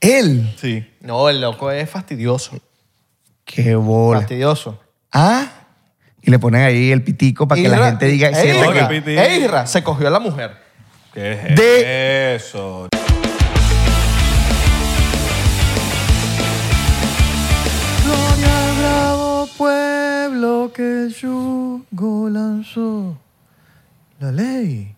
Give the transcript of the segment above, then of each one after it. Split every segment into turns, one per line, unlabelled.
Él.
Sí. No, el loco es fastidioso.
Qué bola.
Fastidioso.
Ah. Y le ponen ahí el pitico para que la
Isra-
gente diga.
Eh,
sienta
Isra,
que-
que piti-
eh, Isra, se cogió a la mujer.
¿Qué es
De-
eso?
Gloria al bravo pueblo que su yugo lanzó la ley,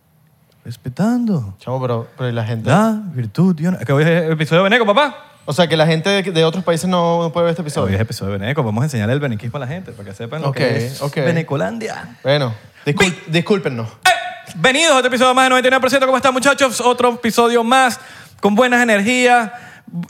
respetando
Chamo, pero, pero ¿y la gente.
la virtud. y honor. Acá hoy es el episodio de Beneco, papá.
O sea, que la gente de, de otros países no, no puede ver este
Hoy
episodio.
es el episodio de Beneco. Vamos a enseñarle el benequismo a la gente para que sepan lo
Ok,
que es
ok.
Benecolandia.
Bueno, discul- discúlpenos.
¡Eh! Venidos a otro episodio más de 99%. ¿Cómo están, muchachos? Otro episodio más con buenas energías.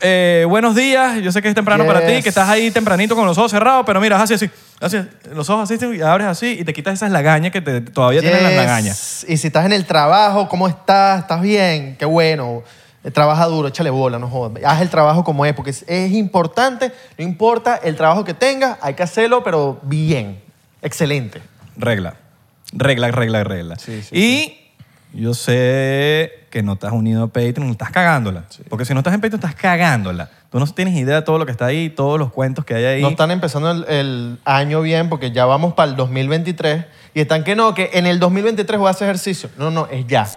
Eh, buenos días. Yo sé que es temprano para ti,
Yes.
que estás ahí tempranito con los ojos cerrados, pero mira, haz así, así. Así, los ojos así, y abres así y te quitas esas lagañas que te- todavía tienen las
Yes.
lagañas.
Y si estás en el trabajo, ¿cómo estás? ¿Estás bien? Qué bueno. Eh, Trabaja duro, échale bola, no jodas. Haz el trabajo como es, porque es, es importante. No importa el trabajo que tengas, hay que hacerlo, pero bien. Excelente.
Regla. Regla, regla, regla.
Sí, sí,
y yo sé que no estás unido a Patreon, estás cagándola. Porque si no estás en Patreon, estás cagándola. Tú no tienes idea de todo lo que está ahí, todos los cuentos que hay ahí.
No están empezando el, el año bien, porque ya vamos para el 2023. Y están que no, que en el 2023 voy a hacer ejercicio. No, no, es ya.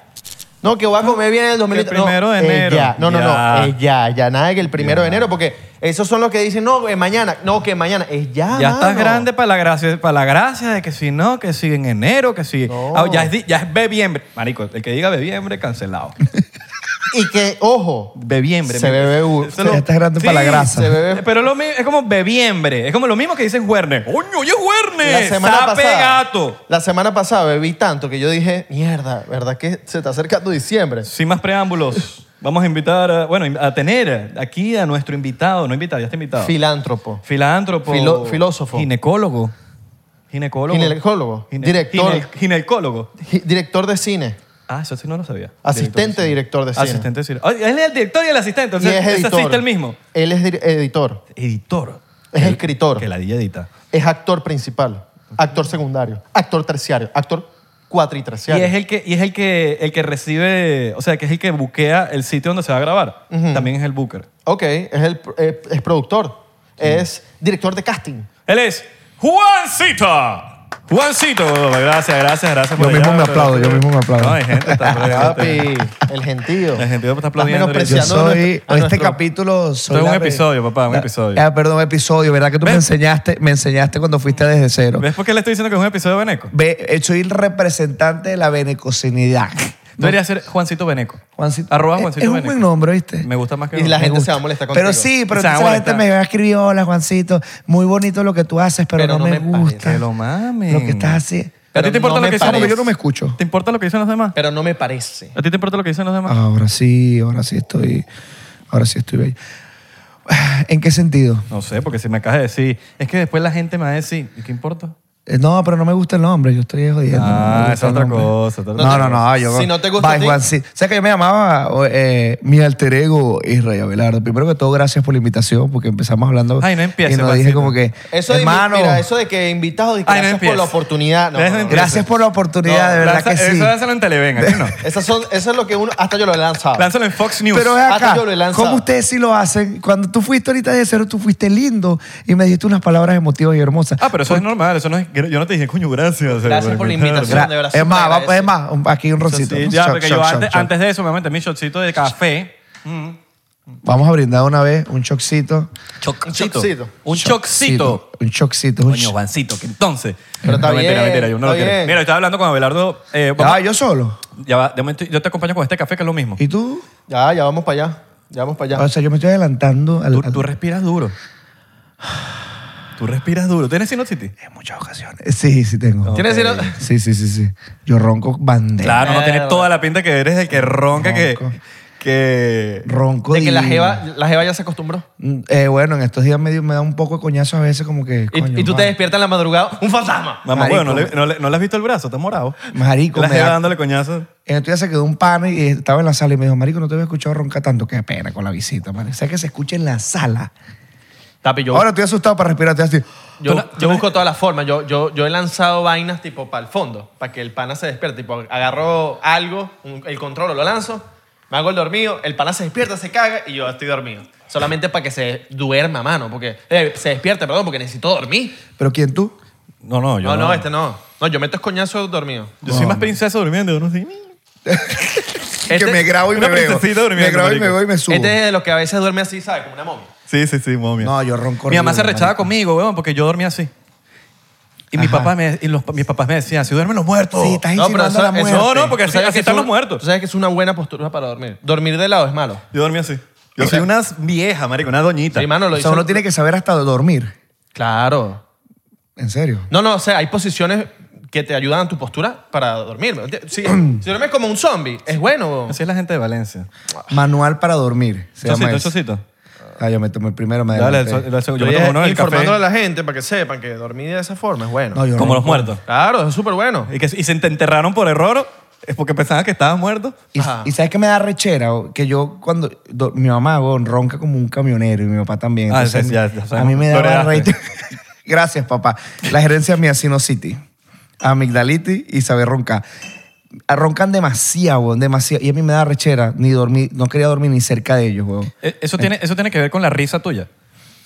No, que voy a comer bien en el 2023. No,
primero de
es
enero.
ya. No, no, no,
Ya.
es ya. Ya nada que el primero de enero, porque esos son los que dicen, no, que mañana. No, que mañana. Es ya.
ya estás
mano.
grande para la gracia, para la gracia de que si no, que si en enero, que si
No.
Ah, ya es di- ya es bebiembre. Marico, el que diga bebiembre cancelado.
Y que, ojo,
Bebiembre.
Se bebe u-
Eso
Ya
lo-
estás grande para la grasa.
se bebe-
Pero lo mi- es como bebiembre, es como lo mismo que dicen Werner. ¡Coño, oye
la
Werner!
semana
¡Sape
pasada.
gato!
La semana pasada bebí tanto que yo dije, mierda, ¿verdad que se está acercando diciembre?
Sin más preámbulos, vamos a invitar, a, bueno, a tener aquí a nuestro invitado, no invitado, ya está invitado.
Filántropo.
Filántropo.
Filo- filósofo.
Ginecólogo. Ginecólogo.
Ginecólogo.
Gine-
Director.
gine- ginecólogo.
Gi- Director de cine.
Ah, eso sí no lo sabía.
Asistente director de cine.
Asistente de cine. Ah, Él es el director y el asistente. O
Y
sea,
es editor.
asiste el mismo.
Él es dir- editor,
Editor.
es
El-
escritor,
Que la dilla edita.
es actor principal, actor secundario, actor terciario, actor
Y
cuatritreciario.
es, el que, y es el, que, el que recibe, o sea, que es el que buquea el sitio donde se va a grabar. También es el booker.
Ok, es, el, pro- eh, es productor, es director de casting.
Él es Juancita. Juancito, gracias, gracias, gracias.
Yo
por
mismo
allá,
me
pero-
aplaudo, yo mismo me aplaudo.
No, hay gente, está
Papi,
aplaudiendo.
el gentío.
Ah, El gentío está
Estás
aplaudiendo.
Yo
menospreciando a
soy.
nuestro- a
este
nuestro-
capítulo. soy
Esto es un
la re-
episodio, papá, un
la-
episodio.
Ah, perdón, un episodio, ¿verdad? Que tú me
Ven.
enseñaste, me enseñaste cuando fuiste desde cero.
¿Ves por qué le estoy diciendo que es un episodio de Beneco? Tú
Ve, eh, soy el representante de la benecocinidad.
deberías ser Juancito Beneco.
Juancito.
Arroba
es-
Juancito
Es un
Beneco.
buen nombre, ¿viste?
Me gusta más que
Y la
me
gente se
gusta.
va a molestar contigo.
Pero sí, pero
Se va a
entonces la gente
molestar.
me va a escribir, hola Juancito, muy bonito lo que tú haces, pero,
Pero
no,
no
me,
me
gusta.
parece.
Que lo mamen.
Lo que estás haciendo.
¿A ti
Pero
te importa
no
lo
me
que
parece.
dicen?
Porque yo no me escucho.
¿Te importa lo que dicen los demás?
Pero no me parece.
¿A ti te importa lo que dicen los demás?
Ahora sí, ahora sí estoy, ahora sí estoy bello. ¿En qué sentido?
No sé, porque si me acabas de decir, es que después la gente me va a decir, ¿y qué importa?
Eh, No, pero no me gusta el nombre, yo estoy jodiendo.
Ah,
no me gusta
esa es
el
otra
nombre.
cosa, otra
No,
cosa.
no, no, yo...
Si no te gusta a
Bye,
ti.
Juancito. O sea que yo me llamaba eh, mi alter ego Israel Abelardo. Primero que todo, gracias por la invitación, porque empezamos hablando...
Ay, no empieces,
Y nos dije
Juancito.
como que,
Eso de,
hermano,
mira, eso de que invitados y que
Ay, no
gracias por
empieces.
la oportunidad. No, no,
Deja de
no, no.
empezar.
gracias por la oportunidad,
No,
de verdad que sí.
Eso dáselo en Televen, aquí no.
Esas son, eso es lo que uno. Hasta yo lo he lanzado.
Lánzalo en Fox News.
Pero es
Ah,
acá,
yo lo he lanzado.
¿cómo ustedes sí lo hacen? Cuando tú fuiste ahorita de cero, tú fuiste lindo y me dijiste unas palabras emotivas y hermosas.
Ah, pero eso es normal, eso no es, yo no te dije, coño, gracias. eh,
Gracias por la invitación.
Gra-
de verdad,
es
súper
más, va-
agradecido.
es más, un- aquí un rosito.
Sí,
Un
ya,
shot,
porque
shot,
yo
shot,
antes,
shot.
antes de eso me metí mi shotcito de café.
Vamos a brindar una vez un chocito.
Un chocito.
Un chocito.
Un chocito. Un
Coño,
ch-
Juancito, que entonces.
Pero está
no, mentira,
bien,
mentira, yo no lo
está
quiero.
bien.
Mira, estaba hablando con Abelardo. eh, vamos-
Ah, yo solo.
ya va, de momento yo te acompaño con este café, que es lo mismo.
¿Y tú?
Ya, ya vamos para allá. Ya vamos para allá.
O sea, yo me estoy adelantando al.
Tú,
al-
tú respiras duro. Tú respiras duro. ¿Tienes sinusitis?
En muchas ocasiones. Sí, sí tengo.
¿Tienes
Ok.
dinero?
Sí, sí, sí, sí. Yo ronco bandera.
Claro, no, tiene toda la pinta que eres el que ronca, que,
Ronco.
que...
Ronco
De que la
divino.
jeva, la jeva ya se acostumbró.
Mm, eh, bueno, en estos días me, dio- me da un poco de coñazo a veces como que...
Y,
coño,
y tú te
vale.
despiertas en la madrugada, un fantasma.
Mamá,
Marico,
bueno, no le,
me-
no, le, no le has visto el brazo, está morado.
Marico,
La
me
jeva
da-
dándole coñazo.
En estos días se quedó un pana y estaba en la sala y me dijo, marico, no te había escuchado roncar tanto. Qué pena con la visita, man. O sea, que se escucha en la sala.
Tapi, yo,
Ahora estoy asustado para respirar. Estoy así.
yo,
tú no-
yo
tú no-
busco todas las formas. Yo, yo, yo he lanzado vainas tipo para el fondo, para que el pana se despierte. Tipo, agarro algo, un- el control, lo lanzo Me hago el dormido, el pana se despierta, se caga y yo estoy dormido. Solamente para que se duerma, mano. Porque eh, se despierta, perdón, porque necesito dormir.
¿Pero quién tú?
No, no, yo
no, no, este no. No, yo meto escoñazo dormido.
Yo soy más princesa durmiendo. No sé.
que
Este-
me grabo y
una
me veo.
princesita durmiendo,
Me grabo y me
marico.
voy y me subo.
Este es de los que a veces duerme así, ¿sabes? Como una momia.
Sí, sí, sí, momia.
No, yo ronco
Mi mamá se
horrible,
rechaba
marico.
conmigo, weón, porque yo dormía así. Y, mi
Ajá.
papá me, y los, mis papás me decían, si duermen los muertos.
Sí, estás insinuando
eso-
la
eso-
muerte.
No, no, porque
Tú sabes
así
que
están
es
los
un-
muertos.
Tú sabes que es una buena postura para dormir. Dormir de lado es malo.
Yo dormía así. Yo soy una vieja, marico, una doñita.
Sí, mano, lo
O sea,
hizo-
uno tiene que saber hasta dormir.
Claro.
En serio.
No, no, o sea, hay posiciones que te ayudan a tu postura para dormir. Si, si duermes como un zombie, es bueno. weón.
Así es la gente de Valencia.
Manual para dormir. Se llama
Chocito,
eso.
chocito.
Ah, yo me tomé el primero, me
Dale, el,
adelanté.
so- el so- yo me
Estoy
tomo uno en el café.
informando a la gente para que sepan que dormir de esa forma es bueno.
No, yo
Como los
ronco.
muertos.
Claro, es súper bueno.
Y, que, y se te enterraron por error es porque pensaban que estabas muerto.
Y,
Ajá.
y sabes que me da rechera o, que yo cuando do- mi mamá weón, ronca como un camionero y mi papá también.
Ah,
Entonces,
sí, ya- ya sabemos.
a mí me
Lo
da
heredaste.
rechera. Gracias, papá. La gerencia mía Sinocity, amigdalitis y saber roncar. Ah, Roncan demasiado, weón, demasiado. Y a mí me da rechera ni dormir, no quería dormir ni cerca de ellos, weón.
Eh, Eso tiene, eso tiene que ver con la risa tuya.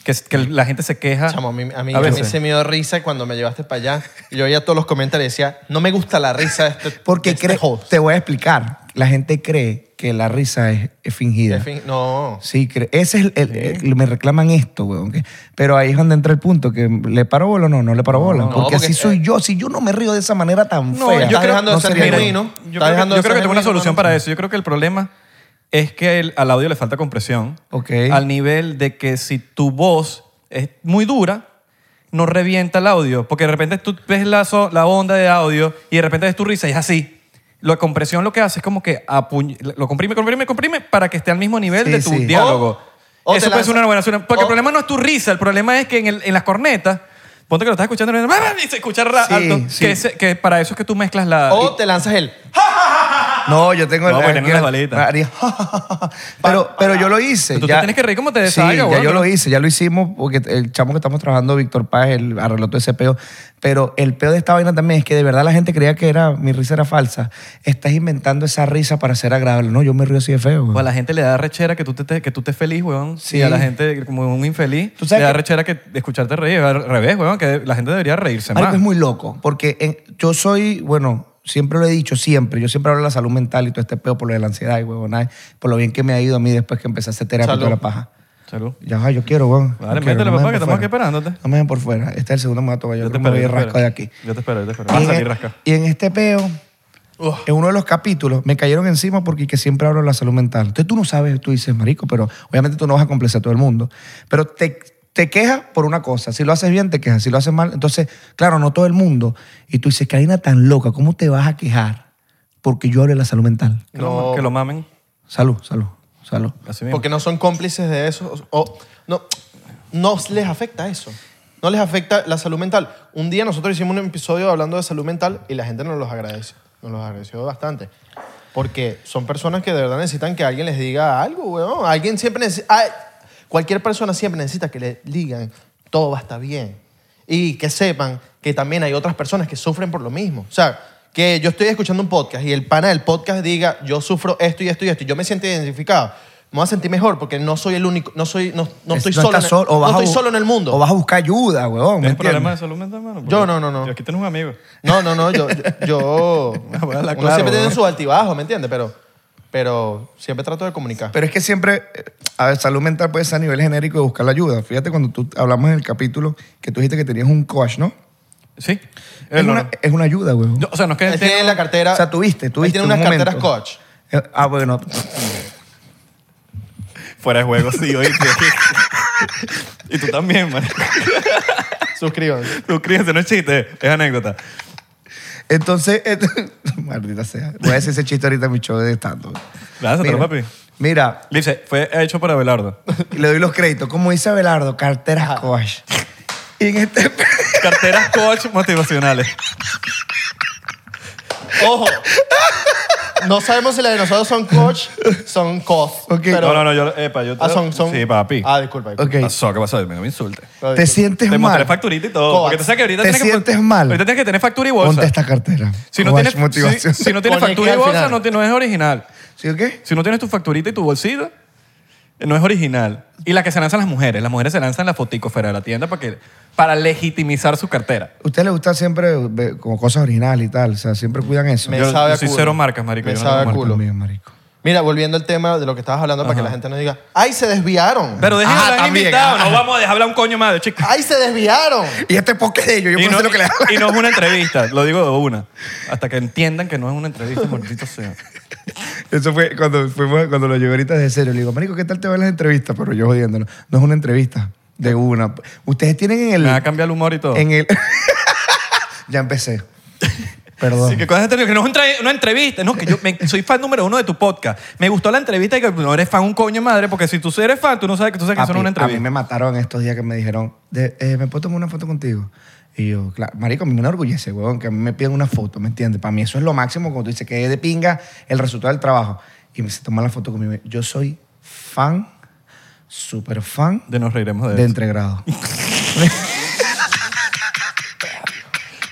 Que, es- que la gente se queja.
Chamo, a mí, a mí-
A
a mí
veces.
se me dio risa cuando me llevaste para allá. Y yo oía todos los comentarios y decía, no me gusta la risa de este
Porque
de este
cree,
host".
te voy a explicar. La gente cree que la risa es, es fingida.
En fin, no.
Sí, cre- ese es el, el- el- me reclaman esto, weón. que- pero ahí es donde entra el punto, que le paro bola o no, no le paro bola.
no,
porque,
porque-
así
eh,
soy yo, si yo no me río de esa manera tan
No,
fea.
yo Estás creo- dejando de ser
sería yo.
genuino.
Yo creo,
Está dejando
que,
de ser
yo creo que tengo una
genuino, mano.
solución para eso. Yo creo que el problema es que el- al audio le falta compresión.
Ok.
Al nivel de que si tu voz es muy dura, no revienta el audio. Porque de repente tú ves la, so- la onda de audio y de repente ves tu risa y es así. La compresión lo que hace es como que apuñ- lo comprime, comprime, comprime para que esté al mismo nivel
Sí,
de tu
sí.
diálogo.
O- o
eso
te
puede
lanza-
ser una buena solución. Porque el
o-
problema no es tu risa, el problema es que en, el- en las cornetas, ponte que lo estás escuchando y se escucha ra-
Sí,
alto,
sí.
que, ese- que para eso es que tú mezclas la... y-
O te lanzas el...
No, yo tengo
No,
el...
porque tiene unas balitas.
Haría- pero, pero yo lo hice.
Pero tú te
ya-
tienes que reír como te
Sí,
desahogas,
ya
weón,
yo
¿no?
lo hice, ya lo hicimos porque el chamo que estamos trabajando, Víctor Paz, él arregló todo ese peo. Pero el peo de esta vaina también es que de verdad la gente creía que era mi risa era falsa. Estás inventando esa risa para ser agradable. No, yo me río así de feo. weón.
O a la gente le da rechera que tú te, te- que tú estés feliz, weón.
Mm. Sí.
Y a la gente, como un infeliz,
Tú sabes
le da
que-
rechera que escucharte reír. Al revés, weón, que la gente debería reírse
Marico,
más.
es muy loco, porque en- yo soy, bueno, siempre lo he dicho, siempre. Yo siempre hablo de la salud mental y todo este pedo por lo de la ansiedad y huevonada, por lo bien que me ha ido a mí después que empecé a hacer terapia y toda
Salud.
la paja.
Salud.
Ya, va, yo quiero, weón.
Vale,
Yo quiero,
métele,
me
papá,
dejen
que
por
estamos aquí
fuera.
esperándote.
No me dejen por fuera. Este es el segundo mato, yo,
Yo
yo creo
te
que me voy a ir
espero, yo te
rasco de aquí.
espero. Yo te espero, yo te espero.
Y
Vas a
en-
salir rascado.
Y en este peo,
Uf.
en uno de los capítulos, me cayeron encima porque que siempre hablo de la salud mental. Entonces tú no sabes, tú dices, marico, pero obviamente tú no vas a complacer a todo el mundo. Pero te, te quejas por una cosa. Si lo haces bien, te quejas. Si lo haces mal, entonces, claro, no todo el mundo. Y tú dices, Karina, tan loca, ¿cómo te vas a quejar? Porque yo hablo de la salud mental.
Que, lo,
No.
que lo mamen.
Salud, salud, salud.
Así mismo.
Porque no son cómplices de eso. O, o- no, no les afecta eso. No les afecta la salud mental. Un día nosotros hicimos un episodio hablando de salud mental y la gente nos los agradeció. Nos los agradeció bastante. Porque son personas que de verdad necesitan que alguien les diga algo, weón. Alguien siempre necesita... Cualquier persona siempre necesita que le digan todo va a estar bien. Y que sepan que también hay otras personas que sufren por lo mismo. O sea, que yo estoy escuchando un podcast y el pana del podcast diga yo sufro esto y esto y esto y yo me siento identificado. Me voy a sentir mejor porque no soy el único, no soy, no, no
Es-
estoy solo,
estás
en el,
solo, o
no
vas a
estoy
bu-
solo en el mundo.
O vas a buscar ayuda, weón. ¿me
¿Tienes problemas de
entiendes?
salud mental, mano?
Yo no, no, no.
Yo aquí tenemos un amigo.
No, no, no, yo, yo,
Ah,
Una bala,
uno
claro,
siempre tiene
¿no?
sus altibajos, ¿me entiendes? Pero, pero siempre trato de comunicar.
Pero es que siempre, eh, a ver, salud mental puede ser a nivel genérico de buscar la ayuda. Fíjate cuando tú hablamos en el capítulo que tú dijiste que tenías un coach, ¿no?
Sí.
Es,
Él Eh, no,
una,
no.
es una ayuda, güey.
Yo- o sea, no es que
él
tenga-
tiene la cartera.
o sea, tuviste,
él
tuviste.
tiene
un
unas
momento.
carteras coach.
Eh, Ah, bueno.
Fuera de juego, sí, oíste. y tú también, man.
Suscríbanse.
Suscríbete, no es chiste, es anécdota.
Entonces, ent- maldita sea. Voy a decir ese chiste ahorita en mi show de estando.
Lánzatelo,
Mira,
papi.
Mira,
Dice, fue hecho por Abelardo.
le doy los créditos. Como dice Abelardo, carteras coach. Y en este...
Carteras coach motivacionales.
Ojo. No sabemos si las de nosotros son coach, son coach.
Ok.
Pero,
no, no, no, yo, epa, yo te-
Ah, son, son.
Sí, papi.
Ah, disculpa. disculpa.
Ok.
¿Qué pasó? ¿Qué pasó? No me insultes.
Ah,
Te
disculpa.
sientes
Te mostré
mal.
facturita y todo.
Coach.
Porque tú sabes que ahorita
¿Te
tienes que-
sientes mal?
Ahorita tienes que tener factura y bolsa.
Ponte esta cartera.
Si no
Coach
tienes,
motivación.
si, si no tienes
Con el
factura
que al
y bolsa,
final.
no, te- no es original.
Sí,
¿Sí o qué?
Si no tienes tu facturita y tu bolsita, eh, no es original. Y la que se lanzan las mujeres. Las mujeres se lanzan la fotico fuera de la tienda para, que- para legitimizar su cartera.
A usted le gusta siempre ve- como cosas originales y tal. O sea, siempre cuidan eso.
Me
Yo-
sabe
yo
a
soy
culo.
cero marcas, marico,
Me
yo no
sabe
tengo
a
marcas.
culo.
También, marico.
Mira, volviendo al tema de lo que estabas hablando para que la gente no diga, ¡ay, se desviaron!
Pero dejen
Ajá,
hablar al
también,
invitado.
ajá.
No vamos a dejar hablar un coño más de chicas.
¡Ay, se desviaron!
Y este poke de ellos, yo
y,
no
no,
sé lo que le da.
y no es una entrevista, lo digo de una. Hasta que entiendan que no es una entrevista, maldito sea.
Eso fue cuando fuimos, cuando lo llevé ahorita de serio. Le digo, marico, ¿qué tal te van las entrevistas? Pero yo jodiéndolo. No es una entrevista de una. Ustedes tienen en el...
Me va a cambiar el humor y todo.
en el... ya empecé. Perdón.
Sí, que cosas anteriores, que no es una entre- una entrevista. No, que yo me- soy fan número uno de tu podcast. Me gustó la entrevista y que no eres fan un coño de madre, porque si tú eres fan, tú no sabes que tú sabes que eso no
Papi,
es una
A mí me
entrevista.
mataron estos días que me dijeron, de- eh, ¿me puedo tomar una foto contigo? Y yo, claro, marico, a mí me enorgullece, huevón, que a mí me piden una foto, ¿me entiendes? Para mí eso es lo máximo cuando tú dices que es de pinga el resultado del trabajo. Y me se toman la foto conmigo. Yo soy fan, súper fan
De nos reiremos de,
de
eso.
entregrado.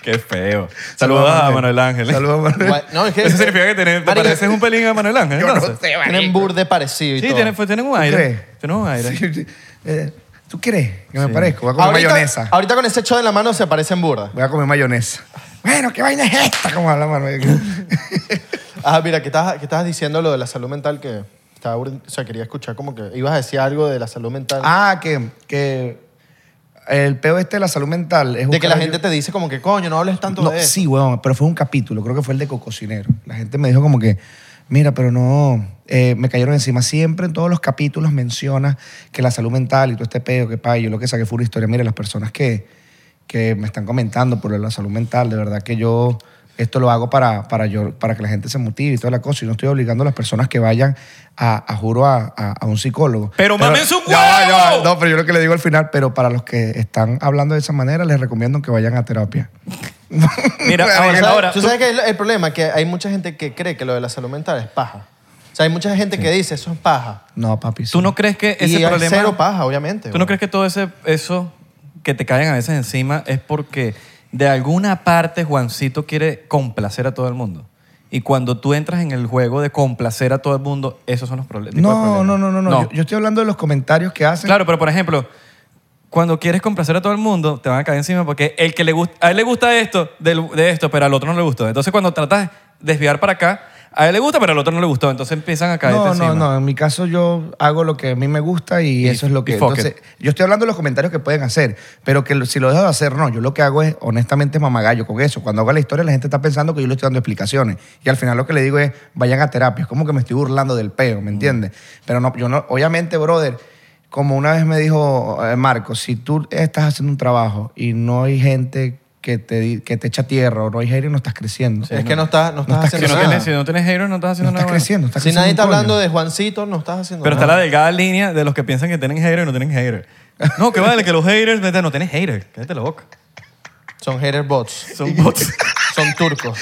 Qué feo. Saludos a Manuel Ángel.
Saludos a Manuel.
Guay- No, es que,
Eso significa que tenés- te
Marico,
pareces un pelín a Manuel Ángel.
Yo no
entonces.
sé, marico.
Tienen burde parecido y
Sí,
todo.
tienen, pues, tienen un aire.
crees?
Tienen un aire.
Sí, sí. Eh, ¿Tú crees que me
Sí.
parezco? Voy a comer mayonesa.
ahorita con ese hecho de la mano se parecen burda.
Voy a comer mayonesa. Bueno, ¿qué vaina es esta? ¿Cómo habla Manuel?
Ah, mira, que estabas, que estabas diciendo lo de la salud mental que estaba burda- O sea, quería escuchar como que ibas a decir algo de la salud mental.
Ah, que, que el peo este de la salud mental es
de que la
buscar-
gente te dice como que, coño, no hables tanto
No,
de eso.
sí, weón, pero fue un capítulo, creo que fue el de Cococinero. La gente me dijo como que, mira, pero no, eh, me cayeron encima. Siempre en todos los capítulos mencionas que la salud mental y todo este peo, que pa, yo lo que saqué fue una historia. Mire, las personas que, que me están comentando por la salud mental, de verdad que yo esto lo hago para, para, yo, para que la gente se motive y toda la cosa. Y no estoy obligando a las personas que vayan a, a juro, a, a- a un psicólogo.
Pero mámense un
Ya va, ya va.
huevo.
No, pero yo lo que le digo al final, pero para los que están hablando de esa manera, les recomiendo que vayan a terapia.
Mira,
Bueno,
ahora,
¿Sabes-
ahora,
¿Tú sabes que el, el problema? Que hay mucha gente que cree que lo de la salud mental es paja. O sea, hay mucha gente que dice, eso es paja.
No, papi. sí.
¿Tú no crees que
y
E-, ese
es
problema...
cero paja, obviamente.
¿Tú no crees que todo ese, eso que te caen a veces encima es porque de alguna parte Juancito quiere complacer a todo el mundo? Y cuando tú entras en el juego de complacer a todo el mundo, esos son los prole- tipos de problemas.
No, no, no, no, no. Yo, yo estoy hablando de los comentarios que hacen.
Claro, pero por ejemplo, cuando quieres complacer a todo el mundo, te van a caer encima porque el que le gusta, a él le gusta esto, del- de, esto, pero al otro no le gustó. Entonces cuando tratas de desviar para acá, a él le gusta, pero al otro no le gustó. Entonces empiezan a caer
No,
encima.
no, no. En mi caso yo hago lo que a mí me gusta y,
Y-
eso es lo que...
y fuck it.
Entonces, yo estoy hablando de los comentarios que pueden hacer, pero que lo- si lo dejo de hacer, no. Yo lo que hago es, honestamente, mamagallo con eso. Cuando hago la historia, la gente está pensando que yo le estoy dando explicaciones. Y al final lo que le digo es, vayan a terapia. Es como que me estoy burlando del peo,
Mm.
¿me entiendes? Pero no, yo no... Obviamente, brother... Como una vez me dijo eh, Marco, si tú estás haciendo un trabajo y no hay gente que te, di- que te echa tierra o no hay gente, no estás creciendo.
Sí, es que no estás- no estás
Si
haciendo
no,
nada.
tienes, si no tienes haters, no estás
No
haciendo
estás
nada. bueno.
creciendo, estás
Si
creciendo
nadie está
un coño.
hablando de Juancito, no estás haciendo
Pero está la
nada.
delgada línea de los que piensan que tienen haters y no tienen haters. No, que vale, que los haters, vete, no tienes haters, cállate la boca.
Son hater bots.
Son bots.
Son turcos.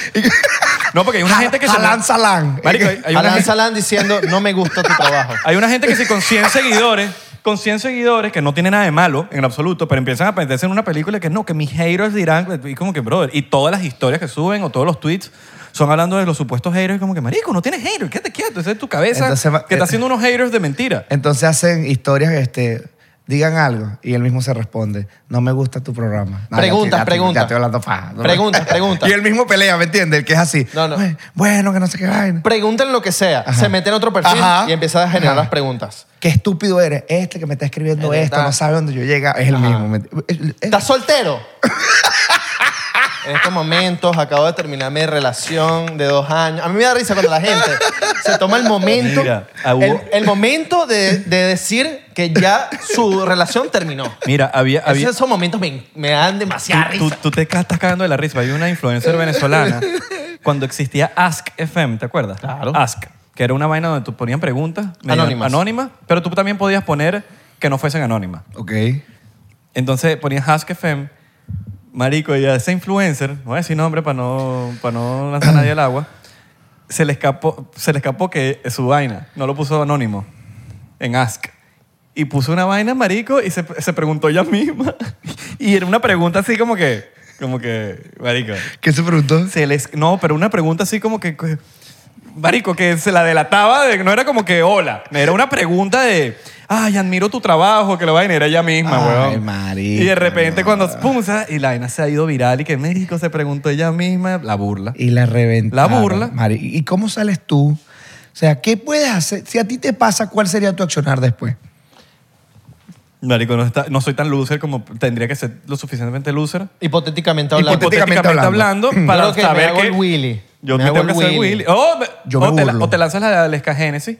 No, porque hay una gente que se...
Salán, salán.
Marico, hay, hay una
Alan
gente,
Salán diciendo, no me gusta tu trabajo.
hay una gente que si con 100 seguidores, con 100 seguidores, que no tiene nada de malo en absoluto, pero empiezan a meterse en una película que no, que mis haters dirán, y como que, brother, y todas las historias que suben o todos los tweets son hablando de los supuestos haters, como que, marico, no tienes haters, quédate quieto, esa es tu cabeza
Entonces va-
que está haciendo unos haters de mentira.
Entonces hacen historias, este, digan algo y él mismo se responde, no me gusta tu programa. No, ya
Preguntas,
estoy- ya estoy-
preguntas.
Ya estoy hablando paja.
Preguntas, preguntas.
Y él mismo pelea, ¿me entiendes? El que es así.
No, no.
"Ué, Bueno, que no sé qué vaina.
Pregunten lo que sea. Se mete en otro perfil
Ajá.
y empieza a generar
Ajá.
las preguntas.
Qué estúpido eres. Este que me está escribiendo
Es
esto,
verdad.
no sabe dónde yo llega. Es el
Ajá.
mismo. ¿me- eh, eh,
¿Estás soltero? En estos momentos acabo de terminar mi relación de dos años. A mí me da risa cuando la gente se toma el momento,
Mira, a Hugo-
el, el momento de, de decir que ya su relación terminó.
Mira, había... había
Esos, esos momentos me, me dan demasiada
Tú,
risa.
tú- tú te ca- estás cagando de la risa. Hay una influencer venezolana cuando existía Ask FM, ¿te acuerdas?
Claro.
Ask, que era una vaina donde tú ponían preguntas medio
Anónimas.
anónimas, pero tú también podías poner que no fuesen anónimas.
Ok.
Entonces ponías Ask FM, marico, y a esa influencer, no voy a decir nombre para no, para no lanzar a nadie al agua, se le, escapó, se le escapó que su vaina, no lo puso anónimo en Ask. Y puso una vaina, marico, y se, se preguntó ella misma. Y era una pregunta así como que, como que, marico,
¿Qué se preguntó?
se les, no, pero una pregunta así como que, que- marico, que se la delataba, de, no era como que hola, era una pregunta de, ay, admiro tu trabajo, que lo vaina era ella misma,
Ay,
weón.
marico,
Y de repente
no.
cuando, pum, sa- y la vaina se ha ido viral y que en México se preguntó ella misma, la burla.
Y la reventaron.
La burla.
Mari, ¿Y cómo sales tú? O sea, ¿qué puedes hacer? Si a ti te pasa, ¿cuál sería tu accionar después?
Marico, no, está- no soy tan loser como tendría que ser lo suficientemente loser.
Hipotéticamente hablando.
Hipotéticamente
Hipotéticamente hablando,
Yo
para
creo que me
saber
hago
que-
el Willy.
Yo
Me
me,
hago
tengo que
el
hacer
Willy.
Willy. Oh, me-
Yo me
o, te la-
burlo.
o te lanzas la de Aleska Genesis,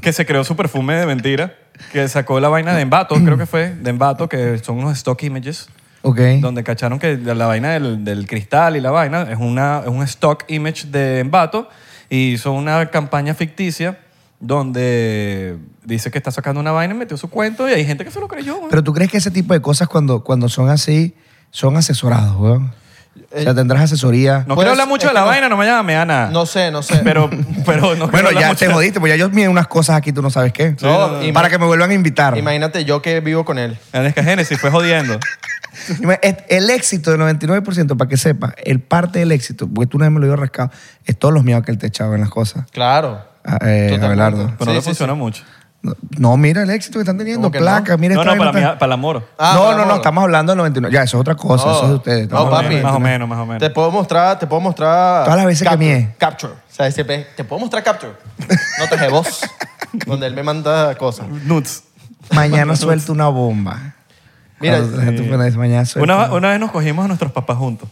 que se creó su perfume de mentira, que sacó la vaina de Embato, creo que fue, de Embato, que son unos stock images,
¿Ok?
donde cacharon que la vaina del, del cristal y la vaina es, una, es un stock image de Embato, y hizo una campaña ficticia donde dice que está sacando una vaina y metió su cuento, y hay gente que se lo creyó. güey.
Pero tú crees que ese tipo de cosas cuando, cuando son así, son asesorados, weón. o sea, tendrás asesoría.
no
Pues,
quiero hablar mucho
es
de la
que Eh, no-
vaina, no me llame Ana.
No sé, no sé.
Pero, pero no quiero
bueno,
hablar
ya
mucho
te
de-
jodiste, porque ya yo miré unas cosas aquí, tú no sabes qué.
No, no, no.
para que me vuelvan a invitar.
Imagínate yo que vivo con él.
Aleska Genesis fue jodiendo.
Ima- es- El éxito del 99%, para que sepa, el parte del éxito, porque tú una vez me lo habías rascado, es todos los miedos que él te echaba en las cosas.
Claro.
Ah, eh,
Totalmente.
Abelardo.
Pero no
Sí,
le
sí,
funciona mucho.
No, No, mira el éxito que están teniendo,
¿Cómo que no?
placa, mira
no,
esta
no,
vaina
para,
está-
mi, para la moro.
Ah,
no,
para
no, no,
amor.
estamos hablando del 99. Ya, eso es otra cosa,
No.
eso es de ustedes. estamos
No,
hablando
papi.
del
Más o
99.
menos, más o menos.
Te puedo mostrar, te puedo mostrar.
Todas las veces que
capture,
mié.
Capture. O sea, ese pe- te puedo mostrar capture. Notas de voz. donde él me manda cosas.
Nuts.
Mañana suelto una bomba.
Mira, eh,
Cuando la gente pone eso, mañana suelto
Una,
una-
una vez nos cogimos a nuestros papás juntos.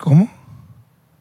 ¿Cómo?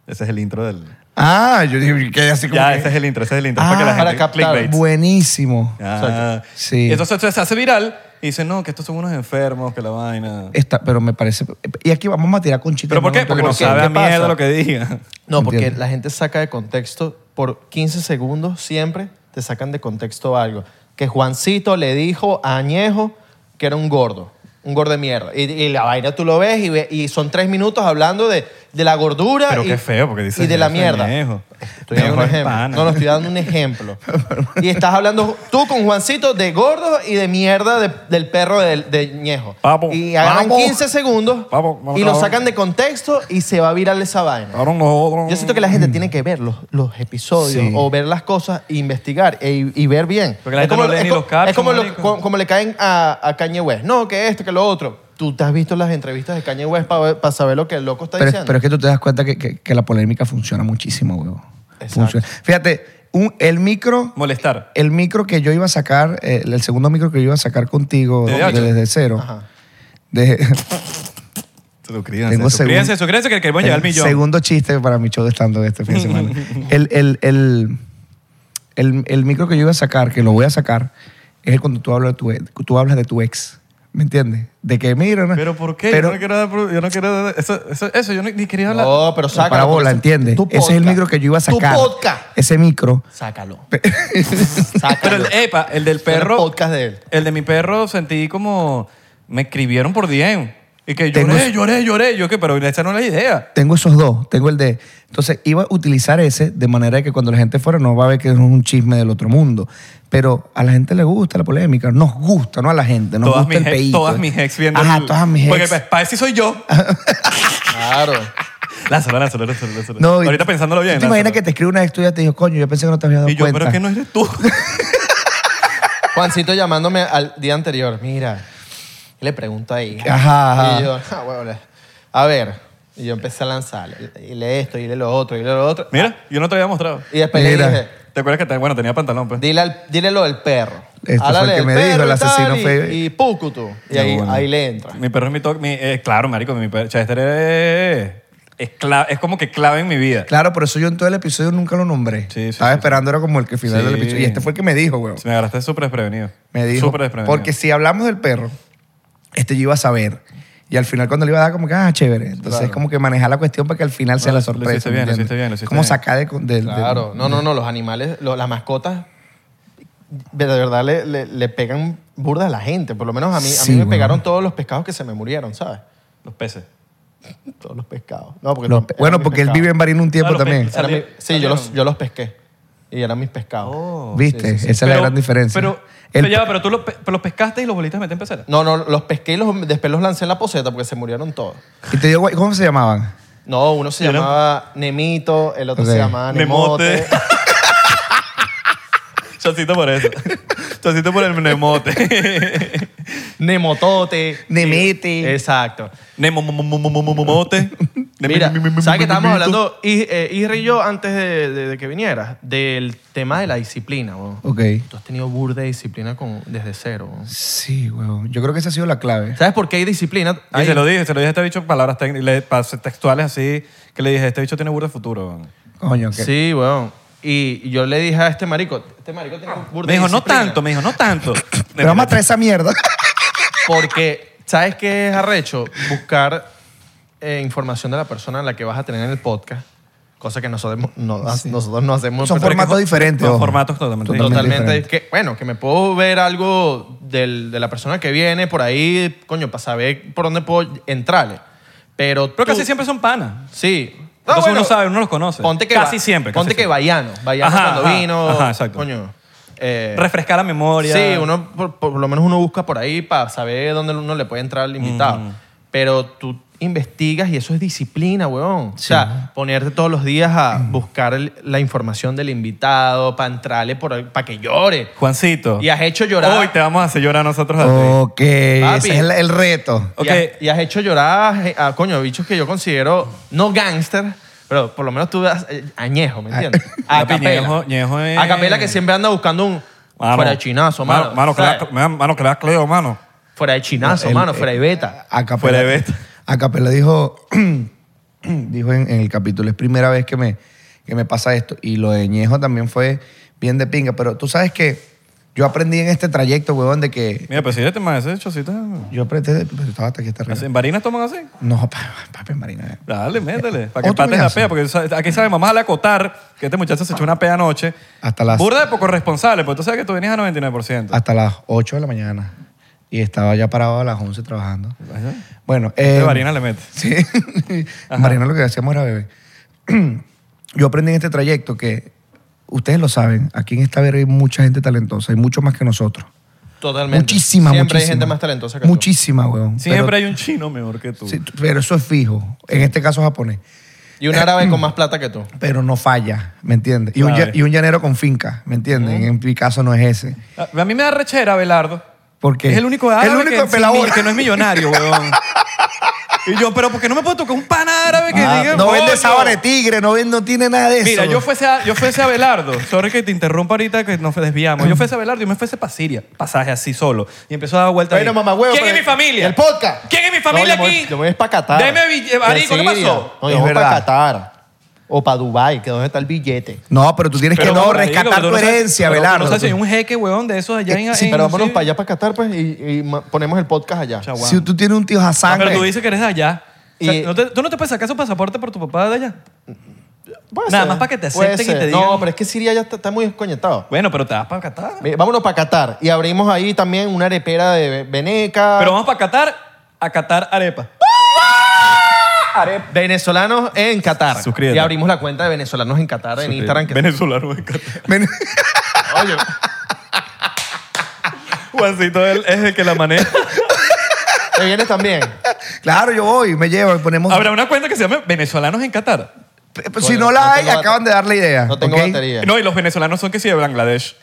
Ese es el intro del...
Ah, yo dije que así como.
Ya,
que-
ese es el intro, ese es el intro. es
Ah,
para que la
para
gente...
captar.
clickbait.
Buenísimo.
Ah.
Sí.
Y Entonces se hace viral y dicen, no, que estos son unos enfermos, que la vaina...
Está- pero me parece. Y aquí vamos a tirar con chistes.
¿Pero por qué?
¿no?
Porque no
¿Qué-
sabe
qué
a mierda
pasa?
lo que diga.
No, porque
Entiendo.
la gente saca de contexto por 15 segundos siempre te sacan de contexto algo. Que Juancito le dijo a Añejo que era un gordo, un gordo de mierda. Y, y la vaina tú lo ves y, ve- y son tres minutos hablando de, de la gordura
Pero
y,
qué feo, porque dice
y de la
Añejo,
mierda.
Añejo.
Estoy dando un
Añejo es
ejemplo.
pana.
No, no, estoy dando un ejemplo. y estás hablando tú con Juancito de gordo y de mierda de- del perro del- de, Ñejo.
Papo,
y agarran
papo.
15 segundos
Papo, vamos,
y lo
cabrón.
sacan de contexto y se va a viral esa vaina.
Cabrón, nosotros-
Yo siento que la gente tiene que ver los, los episodios
Sí.
o ver las cosas e investigar e- y ver bien.
Porque la gente no lee
es
ni
co-
los captions,
es como, lo-
marico.
co- como le caen a, a Kanye West. No, que esto, que lo otro. Tú te has visto las entrevistas de Kanye West para saber lo que el loco está
Pero,
diciendo.
pero es que tú te das cuenta que, que- que la polémica funciona muchísimo, huevo.
Exacto.
Funciona. Fíjate, un- el micro.
Molestar.
El micro que yo iba a sacar, eh, el segundo micro que yo iba a sacar contigo
¿De
de-
ocho?
desde cero.
Ajá.
de-
Suscríbanse,
Tengo
suscríbanse,
segun-
suscríbanse, que queremos llegar al
el
millón.
Segundo chiste para mi show de stand este fin de semana. el, el, el, el- el micro que yo iba a sacar, que lo voy a sacar, es el cuando tú hablas de tu, ex- tú hablas de tu ex. ¿Me entiendes? De que, mira... no-
¿Pero por qué? yo no quiero dar... pro- Yo no quiero dar- Eso, eso, eso, yo no- ni quería hablar.
No, pero sácalo.
para bola,
porque-
¿entiendes?
tu
Ese es el
podcast.
micro que yo iba a sacar.
Tu podcast.
Ese micro.
Sácalo. Sácalo.
Pero el, epa, el del perro.
El podcast de él.
El de mi perro sentí como. Me escribieron por DM. Y que lloré,
Tengo-
lloré, lloré. Yo que, pero esa no es la idea.
Tengo esos dos, tengo el de... Entonces, iba a utilizar ese de manera que cuando la gente fuera no va a ver que es un chisme del otro mundo. Pero a la gente le gusta la polémica, nos gusta, no a la gente, nos
todas,
gusta
mis
el
ex,
peito.
todas mis ex viendo.
Ajá,
el-
todas mis ex.
Porque para eso soy yo.
Claro.
lánzalo, lánzalo, lánzalo. lánzalo.
y-
Ahorita pensándolo bien.
¿Tú te imaginas
lánzalo.
que te escribe una ex tuya y te dijo, coño, yo pensé que no te habías dado
Y yo,
cuenta?
pero es que no eres tú.
Juancito llamándome al día anterior. Mira, ¿qué le pregunto ahí?
Ajá, ajá.
Y yo, "Ah, huevo, le- a ver. Y yo empecé a lanzar. Y le esto, y le lo otro, y le lo otro.
Mira, yo no te había mostrado.
Y después
Mira.
le dije,
¿Te acuerdas que te- bueno, tenía pantalón? Pues?
dile, al- dile lo del perro.
Este fue
Háblale
el que
del
me dijo,
perro
el
y tal,
asesino
y-
fue-
Y pucutu. Y ahí,
No, bueno.
ahí le entra.
Mi perro es mi toque. mi- eh, claro, marico, mi perro. Chester es, es, cla- es como que clave en mi vida.
Claro, por eso yo en todo el episodio nunca lo nombré.
Sí, sí,
Estaba
sí,
esperando, era como el que final
Sí.
del episodio. Y este fue el que me dijo, weón.
Oh. Si Me agarraste súper desprevenido.
Me dijo.
Súper desprevenido.
porque si hablamos del perro, este yo iba a saber. Y al final cuando le iba a dar como que, ah, chévere. Entonces es como que manejar la cuestión para que al final sea
No,
la
lo
sorpresa.
hiciste
¿me
bien, lo
entiendes?
hiciste bien, lo hiciste
Como
bien.
sacar de... de- de-
Claro, no, no, no, los animales, lo- las mascotas, de de verdad le, le- le pegan burda a la gente. Por lo menos a mí, a
Sí,
mí me
weón.
pegaron todos los pescados que se me murieron, ¿sabes?
Los peces.
Todos los pescados. No, porque
Los-
eran
bueno,
mis
porque él
pescados.
vive en Barina un tiempo
Ah, los
también.
pe-
Eran mis- sí, yo los,
salieron.
yo los pesqué y eran mis pescados.
Oh.
¿Viste?
Sí, sí, sí.
Esa es la gran diferencia.
Pero,
El-
pero ya, va, pero tú los, pe- pero los pescaste y los bolitos meten en pecera.
No, no, los pesqué y los, después los lancé en la poseta porque se murieron todos.
Y te digo, güey, ¿cómo se llamaban?
No, uno se
Yo no-
llamaba Nemito, el otro
Ok.
se llamaba Nemote.
Nemote. Chocito por eso. Chocito por el nemote.
Nemotote.
Nemete.
Exacto.
Nemomote.
Mira, ¿sabes que estábamos hablando, Is- eh, Isra y yo, antes de, de- de que vinieras, del tema de la disciplina, weón.
Ok.
Tú has tenido burda de disciplina con, desde cero, weón.
Sí, huevón. Yo creo que esa ha sido la clave.
¿Sabes por qué hay disciplina?
Y
Hay-
se lo dije, se lo dije a este bicho palabras técnicas, le- pa- textuales así, que le dije, este bicho tiene burro de futuro.
Coño, que.
Sí, weón. Y yo le dije a este marico, este marico tiene burda
Me
de
dijo, no
disciplina".
tanto, me dijo, no tanto.
Pero vamos a traer esa mierda.
Porque, ¿sabes qué es arrecho? Buscar eh, información de la persona a la que vas a tener en el podcast, cosa que nosotros no, nosotros no hacemos.
Son
pero-
formatos diferentes.
Son
ojo.
formatos totalmente
Totalmente
Totalmente.
diferentes.
Que, bueno, que me puedo ver algo del- de la persona que viene por ahí, coño, para saber por dónde puedo entrarle. Pero,
Pero
tú-
casi siempre son panas.
Sí.
Entonces
Ah, bueno,
uno sabe, uno los conoce.
Ponte que
casi
va-
siempre.
Ponte
casi
que
siempre.
vayano. Vayano
Ajá,
cuando
ajá,
vino.
ajá, exacto.
Coño. eh,
Refrescar la memoria.
Sí, uno, por, por lo menos uno busca por ahí para saber dónde uno le puede entrar al invitado. Pero tú investigas y eso es disciplina, weón. O sea, ponerte todos los días a buscar el- la información del invitado, para entrarle, para que llore.
Juancito.
Y has hecho llorar.
Hoy te vamos a hacer llorar nosotros a ti.
Ok,
Papi.
ese es el, el reto.
Ok.
Y, has, y has hecho llorar a, a, coño bichos que yo considero no gangster, pero por lo menos tú das eh, añejo, ¿me entiendes?
Ah,
A capela.
Ñejo- Ñejo es-
A capela que siempre anda buscando un
Mano,
fuera de chinazo, mano.
Mano, mano, que
¿sabes?
la- mano, que le das Cleo, mano.
Fuera de chinazo,
El-
mano, eh,
el-
fuera de beta.
Acapela.
Fuera de beta.
Acapela dijo, dijo en, en el capítulo, es primera vez que me, que me pasa esto. Y lo de Ñejo también fue bien de pinga. Pero tú sabes que yo aprendí en este trayecto, huevón, de que...
Mira, pero si este más ese chocito.
Yo aprendí... Pero estaba hasta aquí hasta arriba.
Ah,
así, ¿En Barinas toman así?
No, pa- papi, Marina.
Dale, métele. Para que
Otro
empates la
coñazo.
pea. Porque sa- aquí sabe, mamá, le acotar que este muchacho se echó una pea anoche.
Hasta las- Ah,
Burda de poco responsable, porque tú sabes que tú venías a 99%.
Hasta las 8 de la mañana. Y estaba ya parado a las 11 trabajando.
Ajá.
Bueno,
Este
eh,
Barinas le mete.
Sí. Mariana lo que hacíamos era beber. Yo aprendí en este trayecto que ustedes lo saben, aquí en esta verga hay mucha gente talentosa, hay mucho más que nosotros.
Totalmente.
Muchísima,
Siempre hay
muchísima.
gente más talentosa que tú.
Muchísima, weón.
Siempre
pero,
hay un chino mejor que tú.
sí, t- pero eso es fijo. En este caso japonés.
Y un árabe con más plata que tú.
Pero no falla, ¿me entiendes? Y, un,
Claro.
lla- y un llanero con finca, ¿me entiendes? En mi caso no es ese.
A a mí me da rechera, Belardo.
Porque
Es el único
el
árabe
único
que,
pelador.
que no es millonario, weón. y yo, pero ¿por qué no me puedo tocar un pan árabe que
Ah,
diga...
no vende
"Coño"?
sábana de tigre, no, vende, no tiene nada de eso.
Mira, yo
weón.
fuese, a, yo fuese a Belardo, sorry que te interrumpa ahorita que nos desviamos. Yo fuese a Belardo y me fuese para Siria, pasaje así solo. Y empezó a dar vueltas.
Bueno,
ahí.
mamá, huevo,
¿Quién es
pero-
mi familia?
el podcast.
¿Quién es mi
No, yo
familia
me voy-
aquí?
yo me voy para Qatar.
Deme billete,
De
marico, ¿qué
Siria.
pasó?
No,
Es
yo voy para
verdad.
Qatar. O para Dubai, que donde está el billete.
No, pero tú tienes
Pero,
que no
marico,
rescatar
pero
tu
no sabes-
herencia,
pero
Belardo.
No sabes si hay
tú.
un jeque, weón, de esos allá en...
Sí,
en-
Pero vámonos
sí.
para allá, para Qatar, pues, y, y ma- ponemos el podcast allá.
Chao.
Si tú tienes un tío Hassan.
Ah, pero
que-
tú dices que eres de allá. O sea,
Y-
¿no te- ¿Tú no te puedes sacar su pasaporte por tu papá de allá?
Puede
Nada
ser,
más para que te
puede
acepten y
ser.
te
No,
digan-
pero es que Siria ya está, está muy desconectado.
Bueno, pero te vas para Qatar.
Mira, Vámonos para Qatar y abrimos ahí también una arepera de Veneca.
Pero vamos para Qatar a Qatar arepa.
venezolanos en Qatar.
Suscríbete.
Y abrimos la cuenta de venezolanos en Qatar en Instagram. que-
Venezolano en Qatar.
Ven-
Oye,
Juancito él es el que la maneja.
te vienes también.
claro, yo voy, me llevo y ponemos.
Habrá una cuenta que se llame Venezolanos en Qatar.
P- p- si
Bueno,
no la
no
hay,
tengo
acaban
bate-
de dar la idea.
No tengo
¿ok?
batería.
No, y los venezolanos son que sí de Bangladesh.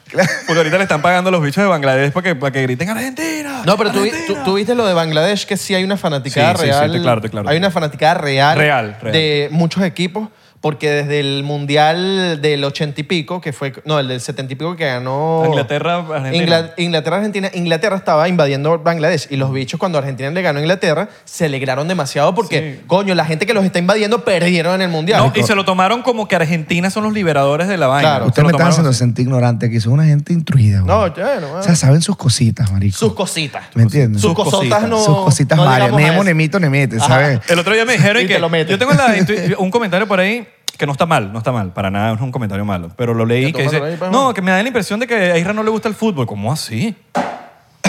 Porque ahorita le están pagando los bichos de Bangladesh para que, para que griten Argentina.
No, pero tú, vi-
Argentina".
tú- tú viste lo de Bangladesh, que sí hay una fanaticada
Sí, sí, sí,
real.
te- claro, te- claro.
Hay una fanaticada real,
Real, real.
de muchos equipos, porque desde el Mundial del ochenta y pico, que fue. No, el del setenta y pico que ganó.
Inglaterra, Argentina.
Ingla- Inglaterra, Argentina. Inglaterra estaba invadiendo Bangladesh y los bichos, cuando Argentina le ganó a Inglaterra, se alegraron demasiado porque,
Sí.
coño, la gente que los está invadiendo perdieron en el Mundial.
No, y se lo tomaron como que Argentina son los liberadores de la vaina.
Claro.
Se
Usted
lo
me está
tomaron
haciendo
así.
sentir ignorante, que son una gente intruida.
No,
güey.
bueno, bueno.
O sea, saben sus cositas, marico.
sus cositas.
¿Me entiendes?
Sus
Sus cositas.
cosotas no.
Sus cositas
no
varias.
llegamos a
Nemo,
eso.
nemito, nemete,
Ajá.
¿sabes?
El otro día me dijeron
Y
que
te lo meten.
yo tengo la intu- un comentario por ahí que no está mal, no está mal, para nada, es un comentario malo, pero lo leí
Ya,
que dice,
tómatelo ahí, pues,
no,
bueno".
que me da la impresión de que a Isra no le gusta el fútbol, ¿cómo así?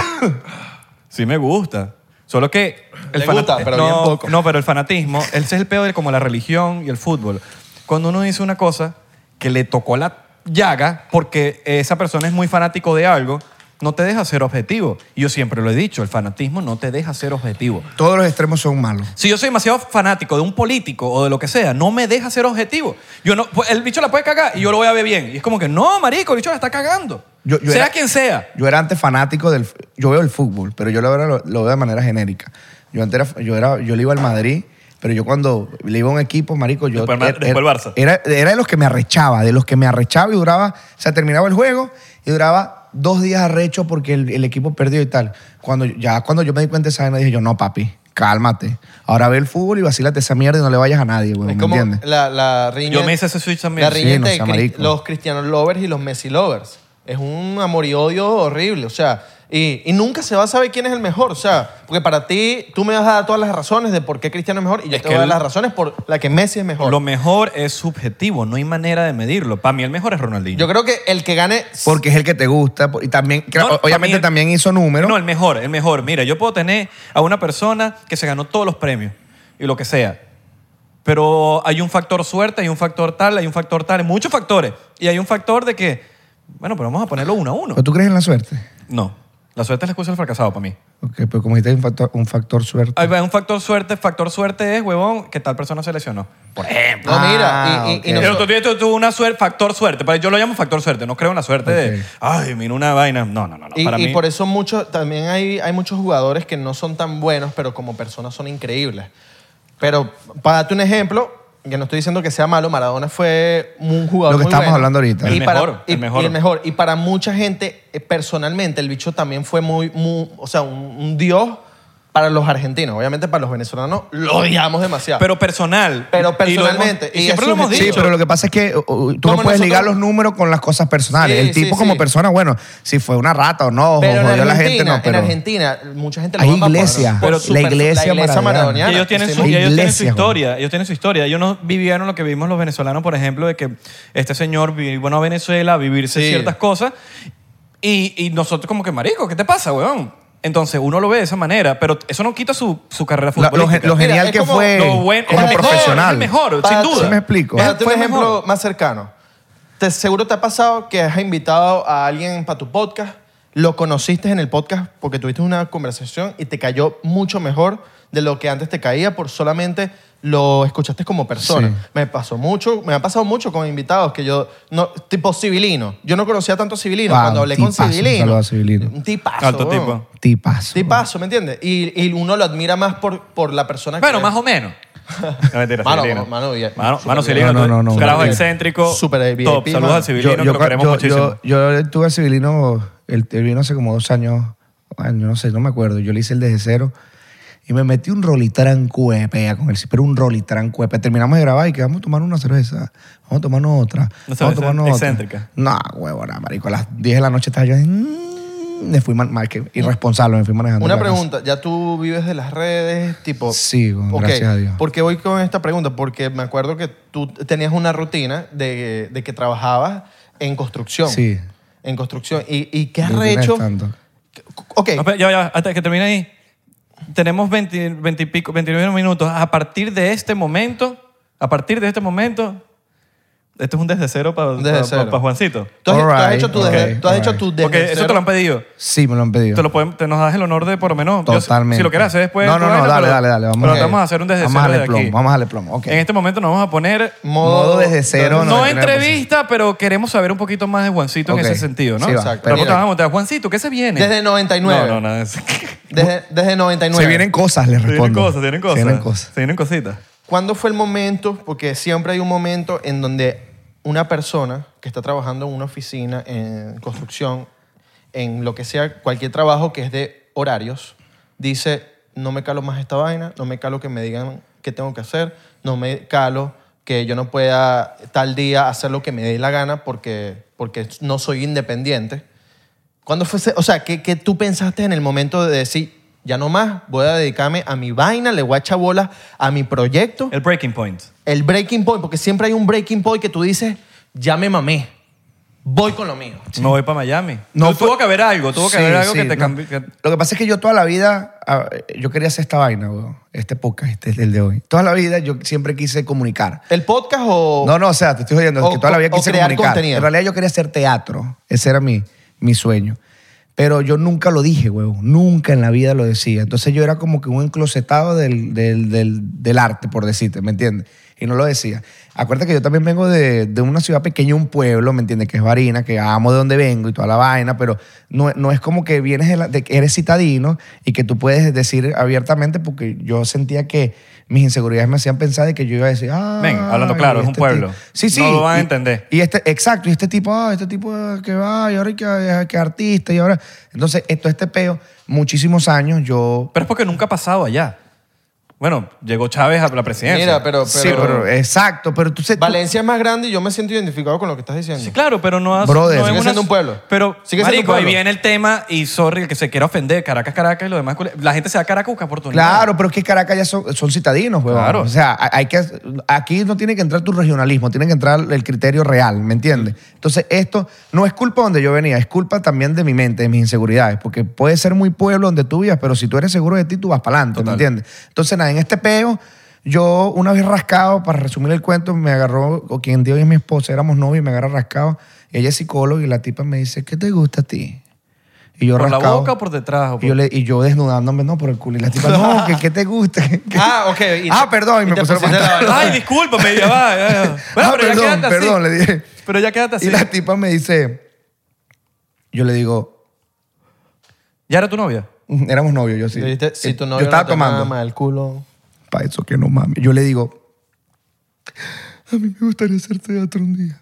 sí me gusta. Solo que
Le
fanat-
gusta, pero
no,
bien poco.
no, pero el fanatismo, ese es el peor de como la religión y el fútbol. Cuando uno dice una cosa que le tocó la llaga porque esa persona es muy fanático de algo, no te deja ser objetivo. Y yo siempre lo he dicho, el fanatismo no te deja ser objetivo.
Todos los extremos son malos.
Si yo soy demasiado fanático de un político o de lo que sea, no me deja ser objetivo. Yo no, pues, el bicho la puede cagar y yo lo voy a ver bien. Y es como que, no, marico, el bicho la está cagando.
Yo- yo
sea
era-
quien sea.
Yo era antes fanático del. Yo veo el fútbol, pero yo lo, ahora lo, lo veo de manera genérica. Yo antes era, yo, era, yo le iba al Madrid, pero yo cuando le iba a un equipo, marico, yo.
Después Mar-
era-
después Barça.
Era, era de los que me arrechaba, de los que me arrechaba y duraba. O sea, terminaba el juego y duraba dos días arrecho porque el, el equipo perdió y tal. Cuando, ya cuando yo me di cuenta de esa vaina, dije yo, no, papi, cálmate. Ahora ve el fútbol y vacílate esa mierda y no le vayas a nadie, güey.
Es
¿Me
como
entiendes?
la, la riña.
Yo me hice ese switch también.
La
Sí,
riña
no
entre
sea
cri-
marico.
los cristianos lovers y los Messi lovers. Es un amor y odio horrible. O sea, y, y nunca se va a saber quién es el mejor. O sea, porque para ti, tú me vas a dar todas las razones de por qué Cristiano es mejor y yo
Es
te voy
que
a dar
el-
las razones por las que Messi es mejor.
Lo mejor es subjetivo, no hay manera de medirlo. Para mí el mejor es Ronaldinho.
Yo creo que el que gane.
Porque es el que te gusta. por- Y también, claro,
No,
obviamente,
también-
también hizo números.
No, el mejor, el mejor. Mira, yo puedo tener a una persona que se ganó todos los premios y lo que sea. Pero hay un factor suerte, hay un factor tal, hay un factor tal, hay muchos factores. Y hay un factor de que, bueno, pero vamos a ponerlo uno a uno.
¿Pero tú crees en la suerte?
No, la suerte es la excusa del fracasado para mí.
Ok,
pues
pero pues, como dijiste, hay un factor, un factor suerte.
Hay un factor suerte, factor suerte es, huevón, que tal persona se lesionó. Por ejemplo.
No, mira. y- y-
Ah,
y
ok.
Pero
nosotros-
tú tienes tú- tú una suerte, factor suerte. Pero Yo lo llamo factor suerte. No creo en la suerte de,
Ok.
ay, mira una vaina. No, no, no. no.
Y,
para
y
mí,
por eso muchos también hay, hay muchos jugadores que no son tan buenos, pero como personas son increíbles. Pero para darte un ejemplo, que no estoy diciendo que sea malo, Maradona fue un jugador
Lo que
muy
estamos
bueno.
hablando ahorita.
El
Y para-
mejor,
y-
el mejor.
y el mejor. Y para mucha gente, eh, personalmente, el bicho también fue muy, muy- o sea, un, un dios para los argentinos. Obviamente para los venezolanos lo odiamos demasiado.
Pero personal.
Pero
Y lo hemos-
personalmente,
Y,
y
siempre
es
lo hemos dicho.
Sí, pero lo que pasa es que uh, uh, tú no
Como
puedes ligar
nosotros-
los números con las cosas personales.
Sí,
el tipo
sí,
como
sí.
persona, bueno, si fue una rata o no, o
Pero en
jodió a la
Argentina,
gente, no, pero...
en Argentina, mucha gente lo
Hay
ama por-
iglesia,
por
la
su perso-
iglesia maradoniana.
Y
maradoniana.
ellos tienen,
Sí,
su,
muy-
y ellos tienen su
Iglesias, güey.
historia, ellos tienen su historia. Ellos no vivieron lo que vivimos los venezolanos, por ejemplo, de que este señor vino a Venezuela a vivirse
Sí.
ciertas cosas y, y nosotros como que, marico, ¿qué te pasa, weón? Entonces uno lo ve de esa manera, pero eso no quita su, su carrera
La- lo,
futbolística.
lo
Mira,
genial
es
que
como-
fue
lo bueno-
como
es el mejor,
profesional.
es el mejor.
Para-
sin duda.
¿Sí me explico?
Para
Es-
darte un
fue el
ejemplo
mejor.
más cercano. Te, seguro te ha pasado que has invitado a alguien para tu podcast, lo conociste en el podcast porque tuviste una conversación y te cayó mucho mejor de lo que antes te caía por solamente lo escuchaste como persona.
Sí.
Me pasó mucho, me ha pasado mucho con invitados que yo, no, tipo Civilino. Yo no conocía tanto a Civilino.
Wow,
Cuando hablé
tipazo,
con
un
Civilino.
saludo a Civilino.
Un tipazo.
Alto
weón.
tipo.
Tipazo.
Tipazo, ¿me entiendes? Y, y uno lo admira más por, por la persona que
Bueno,
es.
más o menos.
No, mentira,
Mano,
Civilino.
mano, bien.
Mano,
Súper
mano
bien.
Civilino,
No, no,
tú-
no, no.
un carajo
Súper
excéntrico.
Super VIP,
top. Saludos
mano.
al civilino, que lo queremos
yo-
muchísimo.
yo- yo tuve a Civilino, él, él vino hace como dos años, año, no sé, no me acuerdo. Yo le hice el desde cero y me metí un rolitran cuepea con él, sí, pero un rolitran cuepea. Terminamos de grabar y que vamos a tomar una cerveza, vamos a tomarnos otra,
Una
vamos a
cerveza
tomarnos otra.
excéntrica.
No, huevona, marico. A las 10 de la noche estaba yo, mm, me fui man- mal, que irresponsable, me fui manejando.
Una
la casa.
pregunta, ¿ya tú vives de las redes? Tipo,
Sí, bueno,
Ok,
gracias a Dios.
¿Por qué voy con esta pregunta? Porque me acuerdo que tú tenías una rutina de, de que trabajabas en construcción.
Sí.
En construcción. ¿Y, y qué
Rutina de
arrecho?
stand-up.
Ok,
No, espera, ya, ya, hasta que termine ahí. Tenemos 20, 20 y pico, 29 minutos. A partir de este momento, a partir de este momento, esto es un desde cero para,
Desde
para-
cero.
para Juancito.
tú has, tú has
Alright,
hecho tu desde-
ok,
tú has hecho
alright.
tu desde
Porque eso
cero.
te lo han pedido.
Sí, me lo han pedido.
Te, lo podemos- te nos das el honor de por lo menos. yo-
Totalmente.
si lo quieres hacer después.
No,
tú
no, no,
vaina,
dale,
pero-
dale, dale. Vamos,
pero
a-
te vamos a hacer un desde
vamos
cero.
a darle
de
plomo,
aquí.
Vamos a darle plomo. ok.
En este momento nos vamos a poner.
Modo desde
No,
cero, no, no,
entrevista, pero queremos saber un poquito más de Juancito
Ok.
en ese sentido, ¿no?
Sí, va.
Pero
Mira.
te vamos a preguntar, Juancito, ¿qué se viene?
Desde 99.
No, no, no. es-
Desde, desde 99.
Se vienen cosas, les respondo.
Tienen cosas, tienen cosas.
Se vienen cosas.
Se vienen cositas.
¿Cuándo fue el momento? Porque siempre hay un momento en donde una persona que está trabajando en una oficina, en construcción, en lo que sea, cualquier trabajo que es de horarios, dice, no me calo más esta vaina, no me calo que me digan qué tengo que hacer, no me calo que yo no pueda tal día hacer lo que me dé la gana porque, porque no soy independiente. ¿Cuándo fue ese- o sea, ¿qué, qué tú pensaste en el momento de decir, ya no más, voy a dedicarme a mi vaina, le voy a echar bolas a mi proyecto?
El breaking point.
El breaking point, porque siempre hay un breaking point que tú dices, ya me mamé, voy con lo mío.
Me voy para Miami.
No
No,
fue-
tuvo que haber algo, tuvo que
Sí,
haber algo
sí,
que te
no.
cambió. que-
Lo que pasa es que yo toda la vida, ah, yo quería hacer esta vaina, weón. Este podcast, este es el de hoy. Toda la vida yo siempre quise comunicar.
¿El podcast o...?
No, no, o sea, te estoy jodiendo. es
o
que toda la vida
co- o
quise
crear
comunicar.
contenido.
En realidad yo quería hacer teatro. Ese era mi, mi sueño. Pero yo nunca lo dije, huevón. Nunca en la vida lo decía. Entonces yo era como que un enclosetado del, del, del, del arte, por decirte, ¿me entiendes? Y no lo decía. Acuérdate que yo también vengo de, de una ciudad pequeña, un pueblo, ¿me entiendes? Que es Varina, que amo de donde vengo y toda la vaina, pero no, no es como que vienes de, la- de que eres citadino y que tú puedes decir abiertamente, porque yo sentía que mis inseguridades me hacían pensar de que yo iba a decir, ah,
Ven, hablando claro, es un pueblo.
tipo- Sí, sí.
No lo van a
y-
entender.
Y este, exacto, y este tipo, ah, este tipo ah, que va, y ahora que, que artista, y ahora. Entonces, esto, este peo, muchísimos años yo.
Pero es porque nunca ha pasado allá. Bueno, llegó Chávez a la presidencia.
Mira, pero, pero,
sí, pero exacto, pero tú se. tú-
Valencia es más grande y yo me siento identificado con lo que estás diciendo.
Sí, claro, pero no, has,
Brother.
no es
Sigue
una-
siendo un pueblo.
Pero,
Sigue siendo
marico,
un pueblo.
ahí viene el tema y sorry, el que se quiera ofender, Caracas, Caracas y lo demás. cule- La gente se da a Caracas a buscar oportunidades.
Claro, pero es que Caracas ya son, son citadinos, huevón.
Claro.
O sea, hay- hay que, aquí no tiene que entrar tu regionalismo, tiene que entrar el criterio real, ¿me entiendes?
Mm.
Entonces, esto no es culpa donde yo venía, es culpa también de mi mente, de mis inseguridades, porque puede ser muy pueblo donde tú vivas, pero si tú eres seguro de ti, tú vas para adelante, ¿me
Total.
entiendes? Entonces, nada, en este peo, yo una vez rascado, para resumir el cuento, me agarró, o quien dio es mi esposa, éramos novios, y me agarra rascado. Ella es psicóloga y la tipa me dice, ¿qué te gusta a ti? Y yo
¿Por la
rascado.
boca o por detrás? o por-
Y yo,
pues.
le- y yo desnudándome, no, por el culo. Y la tipa, no, que qué te gusta.
Ah, ok. y-
ah, perdón, y
y
me
te
pusieron
pusiste la
pantalón.
vaina.
Ay, discúlpame, ya va. ya, ya. Bueno,
Ah,
pero ya
perdón,
quédate así.
perdón, le dije.
Pero ya quédate así.
Y la tipa me dice, yo le digo,
¿Ya era tu novia?
mm, éramos novios, yo sí.
Y dijiste, si tu
Eh,
novio
yo estaba
no te
tomando.
mama el culo.
Para eso que no mames. Yo le digo, a mí me gustaría hacer teatro un día.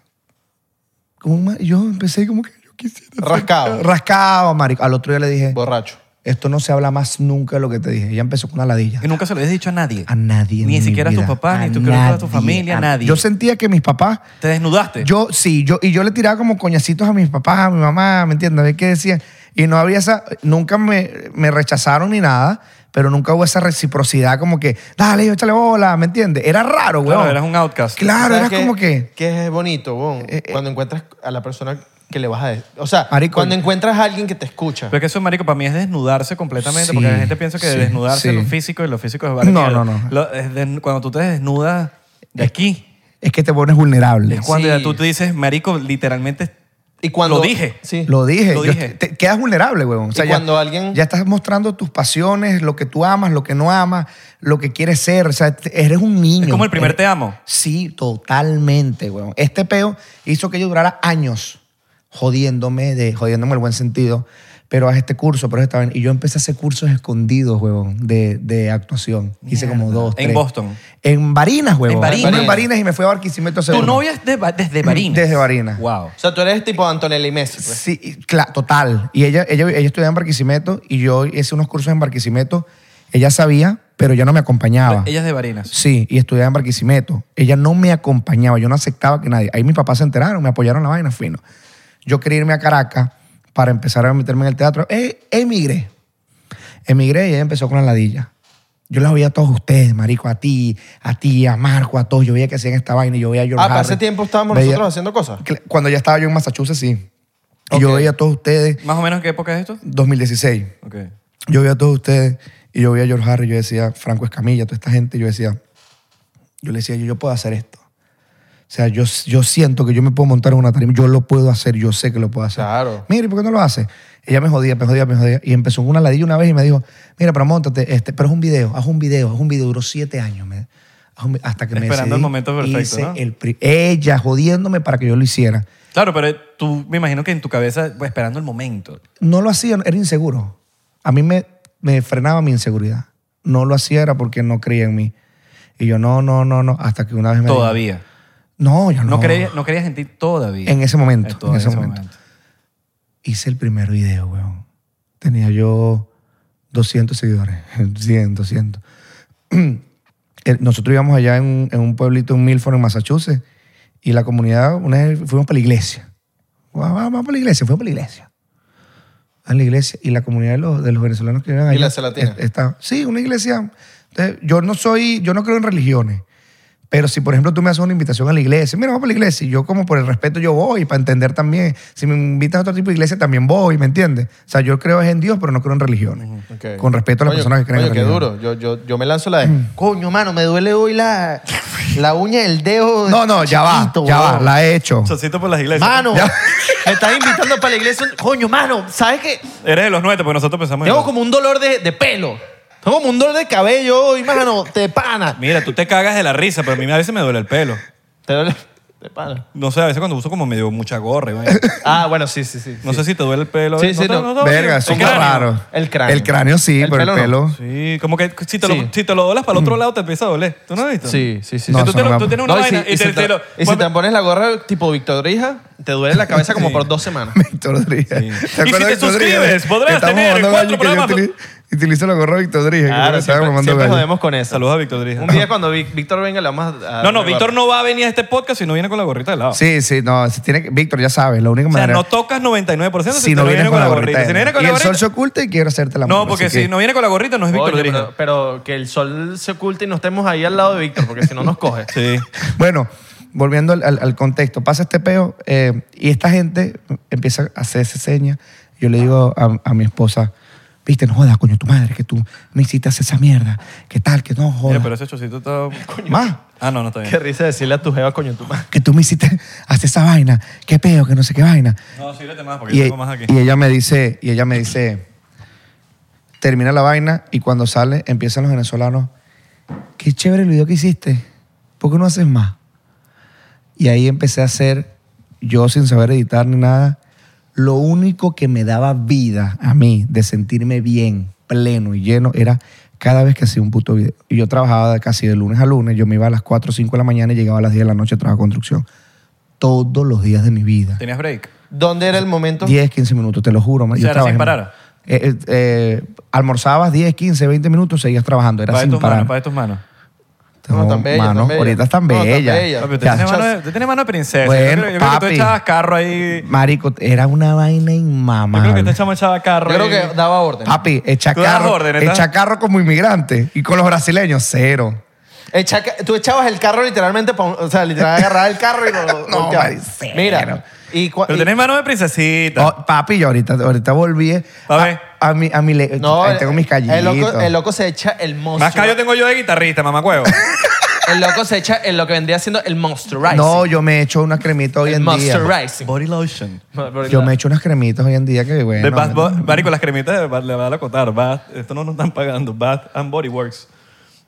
Como un ma- yo empecé como que yo quisiera. hacer-
Rascado.
Rascado, marico. Al otro día le dije,
Borracho.
esto no se habla más nunca de lo que te dije. Ella empezó con una ladilla.
Y nunca se lo habías dicho a nadie.
A nadie. en
Ni
mi
siquiera a tus
vida.
papás, ni
A
tu- creo que a tu
nadie.
familia,
A-
nadie.
Yo sentía que mis papás.
¿Te desnudaste?
Yo sí, yo, y yo le tiraba como coñacitos a mis papás, a mi mamá, ¿me entiendes? A ver qué decían. Y no había esa. Nunca me, me rechazaron ni nada, pero nunca hubo esa reciprocidad como que, dale, yo échale bola, ¿me entiendes? Era raro, güey.
Claro, eras un outcast.
Claro,
¿Sabes
era
qué-
como que.
qué es bonito, bon?
Eh, eh.
cuando encuentras a la persona que le vas a decir. O sea,
Marico,
cuando encuentras a alguien que te escucha.
Pero es que eso, marico, para mí es desnudarse completamente,
Sí,
porque la gente piensa que
sí,
desnudarse
sí.
es lo físico y lo físico es
No, no, no.
Lo- es de- cuando tú te desnudas de aquí,
Es que te pones vulnerable.
es cuando ya
Sí.
tú te dices, marico, literalmente
Y cuando,
Lo dije.
Sí.
Lo dije.
Lo
yo-
dije.
te- quedas vulnerable, weón. O sea,
Y
ya-
cuando alguien-
Ya estás mostrando tus pasiones, lo que tú amas, lo que no amas, lo que quieres ser. O sea, te- eres un niño. eh,
es como el primer
Eres-
te amo.
Sí, totalmente, weón. Este peo hizo que yo durara años jodiéndome, de, jodiéndome en el buen sentido, pero a este curso, pero esta vaina. Y yo empecé a hacer cursos escondidos, weón, de, de actuación. Hice como dos,
En
tres.
Boston.
En Varinas, weón.
En Barinas.
Uno en Barinas y me fui a Barquisimeto. a hacer
Tu
uno.
novia es de Ba- desde Barinas.
Mm, Desde Barinas.
Wow.
O sea, tú eres tipo Antonelli Messi. pues.
Sí, y cla- total. Y ella, ella, ella estudiaba en Barquisimeto y yo hice unos cursos en Barquisimeto. Ella sabía, pero ella no me acompañaba.
Ella es de Barinas.
Sí, y estudiaba en Barquisimeto. Ella no me acompañaba, yo no aceptaba que nadie. Ahí mis papás se enteraron, me apoyaron la vaina, fino. Yo quería irme a Caracas para empezar a meterme en el teatro. Eh, emigré. Emigré y ella empezó con la ladilla. Yo las veía a todos ustedes, marico, a ti, a ti, a Marco, a todos. Yo veía que hacían esta vaina y yo veía a George
Ah, para
Harris.
ese tiempo estábamos
Veía-
nosotros haciendo cosas.
Cl- Cuando ya estaba yo en Massachusetts, sí. Y yo
Ok.
veía a todos ustedes,
¿Más o menos en qué época es esto?
2016
Ok.
yo veía a todos ustedes y yo veía a George Harris, yo decía, Franco Escamilla, toda esta gente, yo decía, yo le decía, yo, yo puedo hacer esto. O sea, yo, yo siento que yo me puedo montar en una tarima, yo lo puedo hacer, yo sé que lo puedo hacer.
Claro.
Mira, ¿y por qué no lo hace? Ella me jodía, me jodía, me jodía. Y empezó con una ladilla una vez y me dijo, mira, pero montate, este, pero es un video, haz un video, haz un video. Duró siete años, me- haz un vi- hasta que me
Esperando el
decidí,
momento perfecto,
hice
¿no?
el pri- ella jodiéndome para que yo lo hiciera.
Claro, pero tú me imagino que en tu cabeza, pues, esperando el momento.
no lo hacía, era inseguro. A mí me, me frenaba mi inseguridad. No lo hacía era porque no creía en mí. Y yo, no, no, no, no. Hasta que una vez me. dijo,
Todavía.
no, yo no.
No, creías, no creías en ti todavía.
En ese momento.
Eh, todavía
en ese momento. Hice el primer video, weón. Tenía yo 200 seguidores. 100, 200. Eh, Nosotros íbamos allá en, un- en un pueblito, en Milford, en Massachusetts. Y la comunidad, una vez fuimos para la iglesia. Vamos, vamos para la iglesia, fuimos para la iglesia. A la iglesia. Y la comunidad de los, de los venezolanos que viven allá.
Iglesia latina.
es- está- sí, una iglesia. Entonces, yo no soy, yo no creo en religiones. Pero si, por ejemplo, tú me haces una invitación a la iglesia, mira, vamos para la iglesia, y yo como por el respeto yo voy, para entender también. Si me invitas a otro tipo de iglesia, también voy, ¿me entiendes? O sea, yo creo es en Dios, pero no creo en religiones.
Ok.
Con respeto a las
Coño,
personas que Mm. creen en
coño, qué
religiones.
duro. Yo, yo, yo me lanzo la de, coño, mano, me duele hoy la, la uña del dedo.
No, no, ya va,
chiquito,
ya va,
weón.
la he hecho.
Chocito por las iglesias.
Mano,
Ya.
me estás invitando para la iglesia. Coño, mano, ¿sabes qué?
Eres de los nueve, porque nosotros pensamos en
Tengo
los-
como un dolor de, de pelo. Tengo como un dolor de cabello hoy, mano, te pana.
Mira, tú te cagas de la risa, pero a mí a veces me duele el pelo.
Te duele, te pana.
No sé, a veces cuando uso como medio mucha gorra. y vaina.
Ah, bueno, sí, sí, sí.
No sé si te duele el pelo.
Sí, sí,
te-
no.
te duele?
Verga, eso
El
está
cráneo.
raro.
El cráneo.
El cráneo sí,
El
pero el
pelo
pelo.
Sí, como que si te,
Sí.
Lo, si te lo doblas para el otro lado te empieza a doler. ¿Tú no has visto?
Sí, sí, sí.
No,
Si tú,
eso
te
no
lo-
me-
tú tienes una
No, y si-
vaina
y
y,
si
te,
te-
te lo...
y si te pones la gorra tipo Victorija, te duele la cabeza como por dos semanas.
Víctor Díaz.
si te suscribes, podrás tener cuatro programas.
Utilizo la gorra de Víctor Díaz. que creo que
Claro,
estaba
siempre,
mamando
siempre
gallo.
jodemos con eso.
Saludos a Víctor Drija.
Un día cuando Vic- Víctor venga le vamos a... a-
No, no, Víctor no va a venir a este podcast si no viene con la gorrita de lado.
Sí, sí, no. si tiene que- Víctor, ya sabes, la única
O sea,
manera.
no tocas 99% si,
si no
viene
vienes con la gorrita.
Si no viene con
y
la
el sol se
gorrita.
oculta y quiero hacerte la
No,
mano,
porque
así
si
que-
no viene con la gorrita no es Víctor
Oye,
Drija.
pero, pero que el sol se oculte y no estemos ahí al lado de Víctor, porque si no nos coge.
Sí.
Bueno, volviendo al, al- al contexto, pasa este peo eh, y esta gente empieza a hacerse señas. Yo le digo a, a mi esposa, viste, no jodas, coño, tu madre, que tú me hiciste hacer esa mierda, que tal, que no jodas.
Mira, pero ese chocito está...
Más,
Ah, no, no está
Qué
bien.
risa decirle a tu jeva, coño, tu madre.
que tú me hiciste hacer esa vaina, qué peo, que no sé qué vaina.
No, sírvete más porque
Y, e-
yo tengo más aquí.
y ella me dice, y ella me dice, termina la vaina y cuando sale empiezan los venezolanos, qué chévere el video que hiciste, ¿por qué no haces más? Y ahí empecé a hacer, yo sin saber editar ni nada, lo único que me daba vida a mí de sentirme bien, pleno y lleno era cada vez que hacía un puto video. Y yo trabajaba de- casi de lunes a lunes, yo me iba a las 4 o 5 de la mañana y llegaba a las 10 de la noche a trabajar construcción. Todos los días de mi vida.
¿Tenías break?
¿Dónde era el momento?
10, 15 minutos, te lo juro. man.
O
Yo
sea, era
trabajé,
sin
man.
parar.
Eh, eh, eh, almorzabas 10, 15, 20 minutos, seguías trabajando. Era
Para de
sin
tus manos,
parar.
para de tus manos.
No, tan bella,
mano,
tan bella.
Ahorita están
No, tan
bellas.
bella.
Papi, usted
Ya.
tiene mano de- usted tiene mano de princesa. Yo
Bueno,
creo- yo creo que tú
papi.
echabas carro ahí.
Marico, era una vaina
Yo creo que
inmamable.
este chamo echaba carro.
Yo creo
ahí.
que daba orden.
Papi, echa
Tú das
carro,
órdenes, ¿estás?
echa carro como inmigrante. Y con los brasileños, cero.
Echa- tú echabas el carro literalmente, pa un- o sea, literalmente agarraba el carro y lo... lo-
No,
ya.
maricero.
Mira, y, cua-
Pero
y-
tenés mano de princesita.
Oh, papi, yo ahorita, ahorita volví eh,
A ver.
a, a mi, a mi le-
no, eh,
ahí tengo mis callitos.
el loco, el loco se echa el monstruo.
Más callo tengo yo de guitarrista, mamacuevo.
El loco se echa en lo que vendría siendo el monster
no, yo me he hecho unas cremitas hoy
el
en
monster
día.
Body lotion.
Yo me he hecho unas cremitas hoy en día que, bueno.
De Bath,
me-
Bo- Marico, las cremitas de Bath, le va a acotar. Bath, esto no nos están pagando. Bath and Body Works.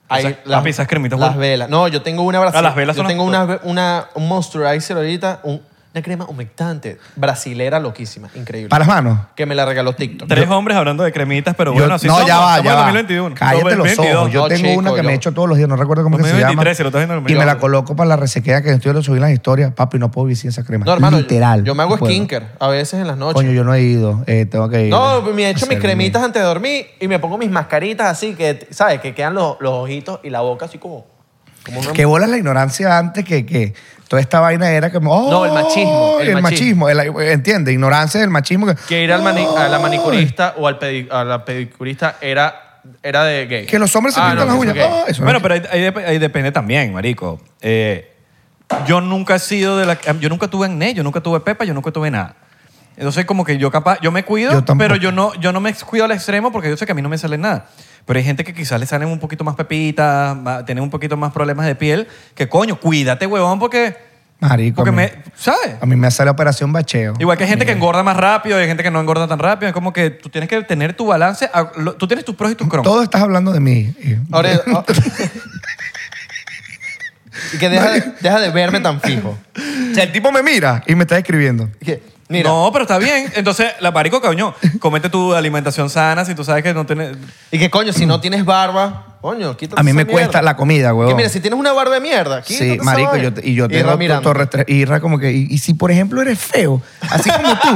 Ahí,
Esas- papi, esas cremitas.
Las
bueno.
velas. No, yo tengo una brasileña.
Ah, las velas
Yo
son
tengo
las-
una, una, un moisturizer ahorita, un- una crema humectante brasilera loquísima, increíble.
Para las manos.
Que me la regaló TikTok.
Tres hombres hablando de cremitas, pero bueno,
Yo-
así
no,
somos.
ya va,
Estamos
ya
en
va.
2021.
Cállate los
2022.
ojos. Yo
No,
tengo
chico,
una que
yo-
me he hecho todos los días, no recuerdo cómo que se
2023, si lo
llama.
estás viendo en el
y me la
mercado.
coloco para la resequea que estoy lo subí en las historias, papi, no puedo vivir sin esa crema.
no, hermano. yo-
Literal.
Yo, me hago
no puedo.
skinker a veces en las noches.
Coño, yo no he ido, eh, tengo que ir.
no, pues, me he hecho mis
Hacer
cremitas antes de dormir y me pongo mis mascaritas así que, ¿sabes? Que quedan los, los ojitos y la boca así como... como una-
Que bolas la ignorancia antes que, que toda esta vaina era como. ¡oh!
No, el machismo, el
El, machismo. el- entiende, ignorancia del machismo. Que,
Que ir al mani- a la
¡ay!
manicurista o al pedi- a la pedicurista era, era de gay.
Que los hombres se
Ah,
pintan
no,
las
que
uñas.
son gay.
¡ah! Eso no
Bueno,
es-
pero ahí, ahí dep- ahí depende también, marico. Eh, yo nunca he sido de la... Yo nunca tuve acné, yo nunca tuve pepa, yo nunca tuve nada. Entonces, como que yo capaz... Yo me
Yo
cuido,
tampoco.
pero yo no, yo no me cuido al extremo porque yo sé que a mí no me sale nada. Pero hay gente que quizás le salen un poquito más pepitas, ma- tienen un poquito más problemas de piel. Que coño, cuídate, huevón, porque...
Marico.
Porque
a mí-
me... ¿Sabes?
A mí me hace la operación bacheo.
Igual que hay gente que engorda más rápido, hay gente que no engorda tan rápido. Es como que tú tienes que tener tu balance. a- lo- Tú tienes tus pros y tus contras.
Todo estás hablando de mí. eh.
Ahora, ah, y que deja, deja de verme tan fijo.
O sea, el tipo me mira y me está escribiendo.
Y que, mira,
No, pero está bien. Entonces, la marico, coño, comete tu alimentación sana si tú sabes que no tienes...
y que coño, si no tienes barba, coño, quítate
A mí
esa
me
mierda.
cuesta la comida,
Que
huevón.
mira, si tienes una barba de mierda, quítate
Sí,
esa
marico,
vaina.
yo te- y yo tengo
Ra
to-
mirando.
torre estre- y Ra como que, y, y si por ejemplo eres feo, así como tú,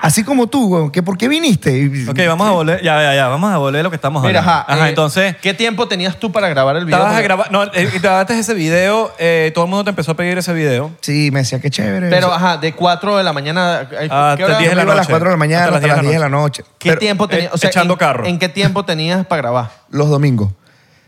así como tú, güey, que por qué viniste? Y-
Ok, vamos a volver. Ya, ya, ya. Vamos a volver a lo que estamos
Mira,
hablando.
ajá, eh,
entonces...
¿Qué tiempo tenías tú para grabar el video?
Estabas a
Porque-
grabar... No, eh, grabaste ese video. eh, todo el mundo te empezó a pedir ese video.
Sí, me decía que chévere.
Pero,
Eso.
ajá, de 4 de la mañana. eh,
Hasta
¿qué hora?
10 Ah, de
Yo
la
iba a las
noche.
4 de la mañana, hasta, las 10 de la noche.
¿Qué
Pero
tiempo tenías?
eh, echando
en,
carro.
¿En qué tiempo tenías para grabar?
Los domingos.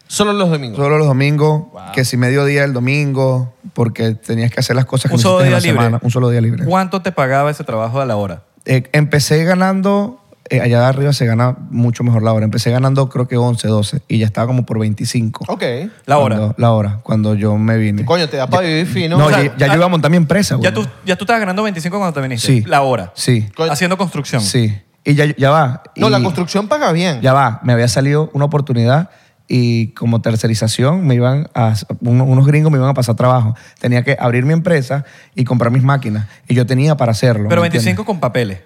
Solo los domingos.
Solo los domingos, que si mediodía el domingo, porque tenías que hacer las cosas que
Un
no
solo
hiciste en
día
la
libre.
semana. Un solo día libre.
¿Cuánto te pagaba ese trabajo a la hora?
Eh, empecé ganando, eh, allá arriba se gana mucho mejor la hora. Empecé ganando creo que 11, 12 y ya estaba como por 25.
Ok.
La hora.
Cuando- la hora, cuando yo me vine.
Coño, te da para vivir fino.
No,
O sea,
ya, ya yo
ah,
iba a montar mi empresa, güey.
Ya tú, ya tú estabas ganando 25 cuando te viniste.
Sí.
La hora.
Sí,
Coño.
Haciendo construcción.
sí. Y ya, ya va.
no,
y-
la construcción paga bien.
Ya va, me había salido una oportunidad y como tercerización me iban a, uno- unos gringos me iban a pasar trabajo. Tenía que abrir mi empresa y comprar mis máquinas. Y yo tenía para hacerlo.
Pero
¿me entiendes?
25 con papeles.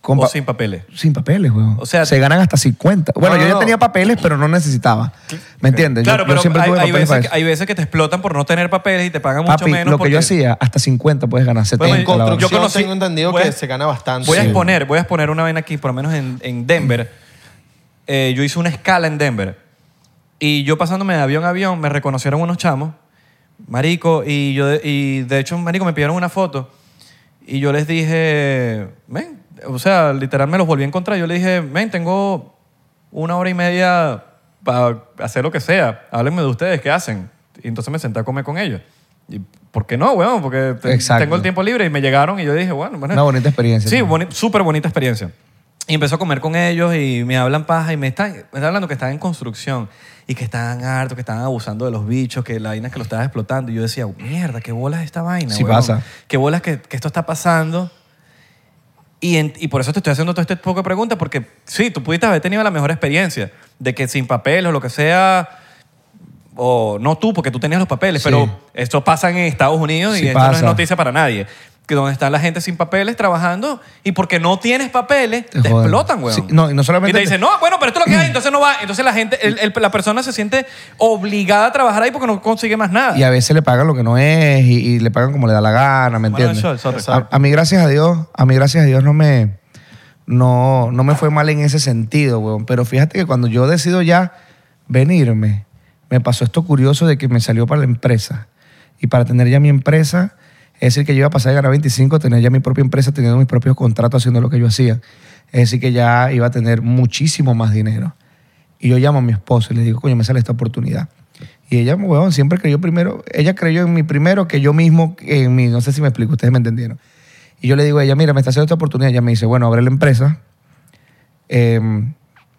Con
o
pa-
sin papeles.
Sin papeles, weón.
O sea,
se ganan hasta 50.
No,
Bueno, yo
no,
ya
no.
tenía papeles, pero no necesitaba. ¿Me entiendes? Yo-
claro,
yo,
pero
siempre
hay,
tuve
hay
papeles
veces
para
que,
eso.
hay veces que te explotan por no tener papeles y te pagan mucho
Papi,
menos.
lo que
porque-
yo
Pues,
hacía, hasta 50 puedes ganar, 70
en
la hora.
construcción
yo conocí-
tengo entendido
voy a-
que se gana bastante.
Voy a
Sí.
exponer, voy a exponer una vaina aquí, por lo menos en, en Denver. Eh, yo hice una escala en Denver. Y yo pasándome de avión a avión, me reconocieron unos chamos, marico, y yo de, y de hecho, marico, me pidieron una foto. Y yo les dije, ven, o sea, literal me los volví a encontrar. Yo les dije, ven, tengo una hora y media para hacer lo que sea. Háblenme de ustedes, ¿qué hacen? Y entonces me senté a comer con ellos. ¿Y ¿Por qué no, weón? Porque te-
Exacto.
tengo el tiempo libre y me llegaron y yo dije, bueno, bueno.
Una bonita experiencia.
Sí,
¿no?
boni- súper bonita experiencia. Y empezó a comer con ellos y me hablan paja y me están, me están hablando que están en construcción y que estaban hartos, que estaban abusando de los bichos, que la vaina que lo estaba explotando. Y yo decía, mierda, qué bolas esta vaina.
Sí
weón.
pasa.
Qué bolas que, que esto está pasando. Y, en- y por eso te estoy haciendo todo este poco de preguntas, porque sí, tú pudiste haber tenido la mejor experiencia de que sin papel o lo que sea, o no tú, porque tú tenías los papeles,
Sí.
pero esto pasa en Estados Unidos y
Sí
esto no es
pasa.
noticia para nadie. Que donde está la gente sin papeles trabajando y porque no tienes papeles, te,
Te joden.
explotan, weón.
Sí, no, y no solamente
Y te
te-
dicen, no, bueno, pero esto es lo que hay, entonces no va. Entonces la gente, el- el- la persona se siente obligada a trabajar ahí porque no consigue más nada.
Y a veces le pagan lo que no es y, y le pagan como le da la gana, ¿me
Bueno,
entiendes?
eso- eso- eso.
a, a mí, gracias a Dios, a mí, gracias a Dios, no me, no, no me fue mal en ese sentido, weón. Pero fíjate que cuando yo decido ya venirme, me pasó esto curioso de que me salió para la empresa. Y para tener ya mi empresa, es decir, que yo iba a pasar de ganar 25 a tener ya mi propia empresa, teniendo mis propios contratos, haciendo lo que yo hacía. Es decir, que ya iba a tener muchísimo más dinero. Y yo llamo a mi esposo y le digo, coño, me sale esta oportunidad. Y ella, weón, siempre creyó primero, ella creyó en mí primero que yo mismo, en mí, no sé si me explico, ustedes me entendieron. Y yo le digo a ella, mira, me está haciendo esta oportunidad. Ella me dice, bueno, abre la empresa, eh,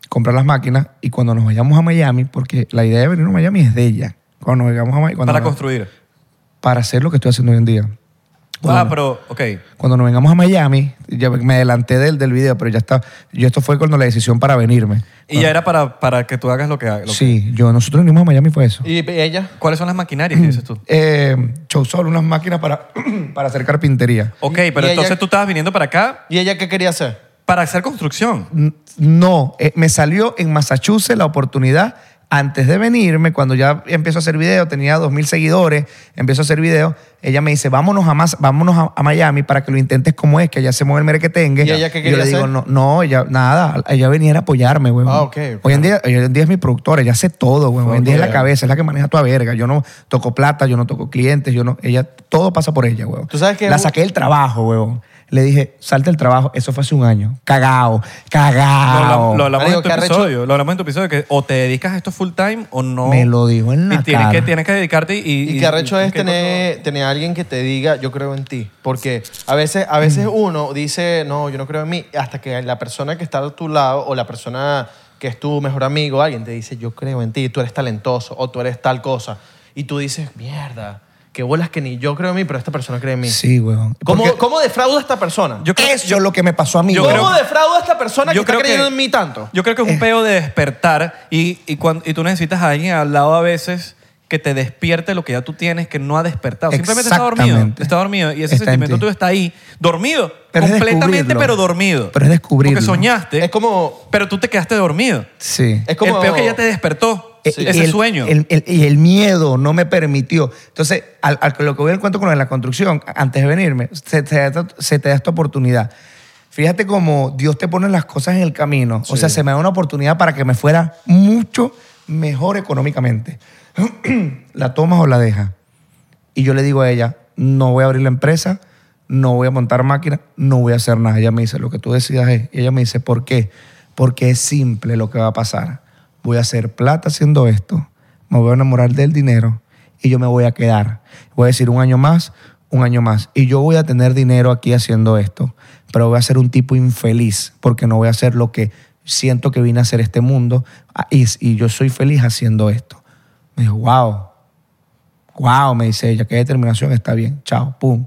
comprar las máquinas y cuando nos vayamos a Miami, porque la idea de venir a Miami es de ella. Cuando nos vayamos a Miami, cuando
para
nos-
construir.
para hacer lo que estoy haciendo hoy en día. Cuando
Ah,
nos-
pero, ok.
cuando nos vengamos a Miami, ya me adelanté del, del video, pero ya está. Yo esto fue cuando la decisión para venirme.
Y ya era para, para que tú hagas lo que hagas. lo que-
Sí, yo, nosotros venimos a Miami fue eso.
Y ella.
¿Cuáles son las maquinarias que dices tú?
Eh, Chowsol, unas máquinas para, para hacer carpintería.
Ok,
Y-
pero
y
entonces
ella-
tú estabas viniendo para acá
¿Y ella qué quería hacer?
para hacer construcción.
N- No, eh, me salió en Massachusetts la oportunidad antes de venirme, cuando ya empiezo a hacer video, tenía 2.000 seguidores, empiezo a hacer video, ella me dice, vámonos a, Mas- vámonos a, a Miami para que lo intentes como es, que allá se mueve el mere que tenga.
¿Y ella qué
yo le
quería
digo,
hacer?
no, no, ella, nada, ella venía a apoyarme, güey.
Ah, ok, ok.
Hoy en día, hoy en día es mi productora, ella hace todo, güey. Hoy en día es la
Ok.
cabeza, es la que maneja toda verga. Yo no toco plata, yo no toco clientes, yo no, ella, todo pasa por ella, güey.
Tú sabes que-
La saqué del trabajo, güey. Le dije, salte del trabajo. Eso fue hace un año. Cagao, cagao.
Lo, habla- lo hablamos
Marico,
en tu
¿qué arrecho?
episodio. Lo hablamos en tu episodio que o te dedicas a esto full time o no.
Me lo dijo en
y
la
tienes que,
cara.
tienes que dedicarte y.
Y qué arrecho
y-
es
que-
tener, tener a alguien que te diga, yo creo en ti. Porque a veces, a veces uno dice, no, yo no creo en mí, hasta que la persona que está a tu lado o la persona que es tu mejor amigo, alguien te dice, yo creo en ti, tú eres talentoso o tú eres tal cosa. Y tú dices, mierda, qué bolas que ni yo creo en mí, pero esta persona cree en mí.
Sí, weón.
¿Cómo,
Porque
¿Cómo defrauda a esta persona?
Yo creo,
Eso es lo que me pasó a mí.
Yo
weón.
¿Cómo
creo-
defrauda a esta persona que
yo
está
creo
creyendo
que-
en mí tanto?
yo creo que es un peo de despertar y, y, cuan- y tú necesitas a alguien al lado a veces que te despierte lo que ya tú tienes que no ha despertado. Simplemente está dormido.
Exactamente.
Está dormido y ese
Está en
sentimiento
ti.
tú está ahí, dormido.
Pero es
completamente,
descubrirlo.
pero dormido.
Pero es descubrirlo.
Porque soñaste,
Es como...
pero tú te quedaste dormido.
Sí.
Es como-
El peo que ya te despertó.
Eh,
Ese
y el-
sueño.
el- el- y el miedo no me permitió. Entonces, al, al- lo que voy al cuento con lo de la construcción, a- antes de venirme, se te, da esta- se te da esta oportunidad. Fíjate cómo Dios te pone las cosas en el camino. O sea, se me da una oportunidad para que me fuera mucho mejor económicamente. ¿La tomas o la dejas? Y yo le digo a ella, no voy a abrir la empresa, no voy a montar máquina, no voy a hacer nada. Ella me dice, lo que tú decidas es. Y ella me dice, ¿por qué? Porque es simple lo que va a pasar. Voy a hacer plata haciendo esto. me voy a enamorar del dinero y yo me voy a quedar. Voy a decir un año más, un año más. Y yo voy a tener dinero aquí haciendo esto, pero voy a ser un tipo infeliz porque no voy a hacer lo que siento que vine a hacer este mundo ah, y, y yo soy feliz haciendo esto. Me dijo, wow, wow, me dice ella, qué determinación, está bien, chao, pum.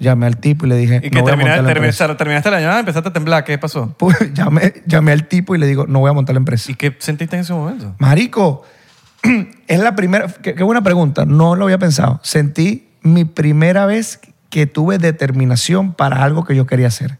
Llamé al tipo y le dije,
Y
"No
que
voy a montar
terminaste,
la empresa".
terminaste, terminaste la llamada, empezaste a temblar. ¿Qué pasó?
Pues, llamé, llamé al tipo y le digo, no voy a montar la empresa.
¿Y qué sentiste en ese momento?
Marico, es la primera. Qué, qué buena pregunta. No lo había pensado. Sentí mi primera vez que tuve determinación para algo que yo quería hacer.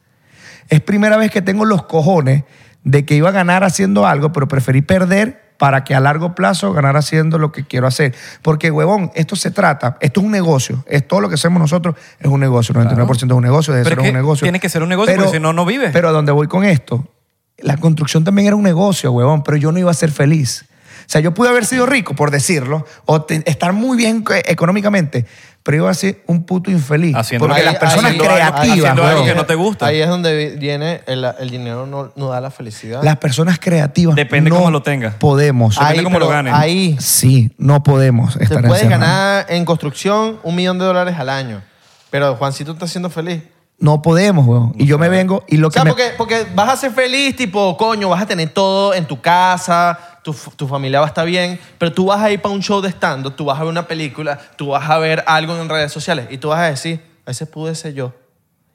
Es primera vez que tengo los cojones de que iba a ganar haciendo algo, pero preferí perder para que a largo plazo ganar haciendo lo que quiero hacer. Porque, huevón, esto se trata, esto es un negocio, es todo lo que hacemos nosotros es un negocio, 99% es un negocio, debe
Pero
ser
es
un
que
negocio.
tiene que ser un negocio, porque si no, no vives.
Pero a donde voy con esto, la construcción también era un negocio, huevón, pero yo no iba a ser feliz. O sea, yo pude haber sido rico, por decirlo, o te- estar muy bien eh, económicamente, pero iba a ser un puto infeliz.
Haciendo
porque
lo que-
las personas
haciendo algo-
creativas,
haciendo algo
huevón,
que no te gusta.
Ahí es donde vi- viene el, el dinero no, no da la felicidad.
las personas creativas
Depende
no
cómo lo tengas.
podemos.
depende
ahí,
cómo lo
pero
ganen.
Ahí
Sí, no podemos
te
estar
puedes
encerrados.
ganar en construcción un millón de dólares al año. Pero Juancito está siendo feliz.
No podemos, huevón. Y yo me vengo y lo
O sea,
que me...
porque, porque vas a ser feliz, tipo, coño, vas a tener todo en tu casa, tu, f- tu familia va a estar bien, pero tú vas a ir para un show de stand tú vas a ver una película, tú vas a ver algo en redes sociales y tú vas a decir, ese pude ser yo.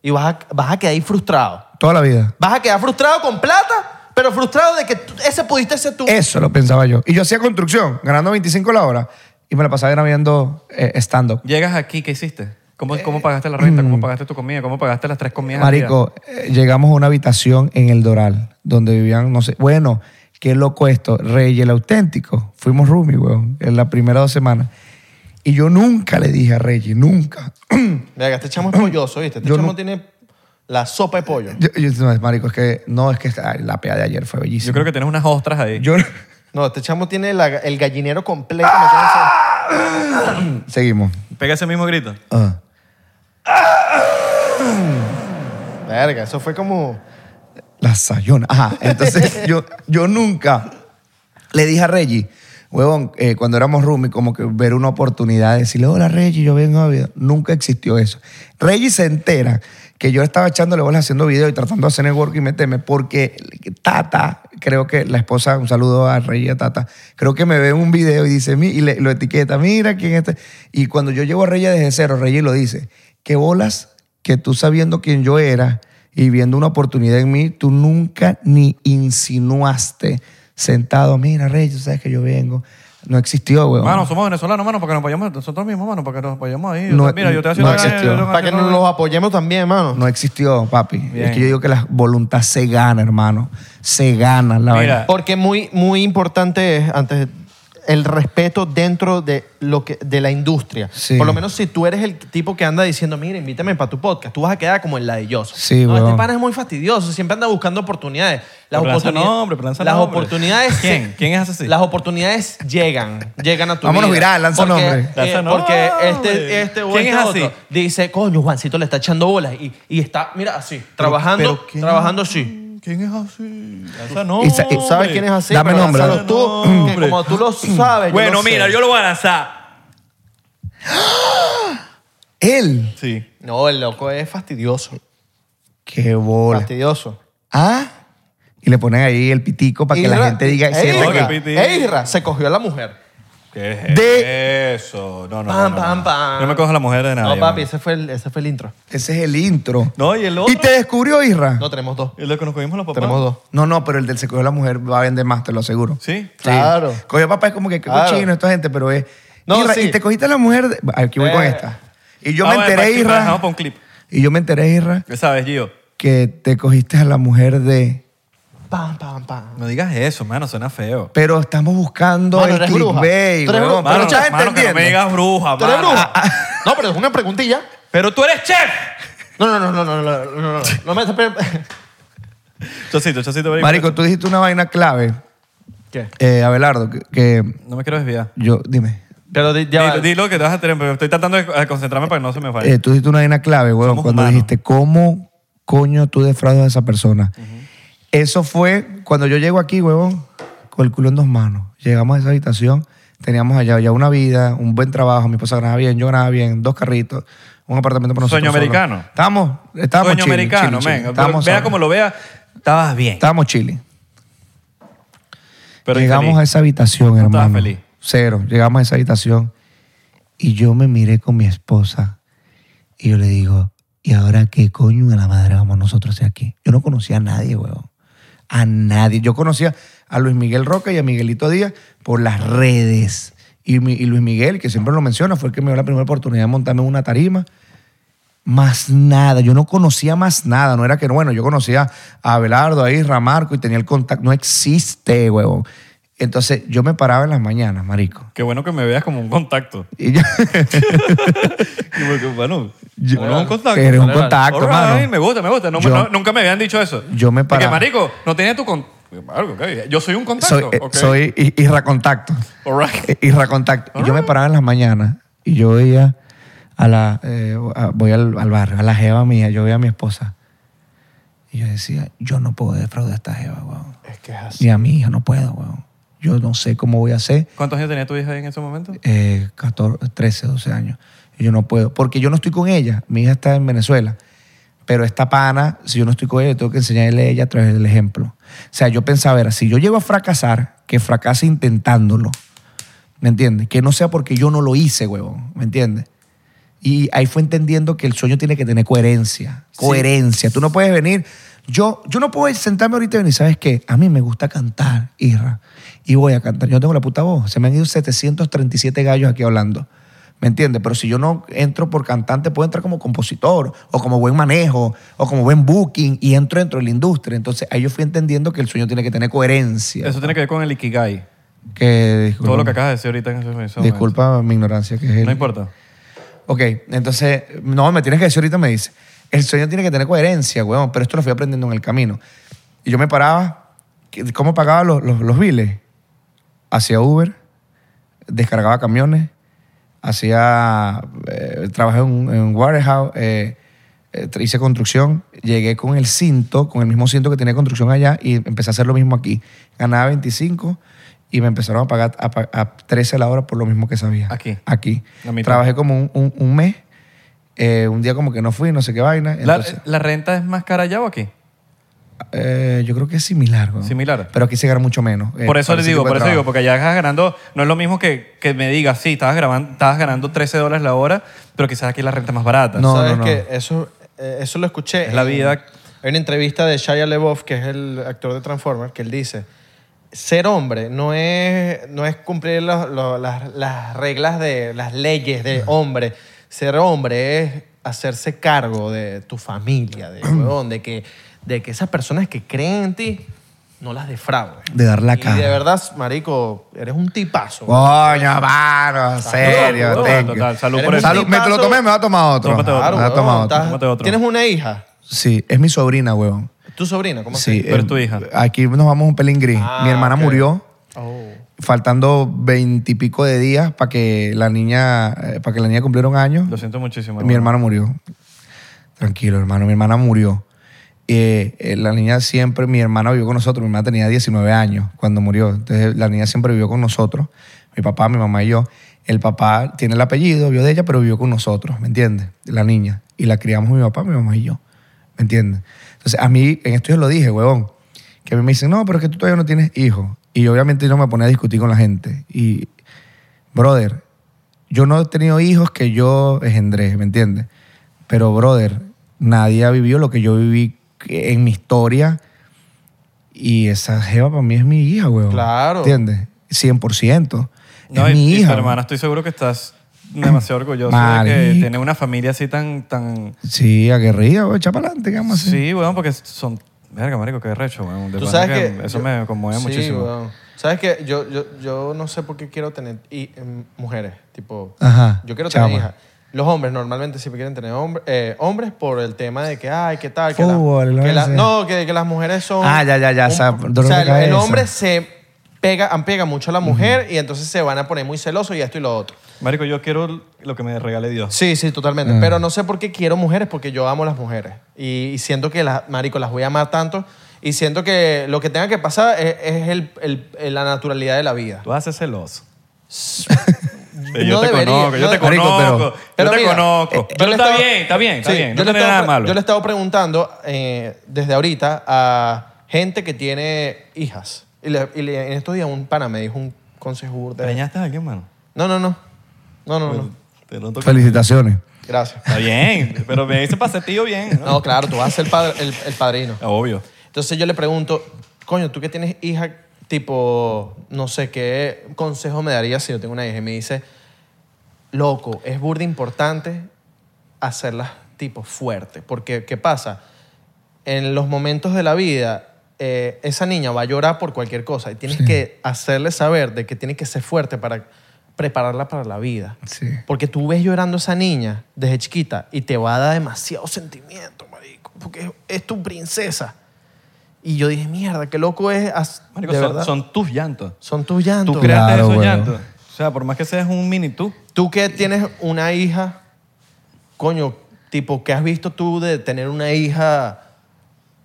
Y vas a, vas a quedar ahí frustrado.
Toda la vida.
Vas a quedar frustrado con plata, pero frustrado de que tú- ese pudiste ser tú.
Eso lo pensaba yo. Y yo hacía construcción, ganando 25 la hora, y me la pasaba era viendo eh, stand-up.
Llegas aquí, ¿qué hiciste? ¿Cómo, cómo pagaste la renta? ¿Cómo pagaste tu comida? ¿Cómo pagaste las tres comidas? al día?
mm. Marico, eh, llegamos a una habitación en el Doral, donde vivían, no sé, bueno, qué loco esto, Rey el auténtico. Fuimos roomie, weón, en las primeras dos semanas. Y yo nunca le dije a Reggie, nunca.
Mira, este chamo es polloso, ¿viste? Este
Yo
chamo
no-
tiene la sopa de pollo.
Yo- yo- no, es, marico, es que no, es que ay, la pea de ayer fue bellísima.
Yo creo que tienes unas ostras ahí.
Yo-
No, este chamo tiene la- el gallinero completo. metido en ese-
Seguimos.
Pega ese mismo grito.
Ah.
Verga, eso fue como...
La sayona. Ajá. Entonces yo, yo nunca le dije a Reggie, huevón, eh, cuando éramos roomie, como que ver una oportunidad, decirle, hola Reggie, yo vengo a video. Nunca existió eso. Reggie se entera que yo estaba echándole bolas haciendo video y tratando de hacer networking y meterme porque Tata, creo que la esposa, un saludo a Reggie y a Tata, creo que me ve en un video y dice, "Mi-", y le- lo etiqueta, mira quién es este. Y cuando yo llevo a Reggie desde cero, Reggie lo dice, qué bolas que tú sabiendo quién yo era y viendo una oportunidad en mí, tú nunca ni insinuaste sentado, mira, Rey, tú sabes que yo vengo. No existió, weón.
Mano, somos venezolanos, mano, porque nos apoyamos nosotros mismos, mano, porque nos apoyamos ahí.
No-
Mira, yo te
no
haciendo ganas,
existió.
yo te
Para que
haciendo
nos los apoyemos también, mano.
no existió, papi.
Bien.
Es que yo digo que la voluntad se gana, hermano. Se gana, la
Mira,
verdad.
Porque muy, muy importante es, antes, el respeto dentro de, lo que, de la industria.
Sí.
Por lo menos si tú eres el tipo que anda diciendo, mira, invítame para tu podcast, tú vas a quedar como el ladilloso.
Sí,
no,
weón.
este pana es muy fastidioso, siempre anda buscando oportunidades. Las,
Pero lanza
oportunidades-
nombre, pero lanza
las
nombre.
oportunidades...
¿Quién? ¿Quién es así?
Las oportunidades llegan, llegan a tu
Vámonos
vida.
viral, lanza
Porque,
nombre.
eh,
Lanza nombre.
porque este, este o
¿Quién
este
es
otro
así?
dice, coño, Juancito le está echando bolas y, y está, mira, así, trabajando,
pero ¿quién?
trabajando así.
¿Quién es así? Lanza
Y sa- y-
nombre.
¿Sabes quién es así?
Dame
Pero
nombre.
lánzalo tú,
Dame
que
nombre.
como tú lo sabes. yo
Bueno,
lo sé.
mira, yo lo voy a lanzar.
Él.
Sí.
No, el loco es fastidioso.
Qué bola.
Fastidioso.
Ah. Y le ponen ahí el pitico para que la
Isra-
gente diga.
Ey,
"Sí,
Isra-
Reggie".
Isra,
que piti.
Ey, Isra, se cogió a la mujer.
¿Qué es
De-
eso? No, no,
Pam,
no, no,
pam,
no.
pam.
No me cojas la mujer de nadie.
No, papi,
mano.
ese fue el, ese fue el intro.
Ese es el intro.
No, y el otro.
¿Y te descubrió, Isra?
No, tenemos dos.
El de que nos cogimos los papás.
Tenemos dos.
No, no, pero el del secuestro de la mujer va a vender más, te lo aseguro.
Sí.
Sí.
Claro.
Coño, papá, es como que qué
Claro.
cochino esta gente, pero es.
No,
Irra,
sí.
Y te cogiste a la mujer. de- ah, Aquí voy
Eh.
con esta. Y yo
Ah,
me
bueno,
enteré,
para- para-
Irra.
Dejamos para un clip.
Y yo me enteré, Irra,
Ya sabes, Gio.
que te cogiste a la mujer de.
Pam, pam, pam.
No digas eso, mano, suena feo.
Pero estamos buscando
Mano,
el
eres bruja.
clickbait,
Tú eres bruja.
huevón. Pero
Mano,
estás
mano, que no
entendiendo.
me digas bruja,
¿Tú eres
mano.
bruja? No, pero es una preguntilla.
Pero tú eres chef.
No, no, no, no, no, no, no, no, no. No me
Chocito, chocito, marico.
Marico, tú dijiste una vaina clave,
¿Qué?
eh, Abelardo, que, que
No me quiero desviar.
yo. Dime.
Pero di- ya va.
Dilo, dilo que te vas a tener, pero estoy tratando de eh, concentrarme para que no se me falle.
Eh, tú dijiste una vaina clave, huevón,
Somos
cuando
humanos.
dijiste, ¿cómo coño tú defraudas a esa persona? Eso fue cuando yo llego aquí, huevón, con el culo en dos manos. Llegamos a esa habitación, Teníamos allá ya una vida, un buen trabajo, mi esposa ganaba bien, yo ganaba bien, dos carritos, un apartamento para nosotros.
Sueño
solos.
americano.
Estábamos, estábamos
Sueño
chilling,
americano,
chilling,
men.
chilling. Estábamos
Vea
solos.
como lo vea, estabas bien.
Estábamos chilling.
pero
llegamos
infeliz.
a esa habitación,
estabas
hermano.
feliz.
Cero. Llegamos a esa habitación y yo me miré con mi esposa y yo le digo, ¿y ahora qué coño de la madre vamos nosotros de aquí? Yo no conocía a nadie, huevón. A nadie. Yo conocía a Luis Miguel Roca y a Miguelito Díaz por las redes. Y, mi- y Luis Miguel, que siempre lo menciona, fue el que me dio la primera oportunidad de montarme en una tarima. Más nada, yo no conocía más nada, no era que, bueno, yo conocía a Abelardo, a Isra, a Marco y tenía el contacto, no existe, huevón. Entonces yo me paraba en las mañanas, marico.
Qué bueno que me veas como un contacto.
Y yo,
Y porque, bueno,
Yo-
uno es un contacto.
Eres un
All right.
contacto,
All right,
mano.
Me gusta, me gusta. No,
Yo-
no- nunca me habían dicho eso.
yo me
De
paraba.
Que, marico, no tienes tu contacto. Yo soy un
soy,
contacto.
eh,
ok.
soy I- Isra Contacto.
All right.
Eh, Isra Contacto. Y yo me paraba en las mañanas y yo veía a la, eh, a- voy al, al barrio, a la jeva mía, yo veía a mi esposa. Y yo decía, yo no puedo defraudar a esta jeva, huevón.
Es que es así.
Ni a mi hija, no puedo, huevón. Yo no sé cómo voy a hacer.
¿Cuántos años tenía tu hija ahí en ese momento?
eh, 14, 13, 12 años. Y yo no puedo, porque yo no estoy con ella. Mi hija está en Venezuela. Pero esta pana, si yo no estoy con ella, yo tengo que enseñarle a ella a través del ejemplo. O sea, yo pensaba, era, si yo llego a fracasar, que fracase intentándolo. ¿Me entiendes? Que no sea porque yo no lo hice, huevón. ¿Me entiendes? Y ahí fue entendiendo que el sueño tiene que tener coherencia. Coherencia. Tú no puedes venir. Yo, yo no puedo sentarme ahorita y venir, ¿sabes qué? A mí me gusta cantar, Irra. Y voy a cantar. Yo no tengo la puta voz. Se me han ido 737 gallos aquí hablando. ¿Me entiendes? Pero si yo no entro por cantante, puedo entrar como compositor, o como buen manejo, o como buen booking, y entro dentro de la industria. Entonces ahí yo fui entendiendo que el sueño tiene que tener coherencia.
Eso tiene que ver con el Ikigai.
Que, disculpa,
Todo lo que acabas de decir ahorita en ese momento.
Disculpa mi ignorancia, que es el-
No importa.
Ok, entonces, no, me tienes que decir ahorita, me dice. El sueño tiene que tener coherencia, weón, pero esto lo fui aprendiendo en el camino. Y yo me paraba, que- ¿cómo pagaba los, los, los biles? Hacía Uber, descargaba camiones, hacía. eh, trabajé en un en un warehouse, eh, eh, hice construcción, llegué con el cinto, con el mismo cinto que tenía construcción allá y empecé a hacer lo mismo aquí. Ganaba 25 y me empezaron a pagar a, pa- a 13 la hora por lo mismo que sabía.
Aquí.
Aquí.
La mitad.
Trabajé como un, un- un mes. eh, un día como que no fui, no sé qué vaina.
¿La,
Entonces,
la renta es más cara allá o aquí?
eh, yo creo que es similar, güey.
Similar.
Pero aquí se gana mucho menos. eh,
por eso
para
les
ese
digo,
tipo de
por eso
trabajo.
digo, porque allá estás ganando, no es lo mismo que, que me digas, sí, estabas, grabando, estabas ganando 13 dólares la hora, pero quizás aquí la renta es más barata.
No,
¿Sabes
no, no.
que Eso, eh, eso lo escuché.
Es la
en-
vida.
En una entrevista de Shia LaBeouf, que es el actor de Transformers, que él dice, ser hombre no es, no es cumplir los- los- las, las reglas de las leyes de hombre. Ser hombre es hacerse cargo de tu familia, de, huevón, de, que, de que esas personas que creen en ti no las defraudes.
De dar la
y
cara.
de verdad, marico, eres un tipazo.
Coño, mano,
loco,
serio.
loco.
thank you.
Total, salud
por eso.
Salud, me te lo tomé, me va a tomar otro.
Tómate otro.
Me va a tomar
huevón,
Ah, otro.
estás-
Tómate otro.
Tienes una hija,
Sí, es mi sobrina, weón.
tu sobrina, ¿cómo
Sí, em,
así?
Pero es tu hija.
Aquí nos vamos un pelín gris.
Ah,
mi hermana
ok.
murió
Oh.
faltando veintipico de días para que la niña, eh, para que la niña cumpliera un año.
Lo siento muchísimo.
Mi hermano murió. Tranquilo, hermano. Mi hermana murió. Eh, eh, la niña siempre, mi hermana vivió con nosotros. Mi hermana tenía 19 años cuando murió. Entonces, la niña siempre vivió con nosotros. Mi papá, mi mamá y yo. El papá tiene el apellido, vio de ella, pero vivió con nosotros, ¿me entiendes? La niña. Y la criamos mi papá, mi mamá y yo. ¿Me entiendes? Entonces, a mí, en esto yo lo dije, huevón, que a mí me dicen, no, pero es que tú todavía no tienes hijos. Y obviamente yo me ponía a discutir con la gente. Y, brother, yo no he tenido hijos que yo engendré, ¿me entiendes? Pero, brother, nadie ha vivido lo que yo viví en mi historia. Y esa jeva para mí es mi hija, weón.
Claro.
¿Entiendes? 100%.
No,
es
y-
mi
y tu
hija.
hermana, estoy seguro que estás demasiado orgulloso de que
Marico.
tiene una familia así tan... tan
Sí, aguerrida, weón. Echa para adelante, ¿qué vamos a hacer?
sí, weón, porque son... Verga, marico, qué recho, weón. De
Tú
pana
sabes
que
que,
Eso
yo-
me conmueve
Sí,
muchísimo.
weón. Sabes que yo, yo, yo no sé por qué quiero tener y, em, mujeres, tipo,
Ajá,
yo quiero
chama.
tener hijas. Los hombres normalmente siempre quieren tener hombre- eh, hombres por el tema de que, ay, qué tal, que la-
Fútbol, lo
que
que
la-
sea.
no, que, que las mujeres son...
Ah, ya, ya, ya, esa
un-
dolor
o
de
sea, el- el
cabeza.
hombre se pega, pega mucho a la mujer y entonces se van a poner muy celosos y esto y lo otro.
Marico, yo quiero lo que me regale Dios.
Sí, sí, totalmente.
Ah.
Pero no sé por qué quiero mujeres, porque yo amo las mujeres. Y, y siento que, las, marico, las voy a amar tanto. Y siento que lo que tenga que pasar es, es el- el- el- la naturalidad de la vida.
Tú vas a ser celoso. Eh, Yo
No
te
debería,
conozco, yo
no debería.
te
Marico, pero-
conozco. Yo
Pero
te
mira,
conozco.
eh, yo
Pero
le
está
estaba-
bien, está bien, está
Sí,
bien.
yo
No
le
tiene
estaba
nada
pre-
malo.
Yo le he estado preguntando eh, desde ahorita a gente que tiene hijas. Y, le- y le- en estos días un pana me dijo un consejo burda.
¿Preñaste a alguien, mano?
No, no, no. No, no,
Pues-
no.
Te noto que-
Felicitaciones.
Gracias.
Está bien, pero me dice pasetillo bien, ¿no?
No, claro, tú vas a ser padre- el, el padrino.
Obvio.
Entonces yo le pregunto, coño, tú que tienes hija, tipo, no sé qué consejo me darías si yo tengo una hija. Y me dice, loco, es burda importante hacerlas, tipo, fuerte. Porque, ¿qué pasa? En los momentos de la vida, eh, esa niña va a llorar por cualquier cosa y tienes que hacerle saber de que tiene que ser fuerte para prepararla para la vida.
Sí.
Porque tú ves llorando a esa niña desde chiquita y te va a dar demasiado sentimiento, marico. Porque es, es tu princesa. Y yo dije, mierda, qué loco es. as-
Marico,
de
son,
verdad.
son tus llantos.
Son tus llantos.
Tú
Tú,
creaste
Claro,
esos
huevón.
llantos. O sea, por más que seas un mini tú.
que tienes una hija, coño, tipo, ¿qué has visto tú de tener una hija?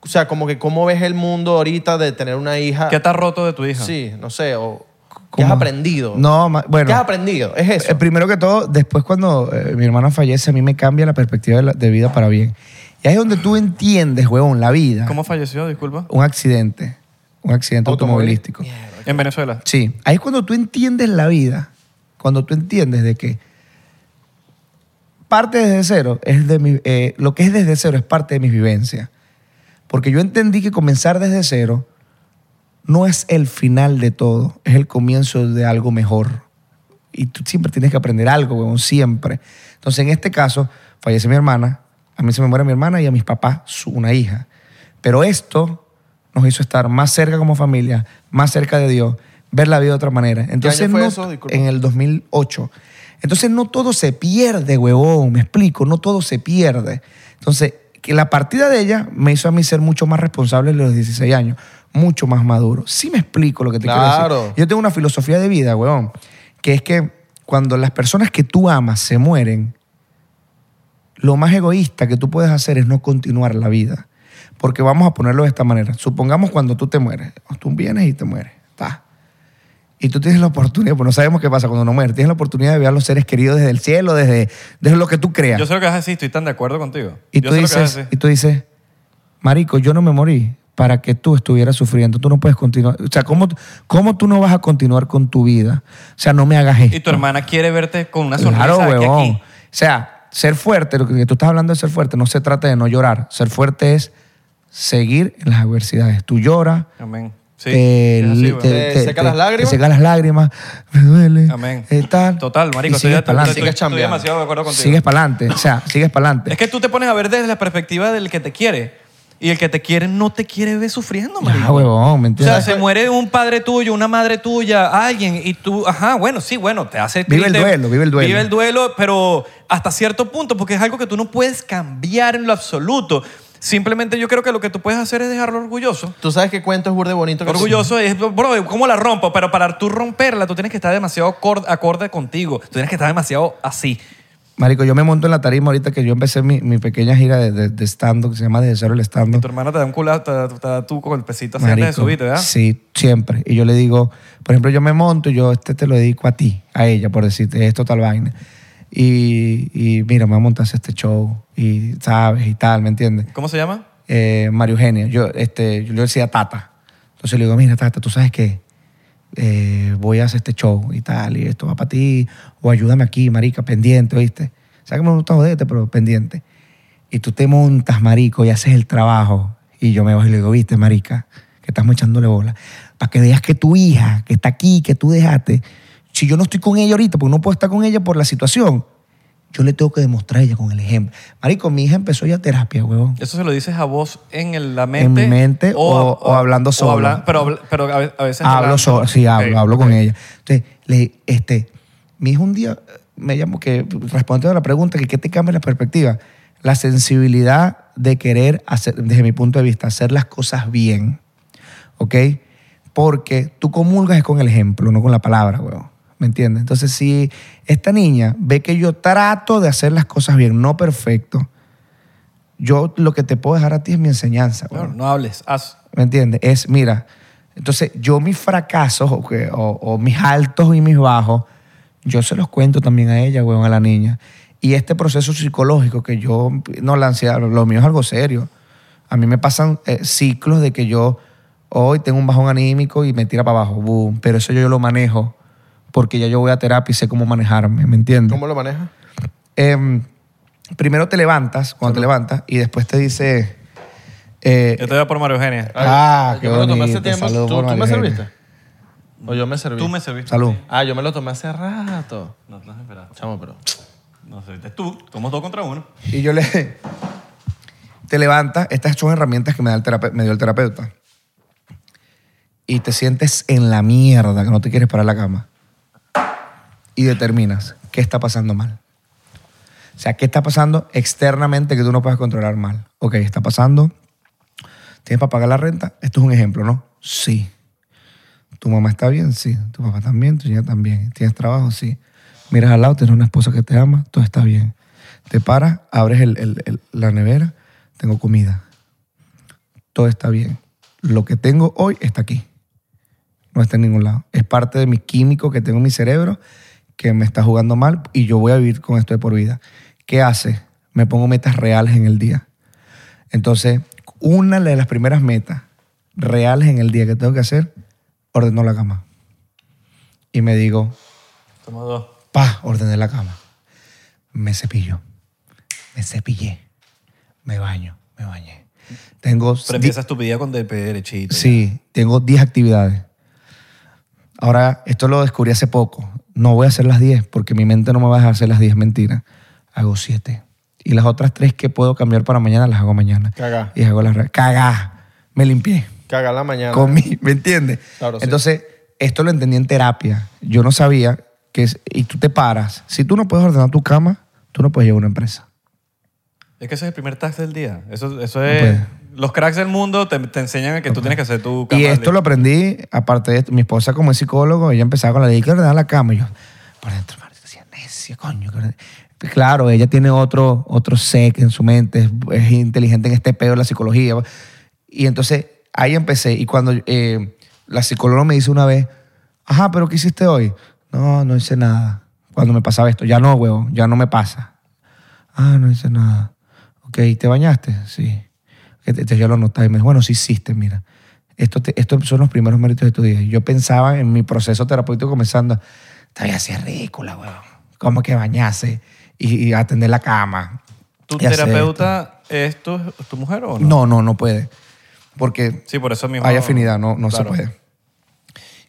O sea, como que cómo ves el mundo ahorita de tener una hija.
¿Qué te has roto de tu hija?
Ah. Sí, no sé, o ¿qué
¿Cómo?
has aprendido?
No, ma- bueno.
¿Qué has aprendido? Es eso.
Eh, primero que todo, después cuando eh, mi hermana fallece, a mí me cambia la perspectiva de, la- de vida para bien. Y ahí es donde tú entiendes, huevón, la vida.
¿Cómo falleció? Disculpa.
Un accidente. Un accidente automovilístico.
Mierda.
En Venezuela.
Sí, ahí es cuando tú entiendes la vida, cuando tú entiendes de que parte desde cero es de mi- eh, lo que es desde cero es parte de mis vivencias, porque yo entendí que comenzar desde cero no es el final de todo, es el comienzo de algo mejor. Y tú siempre tienes que aprender algo, weón, siempre. Entonces, en este caso, fallece mi hermana, a mí se me muere mi hermana y a mis papás su- una hija. Pero esto nos hizo estar más cerca como familia, más cerca de Dios, ver la vida de otra manera. Entonces,
año fue
no-
eso? Disculpa.
en el 2008. Entonces, no todo se pierde, huevón, me explico, no todo se pierde. Entonces, que la partida de ella me hizo a mí ser mucho más responsable de los 16 años, mucho más maduro. Sí me explico lo que te quiero
Claro.
decir. Yo tengo una filosofía de vida, huevón, que es que cuando las personas que tú amas se mueren, lo más egoísta que tú puedes hacer es no continuar la vida. Porque vamos a ponerlo de esta manera. Supongamos cuando tú te mueres. Tú vienes y te mueres. Ta. Y tú tienes la oportunidad, pues no sabemos qué pasa cuando uno muere. Tienes la oportunidad de ver a los seres queridos desde el cielo, desde, desde lo que tú creas.
Yo sé lo que vas a decir, estoy tan de acuerdo contigo.
Y
Yo
tú,
sé lo que vas a
dices, y
decir.
tú dices, Marico, yo no me morí para que tú estuvieras sufriendo. Tú no puedes continuar. O sea, ¿cómo, cómo tú no vas a continuar con tu vida? O sea, no me hagas esto.
Y tu hermana quiere verte con una sonrisa
Claro,
aquí, aquí.
huevón. O sea, ser fuerte, lo que tú estás hablando de ser fuerte, no se trata de no llorar. Ser fuerte es seguir en las adversidades. Tú lloras,
Amén. Sí.
te,
es así,
Eh, li-
huevón.
te- seca las lágrimas.
Te seca las lágrimas, me duele.
Amén.
eh, tal,
Total, marico,
y
estoy,
sigues
de-
para
estoy-
adelante.
Sigues
estoy
chambeando.
demasiado de acuerdo contigo.
Sigues para adelante. O sea, sigues para adelante.
Es que tú te pones a ver desde la perspectiva del que te quiere. Y el que te quiere no te quiere ver sufriendo, marico.
Ah, huevón, ¿me
O sea,
entiendes?
se muere un padre tuyo, una madre tuya, alguien, y tú, ajá, bueno, sí, bueno, te hace.
Vive el duelo, vive el duelo.
Vive el duelo, pero hasta cierto punto, porque es algo que tú no puedes cambiar en lo absoluto. Simplemente yo creo que lo que tú puedes hacer es dejarlo orgulloso.
Tú sabes qué cuento es burde bonito. que-
Orgulloso es, bro, ¿cómo la rompo? Pero para tú romperla, tú tienes que estar demasiado acor- acorde contigo. Tú tienes que estar demasiado así.
Marico, yo me monto en la tarima ahorita que yo empecé mi, mi pequeña gira de, de, de stand-up que se llama Desde Cero el Stand-up.
Tu hermana te da un culazo, te, da- te da tú con el pesito así antes de
Marico,
subirte, ¿verdad?
Sí, siempre. Y yo le digo, por ejemplo, yo me monto y yo este te lo dedico a ti, a ella, por decirte, esto tal vaina. Y, y mira, me voy a montarse este show y sabes y tal, ¿me entiendes?
¿Cómo se llama?
Eh, Mario Eugenia, yo, este, yo le decía Tata. Entonces le digo, mira, Tata, tú sabes qué, Eh, voy a hacer este show y tal, y esto va para ti, o ayúdame aquí, marica, pendiente, ¿oíste? Sabes que me gusta joderte, pero pendiente. Y tú te montas, marico, y haces el trabajo. Y yo me voy y le digo, viste, marica, que estamos echándole bola. Para que veas que tu hija, que está aquí, que tú dejaste, si yo no estoy con ella ahorita, porque no puedo estar con ella por la situación, yo le tengo que demostrar a ella con el ejemplo. Marico, mi hija empezó ya terapia, huevón.
Eso se lo dices a vos en el- la mente.
mi mente o- o hablando solo.
habla- pero, habla- pero a ve- a veces.
hablo
hablando.
solo, sí, hablo,
Ok.
hablo con ella. Entonces, le, este, mi hija un día eh, me llamó que respondiendo a la pregunta que qué te cambia la perspectiva, la sensibilidad de querer hacer, desde mi punto de vista, hacer las cosas bien, ¿ok? Porque tú comulgas es con el ejemplo, no con la palabra, weón. ¿Me entiendes? Entonces, si esta niña ve que yo trato de hacer las cosas bien, no perfecto, yo lo que te puedo dejar a ti es mi enseñanza.
Claro,
weón.
no hables, haz.
¿Me entiendes? Es, mira, entonces yo mis fracasos o, que- o- o mis altos y mis bajos yo se los cuento también a ella, weón, a la niña. Y este proceso psicológico que yo, no, la ansiedad, lo mío es algo serio. A mí me pasan eh, ciclos de que yo hoy tengo un bajón anímico y me tira para abajo, boom. Pero eso yo, yo lo manejo porque ya yo voy a terapia y sé cómo manejarme, ¿me entiendes?
¿Cómo lo manejas?
Em, primero te levantas, cuando te levantas, y después te dice... eh,
Yo te voy por Mario Eugenia.
Ah, qué
yo me lo tomé hace
bonito.
tiempo.
Salud
¿Tú,
por
tú me
María Eugenia.
serviste? ¿O yo me serví?
Tú me serviste.
Salud.
Ah, yo me lo tomé hace rato.
No, no esperaste.
Chamo, pero...
No serviste tú. Somos dos contra uno.
Y yo le... Te levantas, estas son herramientas que me, da el terape- me dio el terapeuta. Y te sientes en la mierda, que no te quieres parar de la cama. Y determinas qué está pasando mal. O sea, qué está pasando externamente que tú no puedes controlar mal. Ok, está pasando. ¿Tienes para pagar la renta? Esto es un ejemplo, ¿no? Sí. ¿Tu mamá está bien? Sí. ¿Tu papá también? ¿Tu niña también? ¿Tienes trabajo? Sí. Miras al lado, tienes una esposa que te ama, todo está bien. Te paras, abres el- el- el- la nevera, tengo comida. Todo está bien. Lo que tengo hoy está aquí. No está en ningún lado. Es parte de mi químico que tengo en mi cerebro que me está jugando mal y yo voy a vivir con esto de por vida. ¿Qué hace? Me pongo metas reales en el día. Entonces, una de las primeras metas reales en el día que tengo que hacer, ordeno la cama. Y me digo,
Somos dos.
pa, ordené la cama. Me cepillo. Me cepillé. Me baño. Me bañé. Tengo...
Pero empieza estupidez con DP derechito.
Sí, tengo 10 actividades. Ahora, esto lo descubrí hace poco. No voy a hacer las 10 porque mi mente no me va a dejar hacer las 10, mentira. Hago 7. Y las otras 3 que puedo cambiar para mañana las hago mañana.
Cagá.
Y hago las re- cagá. Me limpié.
Caga la mañana.
Comí, ¿me entiendes?
Claro, sí.
Entonces, esto lo entendí en terapia. Yo no sabía que es- y tú te paras. Si tú no puedes ordenar tu cama, tú no puedes llevar una empresa.
Es que ese es el primer task del día. Eso, eso es. Los cracks del mundo te, te enseñan a que tú tienes que hacer tu
Y
cama
esto
de-
lo aprendí, aparte de esto, mi esposa como es psicólogo, ella empezaba con la ley hay que ordenar la cama. Y yo, por dentro, madre, decía, necio, coño. que orden-". Pues Claro, ella tiene otro, otro sec en su mente, es, es inteligente en este pedo de la psicología. Y entonces ahí empecé. Y cuando eh, la psicóloga me dice una vez, ajá, pero ¿qué hiciste hoy? No, no hice nada. Cuando me pasaba esto, ya no, huevón, ya no me pasa. Ah, no hice nada. Ok, ¿te bañaste? Sí. Entonces yo lo notaba y me dijo, bueno, sí hiciste, mira. Esto te- estos son los primeros méritos de tu día. Yo pensaba en mi proceso terapéutico comenzando, todavía así es ridícula, weón. ¿Cómo que bañarse y, y atender la cama?
¿Tu
y hacer
terapeuta es tu, tu mujer o no?
No, no, no puede. Porque
Sí, por eso mismo.
hay afinidad, no, no
Claro.
se puede.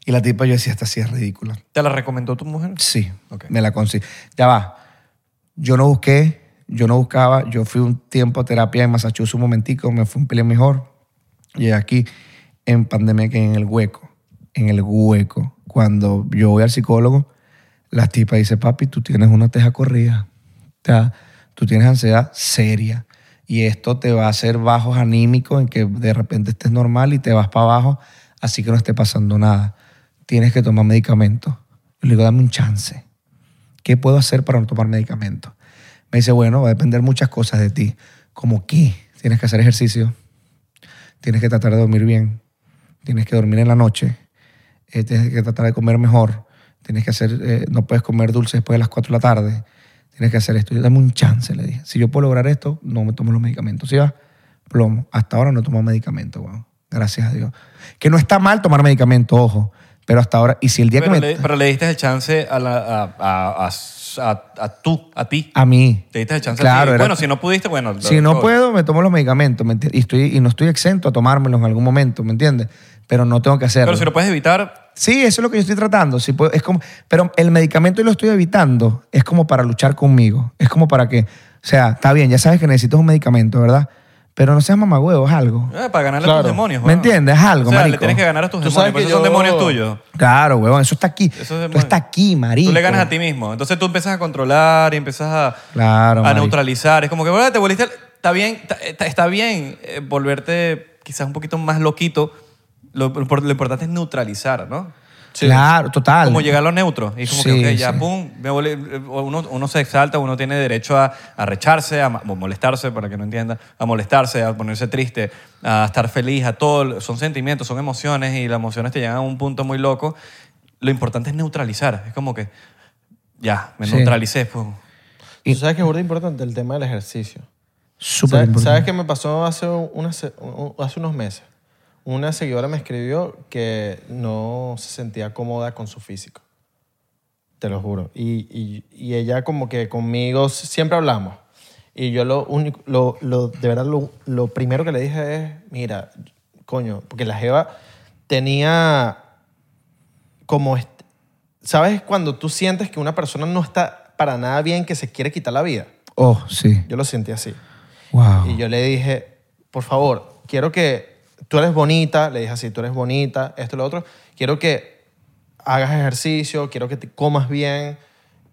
Y la tipa yo decía, esta sí es ridícula.
¿Te la recomendó tu mujer?
Sí,
Ok.
me la conseguí. Ya va. Yo no busqué, yo no buscaba. Yo fui un tiempo a terapia en Massachusetts un momentico, me fue un pelín mejor. Llegué aquí en pandemia que en el hueco, en el hueco. Cuando yo voy al psicólogo, la tipa dice, papi, tú tienes una teja corrida. O sea, tú tienes ansiedad seria. Y esto te va a hacer bajos anímicos en que de repente estés normal y te vas para abajo, así que no esté pasando nada. Tienes que tomar medicamentos. Yo le digo, dame un chance. ¿Qué puedo hacer para no tomar medicamentos? Me dice, bueno, va a depender muchas cosas de ti. Como qué? Tienes que hacer ejercicio. Tienes que tratar de dormir bien. Tienes que dormir en la noche. Eh, tienes que tratar de comer mejor. Tienes que hacer, eh, no puedes comer dulce después de las 4 de la tarde. Tienes que hacer esto. Yo dame un chance, le dije. Si yo puedo lograr esto, no me tomo los medicamentos. Si va, plomo. Hasta ahora no he tomado medicamentos, weón. Gracias a Dios. Que no está mal tomar medicamentos, ojo. Pero hasta ahora, y si el día
Pero
que me.
le, pero le diste el chance a, la, a, a, a, a- a tú, a ti.
a mí.
Te diste el chance a ti.
Claro, era-
Bueno, si no pudiste, bueno.
Si no
lo-
puedo, me tomo los medicamentos ¿me entiendes? y, estoy, y no estoy exento a tomármelos en algún momento, ¿me entiendes? Pero no tengo que hacerlo.
Pero si lo puedes evitar,
Sí, eso es lo que yo estoy tratando. Sí, puedo- es como, pero el medicamento y lo estoy evitando es como para luchar conmigo. Es como para que, o sea, está bien, ya sabes que necesitas un medicamento, ¿verdad? Pero no seas mamagüevo, es algo.
eh, para ganarle a
Claro.
tus demonios.
¿Me
weón.
entiendes? Es algo,
O sea, le
marico.
tienes que ganar a tus
Tú
demonios.
sabes
Pero
que
esos son
yo-
demonios tuyos.
Claro, huevón, eso está aquí.
es
Eso,
demonio.
está aquí, marico.
Tú le ganas a ti mismo. Entonces tú empiezas a controlar y empiezas a,
Claro,
a
marico.
neutralizar. Es como que, bueno, te volviste. Está bien, ta- está, está bien eh, volverte quizás un poquito más loquito. Lo, por- lo importante es neutralizar, ¿no?
Claro, total.
Como llegar a lo neutro. Y es como
Sí,
que ok, ya,
sí.
pum, me volé- uno, uno se exalta, uno tiene derecho a, a recharse, a ma- molestarse, para que no entienda, a molestarse, a ponerse triste, a estar feliz, a todo. Son sentimientos, son emociones y las emociones te llegan a un punto muy loco. Lo importante es neutralizar. Es como que Ya, me
Sí.
neutralicé. pues.
Y-
¿Tú sabes que es muy importante el tema del ejercicio?
Súper
¿Sabes,
importante.
¿Sabes qué me pasó hace, una se- un- hace unos meses? Una seguidora me escribió que no se sentía cómoda con su físico. Te lo juro. Y, y- y ella como que conmigo s- siempre hablamos. Y yo lo único, lo, lo- de verdad, lo, lo primero que le dije es, mira, coño, porque la Jeva tenía como... est- ¿Sabes cuando tú sientes que una persona no está para nada bien, que se quiere quitar la vida?
Oh, sí.
Yo lo sentí así.
Wow.
Y yo le dije, por favor, quiero que tú eres bonita, le dije así, tú eres bonita, esto y lo otro, quiero que hagas ejercicio, quiero que te comas bien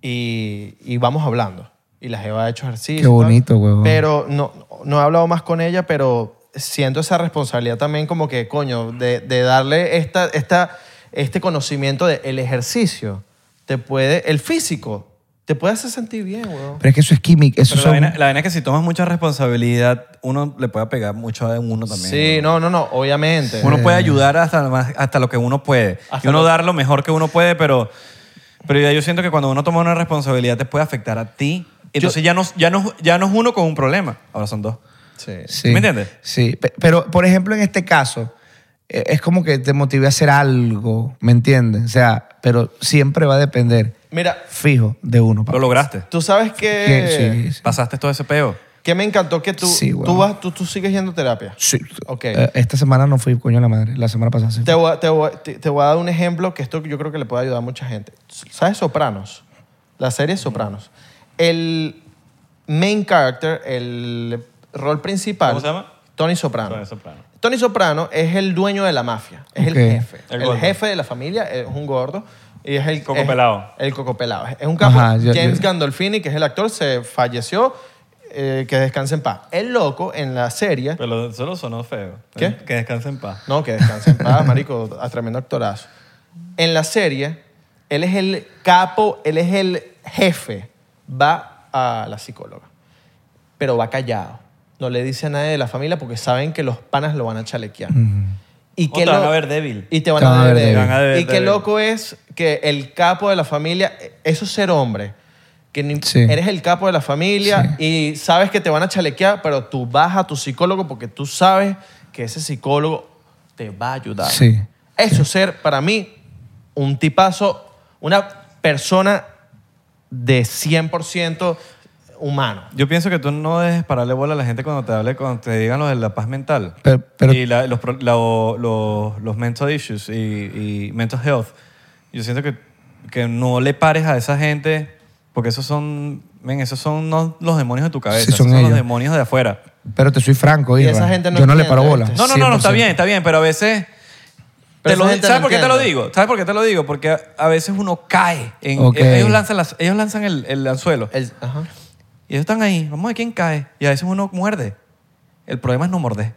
y, y vamos hablando. Y la Jeva ha hecho ejercicio.
Qué
y tal,
bonito, huevón.
Pero no, no he hablado más con ella, pero siento esa responsabilidad también como que, coño, de, de darle esta, esta, este conocimiento del ejercicio. Te puede, el físico, te puede hacer sentir bien, weón.
Pero es que eso es química. Eso
Pero la
son...
vaina, la vaina es que si tomas mucha responsabilidad, uno le puede pegar mucho a uno también.
Sí, no, no, no, obviamente.
Uno puede ayudar hasta, lo más- hasta lo que uno puede.
Hasta
y uno
lo-
dar lo mejor que uno puede, pero, pero ya yo siento que cuando uno toma una responsabilidad te puede afectar a ti. Entonces ya, no, ya, no, ya no es uno con un problema, ahora son dos.
Sí.
Sí.
¿Me entiendes?
Sí, pe- pero por ejemplo en este caso, eh, es como que te motivé a hacer algo, ¿me entiendes? O sea, pero siempre va a depender,
Mira,
fijo, de uno. papá.
Lo Eh. lograste.
tú sabes
Sí,
que,
sí.
Pasaste todo ese peo.
que me encantó que tú,
Sí, weón.
tú, vas, tú, tú sigues yendo a terapia.
Sí.
Ok.
Eh, esta semana no fui, coño, a la madre. La semana pasada sí.
Te voy, a- te, voy a- te- te voy a dar un ejemplo que esto yo creo que le puede ayudar a mucha gente. ¿Sabes Sopranos? La serie Sopranos. El main character, el rol principal.
¿Cómo se llama?
Tony Soprano.
Tony Soprano.
Tony Soprano es el dueño de la mafia. Es
Ok.
el jefe.
El
El,
gordo.
jefe de la familia es un gordo. Y es el
Coco
es-
pelado.
El coco pelado. Es un capo.
Ajá, yo-
James
yo-
Gandolfini, que es el actor, se falleció. eh, que descanse en paz. El loco en la serie
Pero solo sonó feo.
¿Qué?
Que descanse en paz.
no, que descanse en paz, marico, a tremendo actorazo. En la serie, él es el capo, él es el jefe. Va a la psicóloga, pero va callado. No le dice a nadie de la familia porque saben que los panas lo van a chalequear. Y
O te van a ver débil.
Y te van, a, ver débil.
Te van
a ver
Y qué
débil.
loco es que el capo de la familia, eso es ser hombre. Que ni-
Sí.
eres el capo de la familia y sabes que te van a chalequear, pero tú vas a tu psicólogo porque tú sabes que ese psicólogo te va a ayudar.
Sí.
Eso es ser, para mí, un tipazo, una persona de 100% humano.
Yo pienso que tú no dejes pararle bola a la gente cuando te hable, cuando te digan lo de la paz mental.
Pero- pero-
y la- los, pro- la- o- los, los mental issues y, y mental health. Yo siento que, que no le pares a esa gente porque esos son, men, esos son no los demonios de tu cabeza.
Sí,
esos
son
son los
ellos.
demonios de afuera.
Pero te soy franco,
Y
Isra.
esa gente no
Yo no le
entiende,
paro bola.
¿viste?
No, no, no, no, está
100%.
bien, está bien, pero a veces...
Pero
te lo-
esa gente
¿Sabes
no
por qué te lo
entiende.
digo? ¿Sabes por qué te lo digo? Porque a, a veces uno cae. En,
Ok.
ellos lanzan, las, ellos lanzan el, el anzuelo.
El- ajá.
Y ellos están ahí, vamos a ver quién cae. Y a veces uno muerde. El problema es no morder.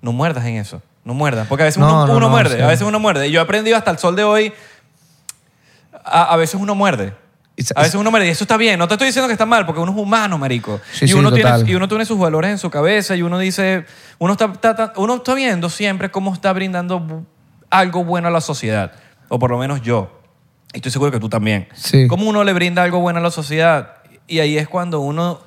No muerdas en eso. No muerdas. Porque a veces
No,
uno,
no,
uno
no,
muerde.
sí.
A veces uno muerde. Y yo he aprendido hasta el sol de hoy. A, a veces uno muerde.
Y sa-
A veces uno muerde. Y eso está bien. No te estoy diciendo que está mal, porque uno es humano, marico.
Sí,
y,
sí,
uno tiene,
total.
y uno tiene sus valores en su cabeza. Y uno dice. Uno está, está- está- uno está viendo siempre cómo está brindando bu- algo bueno a la sociedad. O por lo menos yo. Y estoy seguro que tú también.
Sí.
¿Cómo uno le brinda algo bueno a la sociedad? Y ahí es cuando uno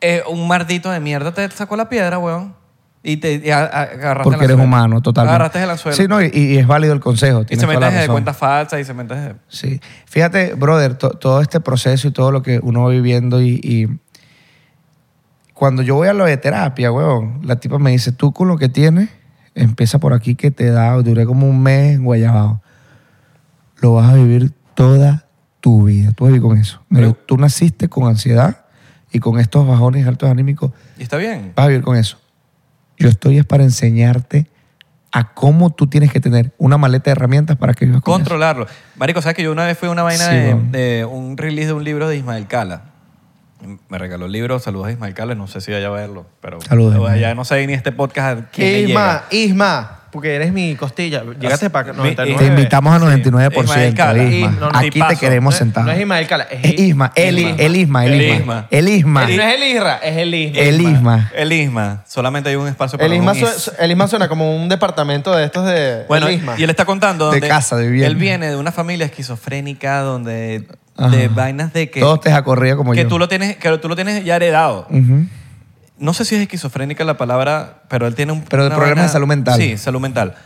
eh, un mardito de mierda te sacó la piedra, weón. Y te y a- a- agarraste
Porque
el
eres
anzuelo.
humano, totalmente.
Agarraste el anzuelo.
Sí, no, y, y es válido el consejo.
y
tienes
se
toda la
metes de
razón.
cuentas falsas y se metes de...
Sí. Fíjate, brother, to- todo este proceso y todo lo que uno va viviendo y, y cuando yo voy a lo de terapia, weón, la tipa me dice, tú con lo que tienes, empieza por aquí que te da, duré como un mes guayabado. Lo vas a vivir toda tu vida. Tú vas a vivir con eso. Me dijo, tú naciste con ansiedad y con estos bajones altos anímicos,
Y está bien.
vas a vivir con eso. Yo estoy es para enseñarte a cómo tú tienes que tener una maleta de herramientas para que vivas con eso.
Controlarlo. Marico, ¿sabes que yo una vez fui a una vaina
Sí,
de,
weón.
de un release de un libro de Ismael Cala? Me regaló el libro, saludos a Ismael Cala, no sé si vaya a verlo, pero
Saludos, Ismael.
ya no sé ni este podcast a quién le llega.
Isma, Isma, porque eres mi costilla. Llegaste para
Mi-
99.
Te invitamos a 99%,
Pues, Ismael Cala.
Isma.
Y- no, no,
Aquí
tipazo.
te queremos
No es-
sentado.
No es Ismael Cala, es,
Es Isma, el, el Isma, el
El Isma.
Isma. El Isma.
No es el Isra, es el Isma.
El Isma.
El Isma, solamente hay un espacio para
El
los
Isma,
unis.
su- el Isma suena como un departamento de estos de
Bueno,
el Isma.
y él está contando
De
donde
casa, de vivienda.
Él viene de una familia esquizofrénica donde de
Ajá.
vainas de que,
Todos te acorría como
que
yo.
tú lo tienes, que tú lo tienes ya heredado.
Ujú.
No sé si es esquizofrénica la palabra, pero él tiene un
Pero el
una
problema de salud mental.
Sí, salud mental.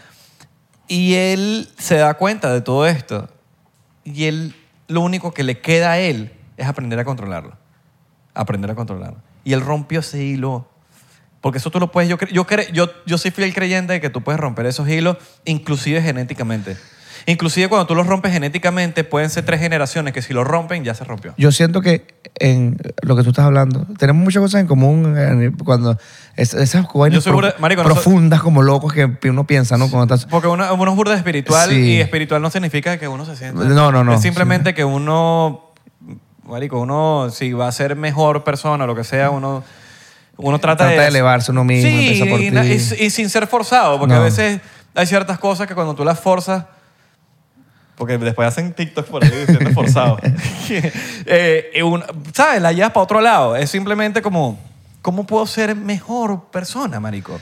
Y él se da cuenta de todo esto. Y él, lo único que le queda a él es aprender a controlarlo. Aprender a controlarlo. Y él rompió ese hilo. Porque eso tú lo puedes. Yo, cre- yo, cre- yo, yo soy fiel creyente de que tú puedes romper esos hilos, inclusive genéticamente. Inclusive cuando tú los rompes genéticamente, pueden ser tres generaciones que si lo rompen, ya se rompió.
Yo siento que en lo que tú estás hablando, tenemos muchas cosas en común eh, cuando es- esas
Yo
vainas
soy burda-
prof-
marico, no soy-
profundas como locos que uno piensa, ¿no? Cuando estás-
Porque uno, uno es burda espiritual
Sí.
y espiritual no significa que uno se sienta.
No, no, no.
Es simplemente que uno, marico, uno si va a ser mejor persona o lo que sea, uno, uno trata,
Trata de elevarse uno mismo,
Sí,
empieza por
y, na-
ti.
y- y sin ser forzado, porque a
No.
veces hay ciertas cosas que cuando tú las forzas, porque después hacen TikTok por ahí diciendo forzado. Eh, y uno- ¿Sabes? La llevas para otro lado. Es simplemente como, ¿cómo puedo ser mejor persona, marico?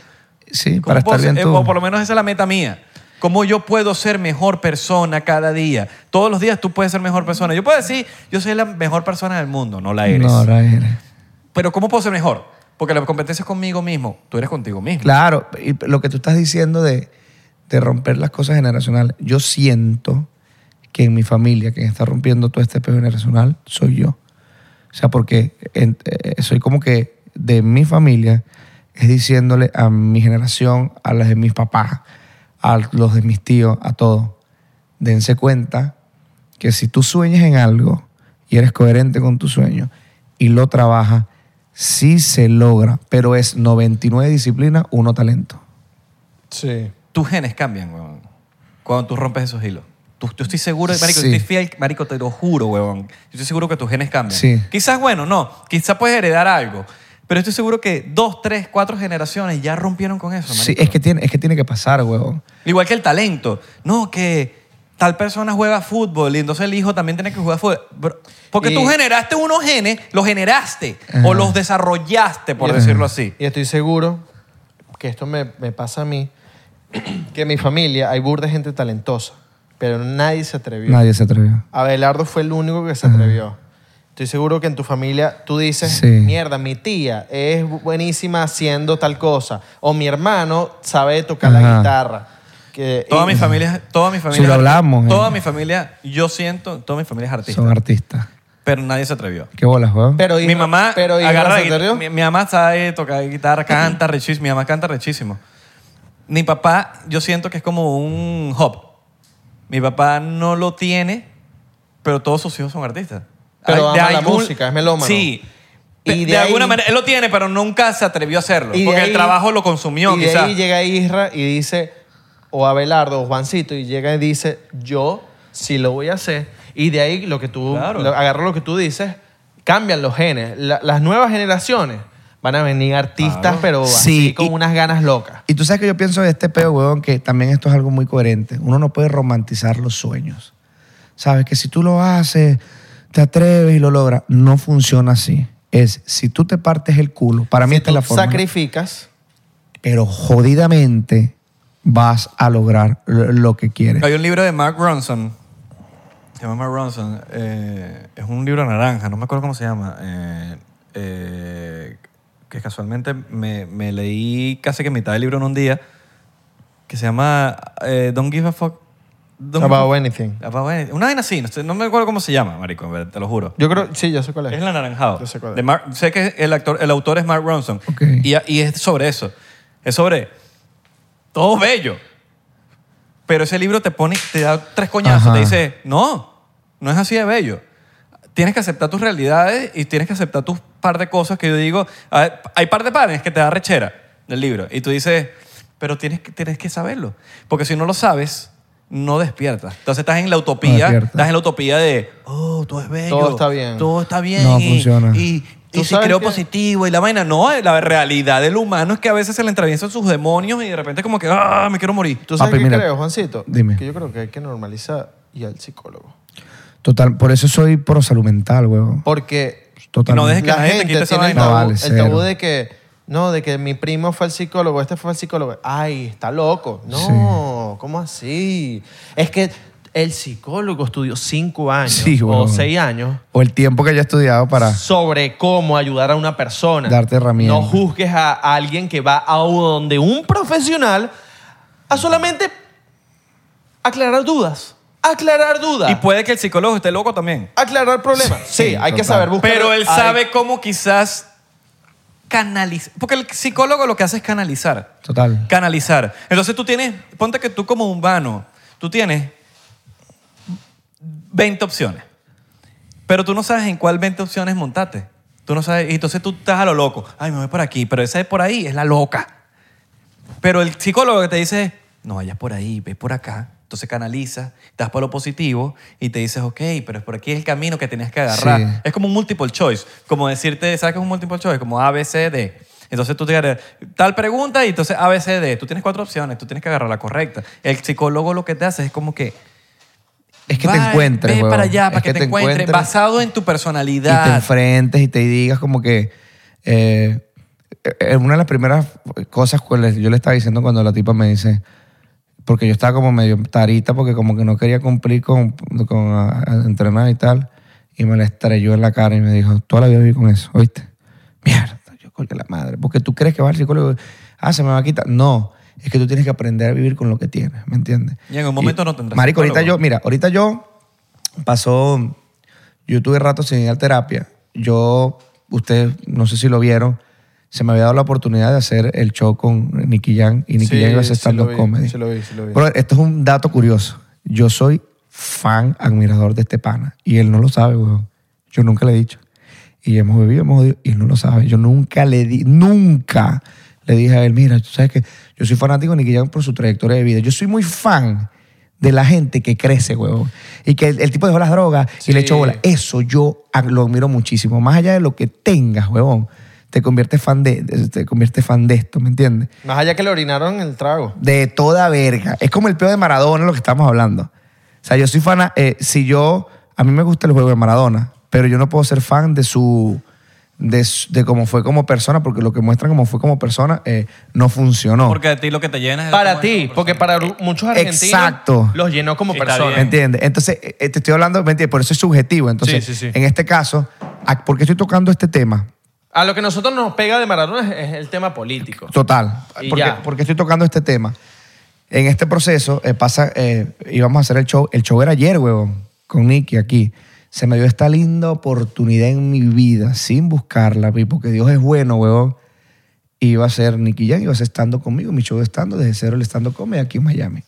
Sí,
¿Cómo
para estar
puedo ser-
bien
eh,
tú.
O por lo menos esa es la meta mía. ¿Cómo yo puedo ser mejor persona cada día? Todos los días tú puedes ser mejor persona. Yo puedo decir, yo soy la mejor persona del mundo, no la eres.
No, ahora eres.
Pero ¿cómo puedo ser mejor? Porque la competencia es conmigo mismo. Tú eres contigo mismo.
Claro, y lo que tú estás diciendo de, de romper las cosas generacionales, yo siento que en mi familia quien está rompiendo todo este pedo generacional soy yo. O sea, porque en- eh, soy como que de mi familia es diciéndole a mi generación, a las de mis papás, a los de mis tíos, a todos, dense cuenta que si tú sueñas en algo y eres coherente con tu sueño y lo trabajas, sí se logra, pero es 99 disciplina, uno talento.
Sí.
Tus genes cambian, weón. Cuando tú rompes esos hilos. Tú- yo estoy seguro, marico,
Sí.
yo estoy fiel, marico, te lo juro, weón. Yo estoy seguro que tus genes cambian.
Sí.
Quizás, bueno, no. Quizás puedes heredar algo. Pero estoy seguro que dos, tres, cuatro generaciones ya rompieron con eso, marico.
Sí, es que tiene, es que tiene que pasar, huevón.
Igual que el talento. No, que tal persona juega fútbol y entonces el hijo también tiene que jugar fútbol. Bro, Porque
Y-
tú generaste unos genes, los generaste
Ajá.
o los desarrollaste, por
Y-
decirlo así.
Y estoy seguro que esto me, me pasa a mí, que en mi familia hay burda de gente talentosa, pero nadie se atrevió.
Nadie se atrevió.
Abelardo fue el único que se atrevió. Estoy seguro que en tu familia tú dices,
Sí.
mierda, mi tía es buenísima haciendo tal cosa, o mi hermano sabe tocar la
Ajá.
guitarra. Que,
Toda
y-
mi familia, toda mi familia.
lo hablamos, eh.
Toda mi familia, yo siento, toda mi familia es artista,
Son artistas.
pero nadie se atrevió.
Qué bolas, huevón.
Pero
mi
Isra-
mamá
pero Isra
agarra la
se
guita-
atrevió.
Mi, mi mamá sabe tocar guitarra, canta rechísimo. Mi mamá canta rechísimo. Mi papá, yo siento que es como un hub. Mi papá no lo tiene, pero todos sus hijos son artistas. Ah,
Pero
de
ama la música, es melómano.
Sí.
Y
De,
de
de
ahí-
alguna manera, él lo tiene, pero nunca se atrevió a hacerlo.
Y de
Porque
ahí-
el trabajo lo consumió,
y de
quizás.
ahí llega Isra y dice, o Abelardo o Juancito, y llega y dice, yo sí lo voy a hacer. Y de ahí lo que tú,
Claro.
lo- agarro lo que tú dices, cambian los genes. La- las nuevas generaciones van a venir artistas,
Claro.
pero
Sí,
así con
y-
unas ganas locas.
Y tú sabes que yo pienso de este peo, huevón, que también esto es algo muy coherente. Uno no puede romantizar los sueños. Sabes que si tú lo haces, te atreves y lo logras, no funciona así. Es si tú te partes el culo, para mí
Si
esta es la
tú
forma.
sacrificas.
Pero jodidamente vas a lograr lo lo que quieres.
Hay un libro de Mark Ronson. Se llama Mark Ronson. eh, es un libro naranja, no me acuerdo cómo se llama. eh, eh, que casualmente me, me leí casi que mitad del libro en un día. Que se llama eh, Don't Give a Fuck. Don't give a
About
fuck-
anything.
About Anything. Una vaina así, no, sé, no me acuerdo cómo se llama, marico, en verdad, te lo juro.
Yo creo, sí, yo sé cuál es.
Es el anaranjado.
Yo sé cuál es.
De Mark- sé que el, actor, el autor es Mark Ronson.
Ok.
Y, y es sobre eso. Es sobre todo bello. Pero ese libro te pone, te da tres coñazos.
Ajá.
Te dice, no, no es así de bello. Tienes que aceptar tus realidades y tienes que aceptar tus par de cosas que yo digo. A ver, Hay par de panes que te da rechera del libro. Y tú dices, pero tienes que, tienes que saberlo. Porque si no lo sabes, no despiertas. Entonces estás en la utopía.
despiertas.
estás en la utopía de, oh, todo es bello.
Todo está bien.
Todo está bien.
No
y,
funciona.
Y, y
¿Tú
si
sabes
creo
qué?
positivo y la vaina. No, la realidad del humano es que a veces se le atraviesan sus demonios y de repente como que, ah, me quiero morir.
¿Tú sabes
Papi,
qué
pues mira,
creo, Juancito?
dime.
Que yo creo que hay que normalizar y al psicólogo.
Total, por eso soy pro salud mental, huevón.
Porque
Total.
No dejes- Es que
la
nadie te
gente
quite esa
tiene el
vaina.
tabú,
No, vale,
el
cero.
tabú de que no de que mi primo fue al psicólogo este fue al psicólogo ay está loco no
Sí.
cómo así es que El psicólogo estudió cinco años
Sí,
o
huevón.
seis años
O el tiempo que haya estudiado para...
sobre cómo ayudar a una persona.
Darte herramientas.
No juzgues a, a alguien que va a donde un profesional a solamente aclarar dudas. Aclarar dudas.
Y puede que el psicólogo esté loco también.
aclarar problemas. Sí,
Sí,
hay que
total.
saber buscar.
Pero él
hay-
sabe cómo quizás canalizar. Porque el psicólogo lo que hace es canalizar.
Total.
canalizar. Entonces tú tienes, ponte que tú como humano, tú tienes 20 opciones, pero tú no sabes en cuál 20 opciones montarte. Tú no sabes, y entonces tú estás a lo loco. Ay, me voy por aquí, pero esa de por ahí es la loca. Pero el psicólogo que te dice, es, no vayas por ahí, ve por acá. Entonces canalizas, das para lo positivo y te dices, ok, pero es por aquí el camino que tenías que agarrar.
Sí.
Es como un multiple choice. Como decirte, ¿sabes qué es un multiple choice? Como A, B, C, D. Entonces tú tienes tal pregunta y entonces A, B, C, D. Tú tienes cuatro opciones, tú tienes que agarrar la correcta. El psicólogo lo que te hace es como que...
Es que te
"Va,
encuentres,
Ve
huevón.
para allá,
Es
para que, te, encuentres, basado en tu personalidad.
Y te enfrentes y te digas como que... eh, eh, una de las primeras cosas que le- yo le estaba diciendo cuando la tipa me dice... Porque yo estaba como medio tarita porque como que no quería cumplir con, con ah, entrenar y tal. Y me la estrelló en la cara y me dijo, toda la vida viví con eso, ¿oíste? Mierda, yo colgué la madre. Porque tú crees que vas al psicólogo, ah, se me va a quitar. No, es que tú tienes que aprender a vivir con lo que tienes, ¿me entiendes?
Y en un momento no tendrás
Marico, ahorita
psicólogo.
yo, mira, ahorita yo pasó, yo tuve rato sin ir a terapia. Yo, ustedes, no sé si lo vieron, se me había dado la oportunidad de hacer el show con Nicky Jan y Nicky
Sí,
Jan iba a hacer
sí lo
stand-up
vi,
comedy.
sí lo vi, sí lo vi.
Brother, esto es un dato curioso. Yo soy fan, admirador de este pana y él no lo sabe, weón. Yo nunca le he dicho. Y hemos vivido, hemos jodido y él no lo sabe. Yo nunca le di, nunca le dije a él, mira, tú sabes que yo soy fanático de Nicky Jam por su trayectoria de vida. Yo soy muy fan de la gente que crece, huevón. Y que el, el tipo dejó las drogas y le
Sí.
echó bola. Eso yo ad- lo admiro muchísimo. Más allá de lo que tengas, huevón, te conviertes fan de, de- te conviertes fan de esto, ¿me entiendes?
Más allá que le orinaron el trago.
De toda verga. Es como el peo de Maradona lo que estamos hablando. O sea, yo soy fan. eh, si yo. A mí me gusta el juego de Maradona, pero yo no puedo ser fan de su. De, su- de cómo fue como persona, porque lo que muestran como fue como persona eh, no funcionó.
Porque a ti lo que te llena es...
Para
como-
ti, porque para muchos argentinos
Exacto.
los llenó como
Está
¿Me
personas.
bien.
entiendes? Entonces, eh, eh, te estoy hablando, ¿me entiendes? Por eso es subjetivo. Entonces,
Sí, sí, sí.
en este caso, ¿a- ¿por qué estoy tocando este tema?
A lo que nosotros nos pega de Maradona es, es el tema político.
Total.
Y
Porque,
ya.
porque estoy tocando este tema. En este proceso eh, pasa, eh, íbamos a hacer el show. El show era ayer, huevón, con Nicky aquí. Se me dio esta linda oportunidad en mi vida, sin buscarla, pi, porque Dios es bueno, huevón. Iba a ser Nicky Jam, iba a ser estando conmigo, mi show estando, desde cero el estando comedy aquí en Miami.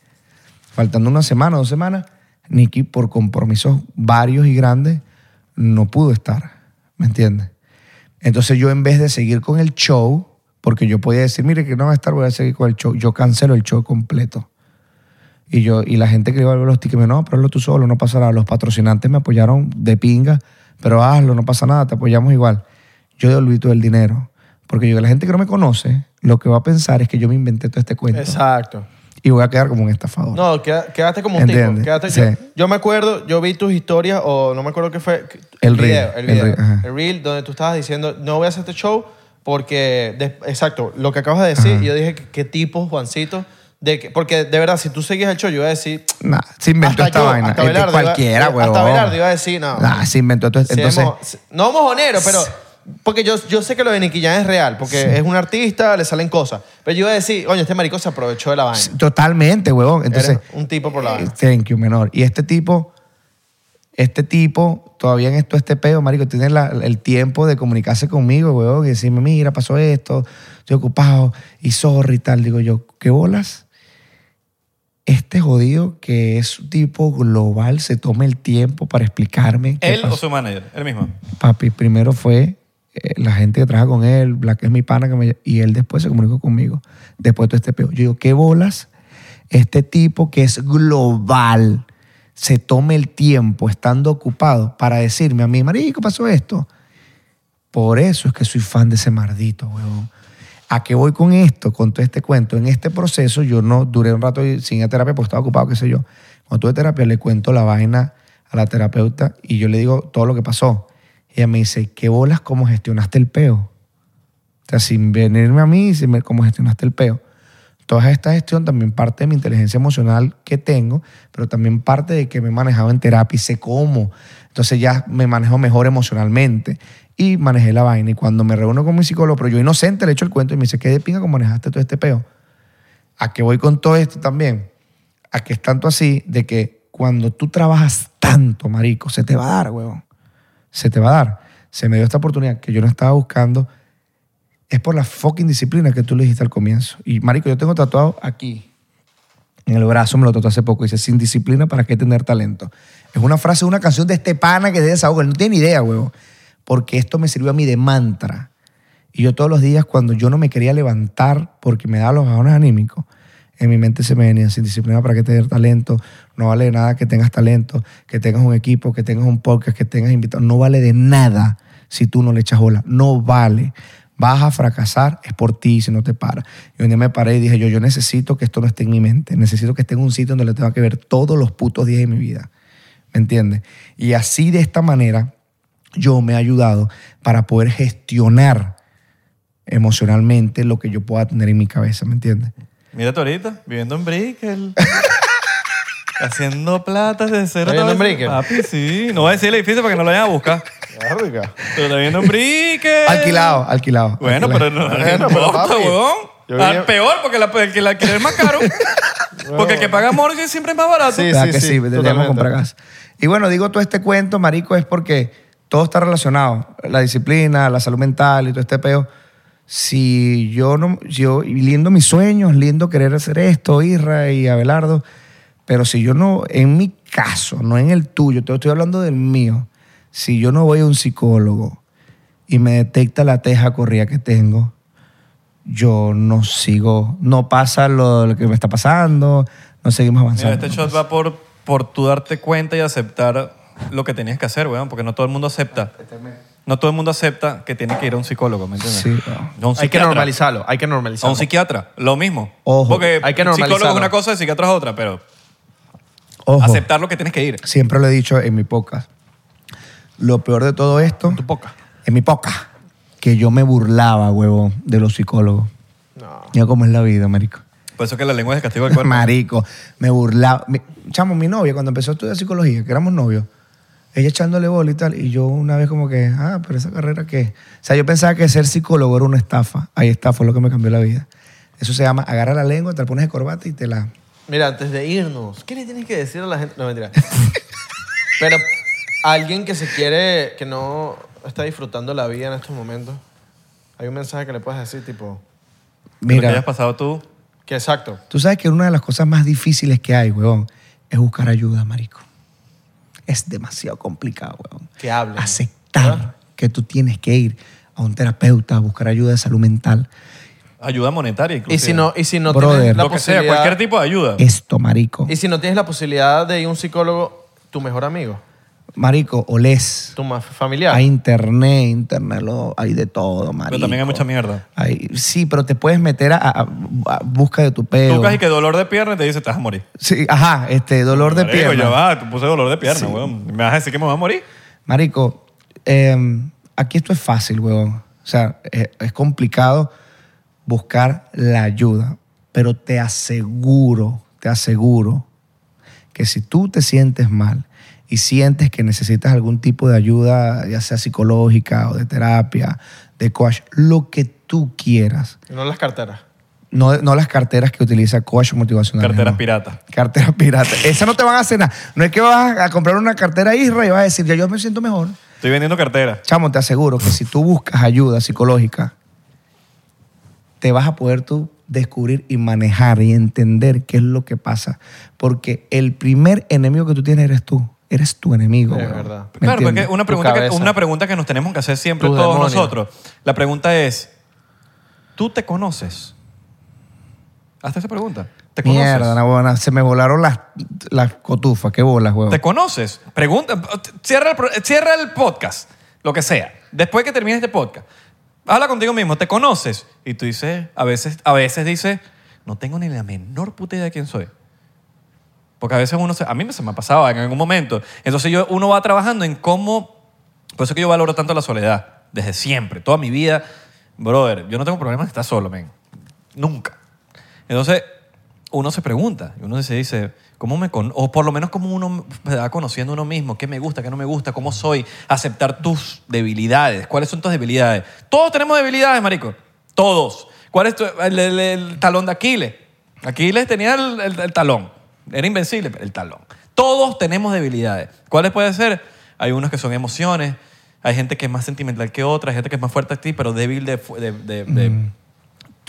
Faltando una semana, dos semanas, Nicky, por compromisos varios y grandes, no pudo estar. ¿Me entiendes? Entonces yo en vez de seguir con el show, porque yo podía decir, mire que no va a estar, voy a seguir con el show, yo cancelo el show completo. Y, yo, y la gente que iba a ver los tickets me dijo, no, pero hazlo tú solo, no pasa nada. Los patrocinantes me apoyaron de pinga, pero hazlo, no pasa nada, te apoyamos igual. Yo devolví todo el dinero. Porque yo, la gente que no me conoce, lo que va a pensar es que yo me inventé todo este cuento.
Exacto.
Y voy a quedar como un estafador.
No, queda- quedaste como un tipo.
Entiende,
quedaste-
sí.
yo, yo me acuerdo, yo vi tus historias, o no me acuerdo qué fue.
El
video,
reel,
El
el
video. El
reel,
reel,
ajá.
donde tú estabas diciendo, no voy a hacer este show porque, de- exacto, lo que acabas de decir, yo dije, ¿qué, qué tipo, Juancito? De que- porque de verdad, si tú seguías el show, yo iba a decir.
Nah, se inventó
hasta
esta
yo,
vaina.
hasta
Este
Abelardo iba-
cualquiera,
hasta
huevón.
Abelardo iba a decir, no.
Nah, se inventó todo esto.
Si
Entonces,
hemos- si- no mojonero, pero. Porque yo, yo sé que lo de Nicky Jam es real, porque es un artista, le salen cosas. Pero yo iba a decir, oye, este marico se aprovechó de la vaina.
totalmente, huevón. Entonces, eh,
Eres un tipo por la vaina.
Thank you, menor. Y este tipo, este tipo, todavía en esto, este peo, marico, tiene la- el tiempo de comunicarse conmigo, weón, y decirme, mira, pasó esto, estoy ocupado, y sorry y tal. Digo yo, ¿qué bolas? Este jodido que es un tipo global se tome el tiempo para explicarme. qué
Él o
pasó.
su manager, él mismo.
Papi, primero fue eh, la gente que trabaja con él, la que es mi pana, que me- y él después se comunicó conmigo, después de todo este peo. Yo digo, ¿qué bolas? Este tipo que es global se tome el tiempo estando ocupado para decirme a mí, marico, pasó esto. Por eso es que soy fan de ese mardito, huevón. ¿A qué voy con esto, con todo este cuento? En este proceso yo no duré un rato sin ir a terapia porque estaba ocupado, qué sé yo. Cuando tuve terapia le cuento la vaina a la terapeuta y yo le digo todo lo que pasó. Ella me dice, ¿qué bolas cómo gestionaste el peo? O sea, sin venirme a mí, sin ver cómo gestionaste el peo. toda esta gestión también parte de mi inteligencia emocional que tengo, pero también parte de que me he manejado en terapia y sé cómo. Entonces ya me manejo mejor emocionalmente y manejé la vaina. Y cuando me reúno con mi psicólogo, pero yo inocente le echo el cuento y me dice, ¿qué de pinga cómo manejaste todo este peo? ¿A qué voy con todo esto también? A que es tanto así de que cuando tú trabajas tanto, marico, se te va a dar, huevón. Se te va a dar. Se me dio esta oportunidad que yo no estaba buscando. Es por la fucking disciplina que tú le dijiste al comienzo. Y, marico, yo tengo tatuado aquí. En el brazo me lo tatué hace poco. Dice, sin disciplina, ¿para qué tener talento? Es una frase de una canción de este pana que de desahogo. Él no tiene ni idea, huevón. Porque esto me sirvió a mí de mantra. Y yo todos los días, cuando yo no me quería levantar porque me daba los bajones anímicos, en mi mente se me venía sin disciplina para que tener talento, no vale de nada que tengas talento, que tengas un equipo, que tengas un podcast, que tengas invitados, no vale de nada si tú no le echas bola, no vale. Vas a fracasar, es por ti si no te paras. Y un día me paré y dije yo, yo necesito que esto no esté en mi mente, necesito que esté en un sitio donde lo tenga que ver todos los putos días de mi vida. ¿Me entiendes? Y así de esta manera yo me he ayudado para poder gestionar emocionalmente lo que yo pueda tener en mi cabeza, ¿me entiendes?
Mírate ahorita, viviendo en Brickell. haciendo plata de cero.
¿Estás viviendo en
todo-
Brickell?
Papi, sí. No voy a decir el edificio para que no lo vayan a buscar.
Verga.
Pero está viviendo en Brickell.
Alquilado, alquilado.
Bueno,
alquilado.
pero no,
Bueno,
no
pero
importa,
papi, yo
weón.
vivía-
Al peor, porque la, el que la alquiler es más caro. porque el que paga mortgage siempre es más barato.
Sí.
¿Verdad que sí, deberíamos
totalmente.
comprar casa. Y bueno, digo todo este cuento, marico, es porque todo está relacionado. La disciplina, la salud mental y todo este peo. Si yo no, yo y lindo mis sueños, lindo querer hacer esto, Isra y Abelardo, pero si yo no, en mi caso, no en el tuyo, te estoy hablando del mío, si yo no voy a un psicólogo y me detecta la teja corrida que tengo, yo no sigo, no pasa lo, lo que me está pasando, no seguimos
Mira,
avanzando.
este shot va por, por tú darte cuenta y aceptar lo que tenías que hacer, weón, porque no todo el mundo acepta. No todo el mundo acepta que tiene que ir a un psicólogo, ¿me entiendes?
Sí, claro.
No, un
Hay que
psiquiatra.
normalizarlo, hay que
A un
normalizarlo.
psiquiatra, lo mismo.
Ojo.
Porque
Hay que
psicólogo es
normalizarlo.
una cosa, el psiquiatra es otra, pero
Ojo,
aceptar lo que tienes que ir.
siempre lo he dicho en mi podcast. Lo peor de todo esto,
Tu poca.
en mi podcast, que yo me burlaba, huevón, de los psicólogos.
No.
Mira cómo es la vida, marico.
Por eso es que la lengua es el castigo del cuerpo.
Marico, me burlaba. Mi- chamo, mi novia, cuando empezó a estudiar psicología, que éramos novios, ella echándole bola y tal, y yo una vez como que, ah, pero esa carrera qué. O sea, yo pensaba que ser psicólogo era una estafa. Ahí está, fue lo que me cambió la vida. Eso se llama agarra la lengua, te la pones de corbata y te la.
Mira, antes de irnos, ¿qué le tienes que decir a la gente? No, mentira. Pero alguien que se quiere, que no está disfrutando la vida en estos momentos, hay un mensaje que le puedes decir, tipo,
Lo que
Mira.
hayas pasado tú.
que exacto.
Tú sabes que una de las cosas más difíciles que hay, huevón, es buscar ayuda, marico. Es demasiado complicado, huevón.
Que hablen.
Ah,
Aceptar que tú tienes que ir a un terapeuta a buscar ayuda de salud mental.
Ayuda monetaria, inclusive.
Y si no, y si no
Brother.
tienes la
lo que sea,
posibilidad,
cualquier tipo de ayuda.
Esto, marico.
Y si no tienes la posibilidad de ir a un psicólogo, tu mejor amigo,
Marico, olés.
tu más familiar.
Hay internet, internet, lo- hay de todo, marico.
Pero también hay mucha mierda.
Hay- sí, pero te puedes meter a, a- a busca de tu pelo.
Tú casi que dolor de pierna y te dice, te vas a morir.
Sí, ajá, este, dolor de
Marico,
pierna.
ya va, te puse dolor de pierna, weón. ¿Me vas a decir que me vas a morir?
Marico, eh, aquí esto es fácil, huevón. O sea, es, es complicado buscar la ayuda, pero te aseguro, te aseguro que si tú te sientes mal y sientes que necesitas algún tipo de ayuda, ya sea psicológica o de terapia, de coach, lo que tú quieras,
No las carteras.
no, no las carteras que utiliza coach motivacional.
Carteras
no.
piratas.
Carteras pirata. Esa no te van a hacer nada. No es que vas a comprar una cartera Isra y vas a decir, ya yo me siento mejor.
Estoy vendiendo carteras.
Chamo, te aseguro que si tú buscas ayuda psicológica, te vas a poder tú descubrir y manejar y entender qué es lo que pasa. Porque el primer enemigo que tú tienes eres tú. Eres tu enemigo.
Es
weón.
verdad.
¿Me
Claro, porque
entiendes?
una
Tu
pregunta, que,
cabeza.
una pregunta que nos tenemos que hacer siempre
Tus
todos
demonios.
nosotros. La pregunta es, ¿tú te conoces? Hazte esa pregunta. ¿Te conoces?
Mierda, una buena. Se me volaron las, las cotufas. Qué bolas, huevón.
¿Te conoces? Pregunta, cierra el, pro- cierra el podcast, lo que sea. Después que termine este podcast, habla contigo mismo, ¿te conoces? Y tú dices, a veces, a veces dices, no tengo ni la menor puta idea de quién soy. Porque a veces uno se, a mí se me ha pasado en algún momento. Entonces yo, uno va trabajando en cómo, por eso que yo valoro tanto la soledad, desde siempre, toda mi vida. Brother, yo no tengo problema de estar solo, men. Nunca. Entonces, uno se pregunta, uno se dice, ¿cómo me con O por lo menos cómo uno se va conociendo a uno mismo, qué me gusta, qué no me gusta, cómo soy, aceptar tus debilidades, cuáles son tus debilidades. Todos tenemos debilidades, marico, todos. ¿Cuál es tu- el, el- el talón de Aquiles? Aquiles tenía el, el- el talón, era invencible, pero el talón. Todos tenemos debilidades. ¿Cuáles pueden ser? Hay unos que son emociones, hay gente que es más sentimental que otra, hay gente que es más fuerte a ti, pero débil de... fu- de- de- de-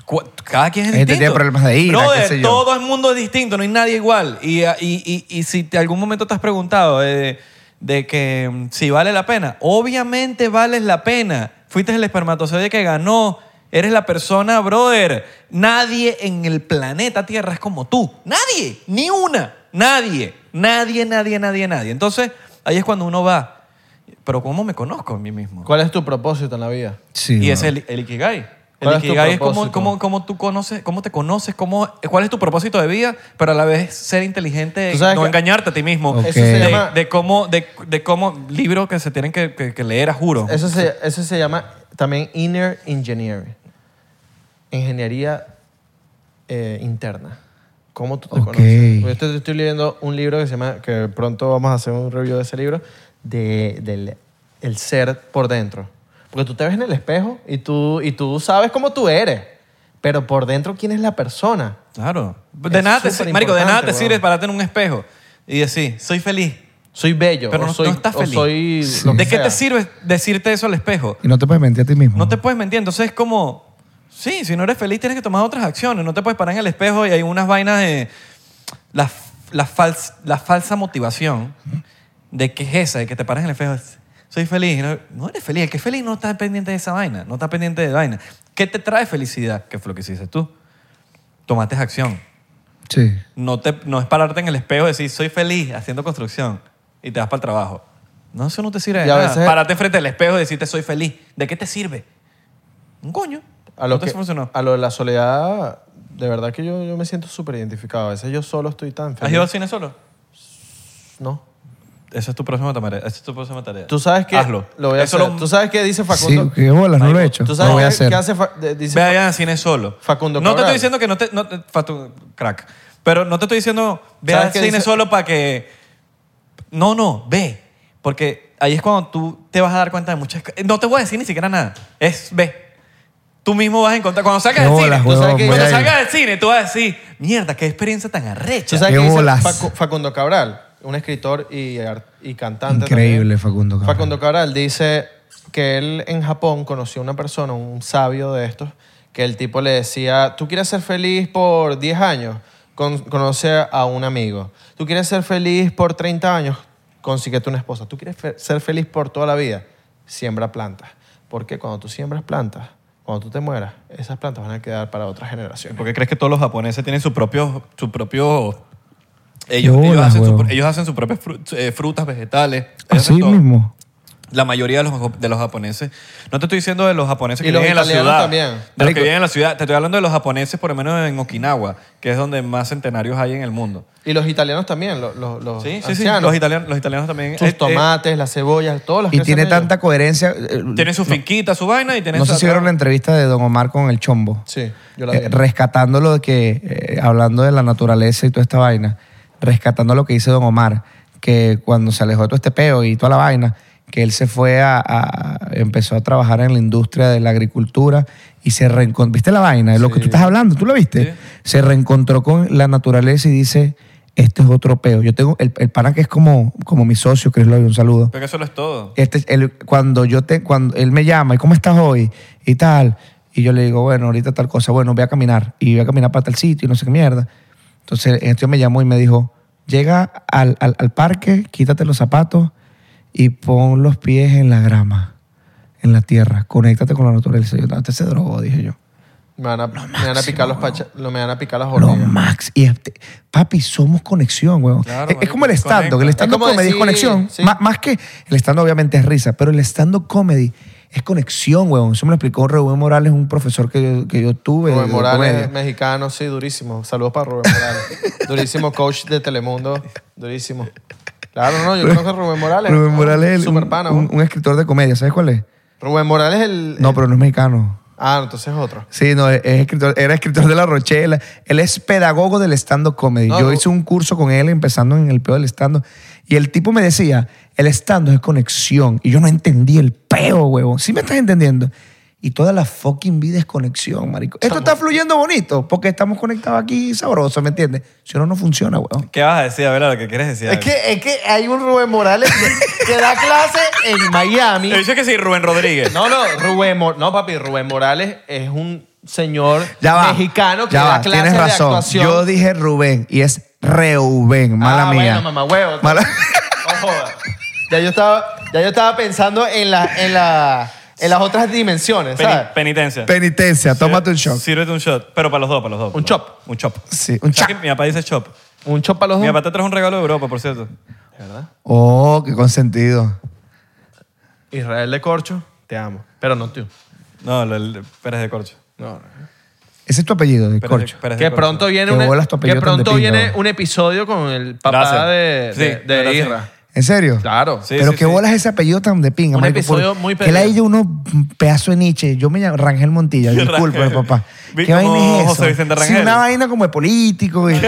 Cu- cada quien es
Hay gente que
distinto.
tiene problemas de ira,
Brother,
qué sé yo.
todo el mundo es distinto, no hay nadie igual. Y, ah, y- y- y si te, algún momento te has preguntado de, de que mm, si vale la pena, obviamente vales la pena. Fuiste el espermatozoide que ganó, eres la persona, brother. Nadie en el planeta Tierra es como tú. Nadie, ni una. Nadie, nadie, nadie, nadie, nadie. Entonces, ahí es cuando uno va. Pero ¿cómo me conozco a mí mismo?
¿Cuál es tu propósito en la vida?
Sí,
y
bro.
es el, el Ikigai. El
¿Cuál es tu
Ikigai es cómo,
propósito?
cómo, cómo tú conoces, cómo te conoces, cómo, cuál es tu propósito de vida, pero a la vez ser inteligente,
Tú sabes
no
que-
engañarte a ti mismo.
Ok. Eso
De,
se
llama-
de cómo, de, de cómo, libro que se tienen que, que- que leer, a juro.
Eso se, eso se llama también inner engineering. Ingeniería eh, interna. ¿Cómo tú te
Ok.
conoces? Yo estoy, estoy leyendo un libro que se llama, que pronto vamos a hacer un review de ese libro, de, del el ser por dentro. Porque tú te ves en el espejo y tú, y tú sabes cómo tú eres, pero por dentro quién es la persona.
Claro. De nada, te, sir-
súper
marico, de nada te
importante,
sirve
weón.
pararte en un espejo y decir, soy feliz.
Soy bello,
Pero
o
no-
soy,
no estás
o
feliz.
soy
Sí.
lo que
¿De qué
sea.
te sirve decirte eso al espejo?
Y no te puedes mentir a ti mismo.
No te puedes mentir. Entonces es como, sí, si no eres feliz tienes que tomar otras acciones. No te puedes parar en el espejo y hay unas vainas de la, la, fals- la falsa motivación de que es esa, de que te paras en el espejo. es, Soy feliz. Y No, no eres feliz. El que es feliz no está pendiente de esa vaina. No está pendiente de vaina. ¿Qué te trae felicidad? Que fue lo que hiciste tú. Tomaste acción.
Sí.
No, te, no es pararte en el espejo y decir, soy feliz haciendo construcción y te vas para el trabajo. No, eso no te sirve de
Y a
nada.
veces-
Pararte frente al espejo y decirte, soy feliz. ¿De qué te sirve? Un coño.
A lo,
no te
que,
funcionó.
a lo de la soledad, de verdad que yo, yo me siento súper identificado. A veces yo solo estoy tan
¿Has ido al
feliz.
cine solo?
No.
Esa es tu próxima tarea. Esa es tu próxima tarea.
Tú sabes que...
Hazlo.
Lo voy a
Eso
hacer.
lo-
Tú sabes que dice
Sí,
Facundo...
qué bolas, no lo he hecho.
Tú sabes
Lo voy a
qué-
hacer.
qué hace... Fa- de- dice
Ve allá al cine solo.
Facundo
No te
Cabral.
estoy diciendo que no te... No, te- Fatu- crack. Pero no te estoy diciendo ve
¿Sabes
al
qué
cine
dice?
solo para que... No, no, ve. Porque ahí es cuando tú te vas a dar cuenta de muchas cosas. No te voy a decir ni siquiera nada. Es ve. Tú mismo vas a encontrar... Cuando salgas
Qué
del
bolas,
cine...
tú sabes
huevón,
que-
voy
Cuando
a ir.
salgas del cine, tú vas a decir, mierda, qué experiencia tan
Tú
arrecha.
sabes
Qué
que dice
bolas.
Facu- Facundo Cabral, un escritor y, ar- y cantante
Increíble,
también.
Facundo Cabral.
Facundo Cabral dice que él en Japón conoció a una persona, un sabio de estos, que el tipo le decía, tú quieres ser feliz por 10 años, Con- conoce a un amigo. Tú quieres ser feliz por 30 años, consíguete una esposa. Tú quieres fe- ser feliz por toda la vida, siembra plantas. Porque cuando tú siembras plantas, cuando tú te mueras, esas plantas van a quedar para otras generaciones.
¿Por qué crees que todos los japoneses tienen su propio... Su propio ellos,
Bolas,
ellos hacen su-
huevón. Ah,
ellos hacen sus propias fru- eh, frutas, vegetales. ellos
Así
hacen todo.
mismo.
La mayoría de los, de los japoneses. No te estoy diciendo de los japoneses
Y
que
los
viven en la
italianos
ciudad.
también.
De los
Marico.
que viven en la ciudad. Te estoy hablando de los japoneses, por lo menos en Okinawa, que es donde más centenarios hay en el mundo.
Y los italianos también, los, los, los
Sí, sí, sí.
ancianos.
Los italianos, los italianos también.
Sus
eh, eh,
tomates, las cebollas, todos los
Y tiene tanta coherencia. eh,
tienen su finquita, su vaina y tienen
No sé
esa-
si vieron la entrevista de Don Omar con el Chombo.
Sí, yo la vi.
Eh, rescatando lo de que, eh, hablando de la naturaleza y toda esta vaina, rescatando lo que dice Don Omar, que cuando se alejó de todo este peo y toda la vaina, que él se fue a, a- empezó a trabajar en la industria de la agricultura y se reencontró, ¿viste la vaina? Lo que tú estás hablando, ¿tú lo viste?
Sí.
Se reencontró con la naturaleza y dice, este es otro peo. Yo tengo el, el pana que es como, como mi socio, Chris Lloyd, un saludo.
Pero que eso lo es todo.
Este, él- cuando yo te, cuando él me llama, ¿y cómo estás hoy? Y tal. Y yo le digo, bueno, ahorita tal cosa, bueno, voy a caminar. Y voy a caminar para tal sitio y no sé qué mierda. Entonces, este me llamó y me dijo, llega al, al- al parque, quítate los zapatos y pon los pies en la grama, en la tierra. Conéctate con la naturaleza. Yo, este antes se drogó, dije yo.
Me van a, me van a picar los pacha- lo- me van a picar las
Lo
hormigas.
max. Y este- papi, somos conexión, weón.
Claro,
es, es
marico,
como el stand-up.
conecta.
El stand-up
Es como
comedy es
decir-
conexión.
sí.
Má- más que el stand-up, obviamente, es risa, pero el stand-up comedy es conexión, weón. Eso me lo explicó Rubén Morales, un profesor que yo, que yo tuve.
Rubén
de
Morales,
comedia.
mexicano, sí, durísimo. Saludos para Rubén Morales. durísimo coach de Telemundo, durísimo. Claro, no, yo conozco a Rubén Morales. Eh.
Rubén Morales, el-
Super
un, un- un escritor de comedia. ¿Sabes cuál es?
Rubén Morales, el.
No, pero no es mexicano.
Ah, entonces es otro.
Sí, no, es escritor, era escritor de La Rochela. Él es pedagogo del stand-up comedy.
No,
Yo
no.
hice un curso con él empezando en el peo del stand-up. Y el tipo me decía, el stand-up es conexión. Y yo no entendí el peo, huevo. ¿Sí me estás entendiendo? Y toda la fucking vida es conexión, marico. Esto está fluyendo bonito porque estamos conectados aquí sabroso, ¿me entiendes? Si no, no funciona, huevo.
¿Qué vas a decir? A ver, lo que quieres decir.
Es que, es que hay un Rubén Morales que, que da clase en Miami.
Dice que sí, Rubén Rodríguez.
No, no, Rubén Mor- no, papi, Rubén Morales es un señor
Ya va.
mexicano que
ya
da
va,
clases
tienes
de
razón.
actuación.
Yo dije Rubén y es Reubén, mala
ah,
mía.
Bueno, mamá, huevo.
Mala-
No jodas. Ya yo estaba, ya yo estaba pensando en la, en la, en las otras dimensiones,
Peni-
¿sabes?
penitencia.
Penitencia, tómate un shock.
Sírvete un shot. Pero para los dos, para los dos.
Un chop.
Un chop.
Sí, un
¿Sabes
chop.
que Mi papá dice chop.
Un chop para los
Mi
dos.
papá te trajo un regalo de Europa, por cierto.
Oh, qué consentido.
Israel de Corcho, te amo. Pero no tú.
No, el, el Pérez de Corcho.
No, no.
Ese es tu apellido, de
Pérez de-
corcho.
Pérez de
Que
Corcho.
pronto viene,
Que
una-
bolas tu apellido
que
tan de
pronto
pinga,
viene
bro.
un episodio con el papá
Gracias.
de, de,
Sí,
de
gracias.
Isra.
¿En serio?
Claro.
Sí,
Pero
sí, sí.
qué bolas ese apellido tan de pinga,
Un
marico, por-
episodio muy
Que le
perdido.
haya uno un pedazo de Nietzsche. Yo me llamo Rangel Montilla, disculpe, papá.
Vi
¿Qué
como
vaina es eso?
José Vicente
Sí,
Rangel.
una vaina como de político y,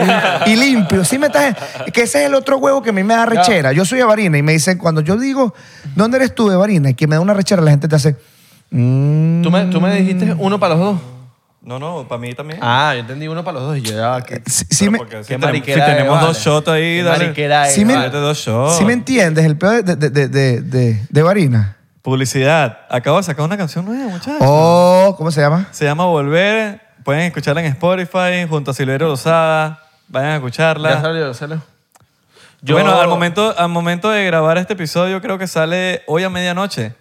y limpio. Sí me estás... Que ese es el otro huevo que a mí me da rechera. Yo soy Evarina y me dicen, cuando yo digo, ¿dónde eres tú, Evarina? Y que me da una rechera, la gente te hace... mm,
¿Tú me, tú me dijiste uno para los dos.
No, no, para mí también.
Ah, yo entendí uno para los dos. Y yo, ah, qué,
sí, sí me-
Porque
qué
si tenemos, si
mariquera de
tenemos
vale.
dos shots ahí,
Qué
dale.
mariquera de
Sí me-
vale.
Date dos shots.
¿Sí me entiendes? El peor de, de, de, de, de, de Evarina.
Publicidad. Acabo de sacar una canción nueva, muchachos.
Oh, ¿cómo se llama?
Se llama Volver. Pueden escucharla en Spotify junto a Silverio Lozada. Vayan a
Ya
escucharla.
salió, ya salió.
Bueno, al momento, al momento de grabar este episodio, creo que sale hoy a medianoche.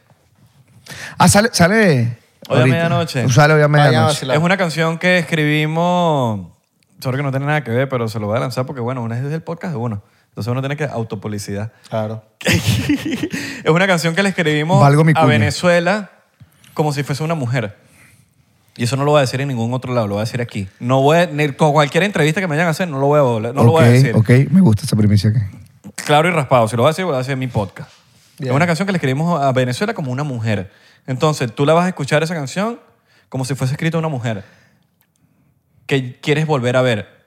Ah, sale. sale
Hoy a
ahorita.
medianoche. Ah,
Sale hoy a
Vayan a
medianoche.
vacilar. Claro.
Es una canción que escribimos. Sorry que no tiene nada que ver, pero se lo voy a lanzar porque, bueno, una es del podcast de uno. Entonces uno tiene que autopublicidad.
Claro.
es una canción que le escribimos
Valgo mi
a
cuña.
Venezuela como si fuese una mujer. Y eso no lo voy a decir en ningún otro lado, lo voy a decir aquí. No voy a- ni con cualquier entrevista que me vayan a hacer, no lo voy a, no lo voy a
Ok,
decir.
Ok, me gusta esa primicia. que-
Claro y raspado. Si lo voy a decir, lo voy a decir en mi podcast.
Bien.
Es una canción que le escribimos a Venezuela como una mujer. Entonces, tú la vas a escuchar esa canción como si fuese escrita una mujer que quieres volver a ver.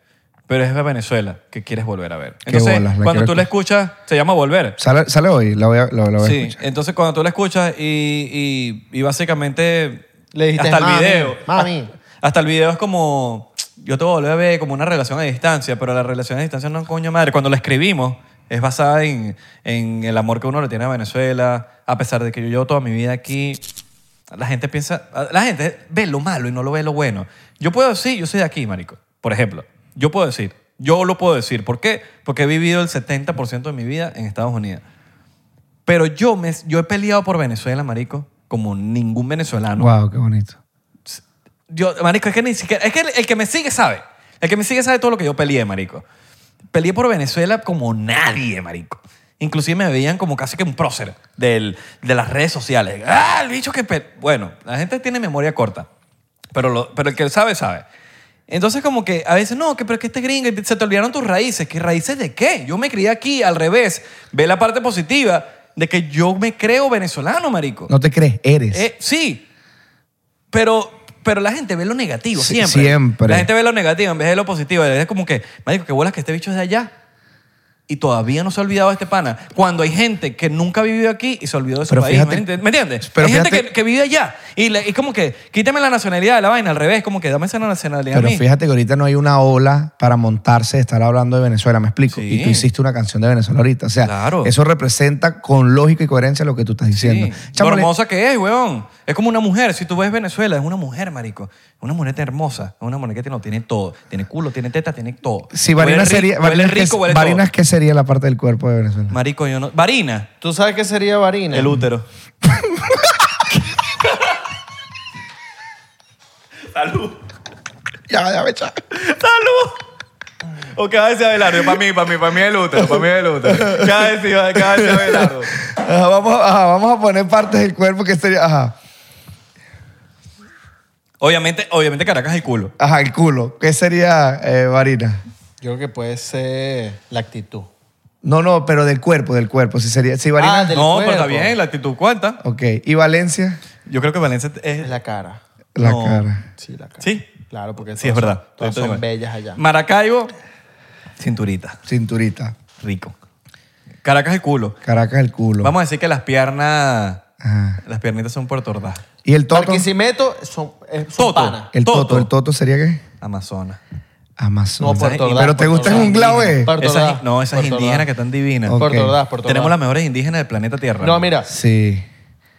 Pero es de Venezuela que quieres volver a ver.
Qué
Entonces,
bolas, la
cuando
quiero
tú la escuchas, se llama Volver.
Sale, sale hoy, la voy a, la, la voy a
Sí,
escuchar.
entonces cuando tú la escuchas y, y, y básicamente
Le dijiste,
hasta el
"Mami,
video,
mami".
hasta, hasta el video es como yo te voy a volver a ver como una relación a distancia, pero la relación a distancia no es coño madre. Cuando la escribimos es basada en, en el amor que uno le tiene a Venezuela, a pesar de que yo llevo toda mi vida aquí. La gente piensa, la gente ve lo malo y no lo ve lo bueno. Yo puedo decir, yo soy de aquí, marico. Por ejemplo, yo puedo decir, yo lo puedo decir. ¿Por qué? Porque he vivido el 70% de mi vida en Estados Unidos. Pero yo, me, yo he peleado por Venezuela, marico, como ningún venezolano.
Wow, qué bonito.
Yo, marico, es que ni siquiera... Es que el, el que me sigue sabe. El que me sigue sabe todo lo que yo peleé, marico. Peleé por Venezuela como nadie, marico. Inclusive me veían como casi que un prócer del, de las redes sociales. ¡Ah, el bicho que... pe-". Bueno, la gente tiene memoria corta. Pero, lo- pero el que sabe, sabe. Entonces como que a veces, no, que, pero es que este gringo, y se te olvidaron tus raíces. ¿Qué raíces de qué? Yo me crié aquí, al revés. Ve la parte positiva de que yo me creo venezolano, marico.
No te crees, eres.
Eh, sí, pero, pero la gente ve lo negativo
Sí,
siempre.
siempre.
La gente ve lo negativo en vez de lo positivo. Es como que, marico, qué bolas que este bicho es de allá. Y todavía no se ha olvidado de este pana. Cuando hay gente que nunca ha vivido aquí y se olvidó de su
Pero
país.
fíjate-
¿me entiendes? ¿Me entiendes?
pero
hay gente
fíjate-
que, que vive allá. Y le- y como que, quítame la nacionalidad de la vaina, al revés, como que dame esa nacionalidad
Pero
a mí.
fíjate que ahorita no hay una ola para montarse de estar hablando de Venezuela, me explico.
Sí.
Y tú hiciste una canción de Venezuela ahorita. O sea,
Claro.
eso representa con lógica y coherencia lo que tú estás diciendo.
Sí,
Chamo,
lo
le-
hermosa que es, weón. Es como una mujer. Si tú ves Venezuela, es una mujer, marico. Una mujer hermosa. Es una mujer que tiene- lo tiene todo. Tiene culo, tiene teta, tiene todo.
si
Huele
Varinas
rico,
sería.
huele
Varinas, qué-
rico, huele todo.
Varinas, ¿qué sería la parte del cuerpo de Venezuela?
Marico, yo no... Varina.
¿Tú sabes qué sería Varina?
El útero. Salud.
Ya, ya, becha.
Salud. O qué va a decir Abelardo. Para mí, para mí, para mí el útero. Para mí el útero. ¿Qué va a decir, qué va a decir Abelardo?
Ajá, vamos, ajá, vamos a poner partes del cuerpo que sería. Ajá.
Obviamente, obviamente Caracas es el culo.
Ajá, el culo. ¿Qué sería eh, Varina?
Yo creo que puede ser la actitud.
No, no, pero del cuerpo, del cuerpo. Si sería. Si Varina.
Ah, del
no, pero está
cuerpo.
bien. La actitud cuenta.
Ok. ¿Y Valencia?
Yo creo que Valencia es...
Es la cara.
La
No.
cara.
Sí, la cara.
¿Sí?
Claro, porque
Sí, es
todas
verdad.
son- todas
Estoy-
son
estoy-
bellas allá.
Maracaibo, cinturita.
Cinturita.
Rico. Caracas el culo.
Caracas el culo.
Vamos a decir que las piernas.
Ajá.
Las piernitas son Puerto Ordaz.
Y el toto.
Barquisimeto son, es- son
Toto.
panas.
El toto.
Toto.
El toto sería qué?
Amazonas.
Amazon.
No, Puerto
Pero
Ordaz,
te
Puerto
gusta en
Ordaz.
un glave.
Puerto
Esas-
Ordaz,
no, esas
Puerto
indígenas
Ordaz.
que están divinas.
Ok.
Puerto Ordaz, Puerto
Tenemos las
Ordaz.
mejores indígenas del planeta Tierra.
No, mira.
Sí.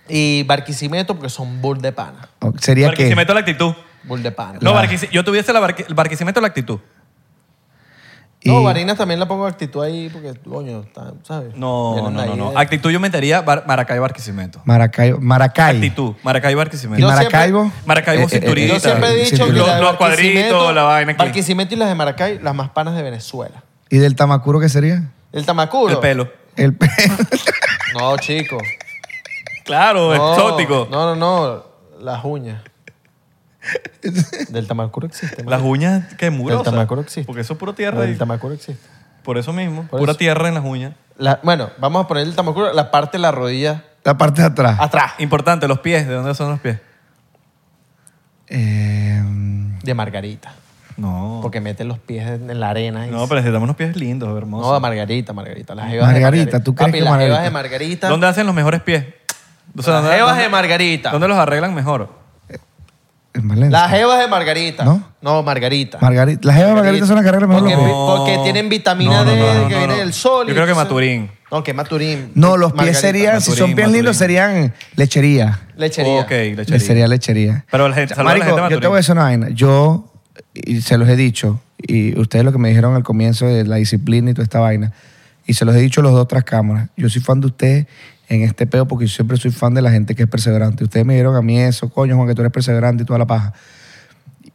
Y Barquisimeto porque son bull de pana.
O- Sería que.
Barquisimeto la actitud.
Bull de pana.
No, Barquisi- yo tuviese la barqui- el Barquisimeto la actitud.
y-
No, Barinas también la pongo actitud ahí porque, coño, está- ¿sabes?
No,
Vienen
no,
ahí
no. no.
de-
Actitud yo me metería Bar- Maracaibo Barquisimeto.
Maracaibo. Maracay.
Actitud, Maracaibo
Y
Barquisimeto.
Yo
Maracaibo.
Maracaibo
Eh,
cinturita.
Yo siempre he dicho que
cinturita.
Los-
la de
los cuadritos,
Barquisimeto-
la vaina aquí.
Barquisimeto y las de Maracay, las más panas de Venezuela.
¿Y del Tamacuro qué sería?
El Tamacuro.
El pelo.
El pe-
No, chico.
Claro,
No,
exótico.
No, no, no. Las uñas. Del Tamacuro existe.
Las uñas que
Del
murosas.
Tamacuro existe.
Porque eso es pura
Del
tierra. y-
Tamacuro existe.
por eso mismo,
Por
pura
eso.
tierra en las uñas.
La- bueno, vamos a poner el Tamacuro, la parte de la rodilla
La parte de atrás.
atrás.
Importante, los pies. ¿De dónde son los pies?
Eh,
De Margarita.
No.
Porque meten los pies en en la arena. y-
No, pero necesitamos unos pies lindos, hermosos.
No, de Margarita, Margarita. Las jevas de
Margarita, ¿tú crees
Papi,
que
las
Margarita?
jevas de Margarita.
¿Dónde hacen los mejores pies? O sea,
Las
¿dónde-
jevas de
dónde-
Margarita.
¿Dónde los arreglan mejor?
en Valencia.
Las jevas de Margarita.
¿No?
No, Margarita.
Margarita. Las jevas de Margarita son las que arreglan mejor
Porque,
los
pies.
porque tienen vitamina
No, no,
D
no, no,
que
no,
viene
no.
del sol.
Yo
y
creo que
entonces-
Maturín.
No, que Maturín.
No, los pies
Margarita.
serían, si son
Eh, Maturín,
pies lindos, serían lechería.
Lechería.
Ok, lechería.
Sería lechería.
Pero la gente, saluda a la
Marico,
gente de
yo
Maturín.
te voy a decir una vaina. Yo, y se los he dicho, y ustedes lo que me dijeron al comienzo de la disciplina y toda esta vaina, y se los he dicho a los dos tras cámaras, yo soy fan de ustedes en este peo porque yo siempre soy fan de la gente que es perseverante. Ustedes me dieron a mí eso, coño, Juan, que tú eres perseverante y toda la paja.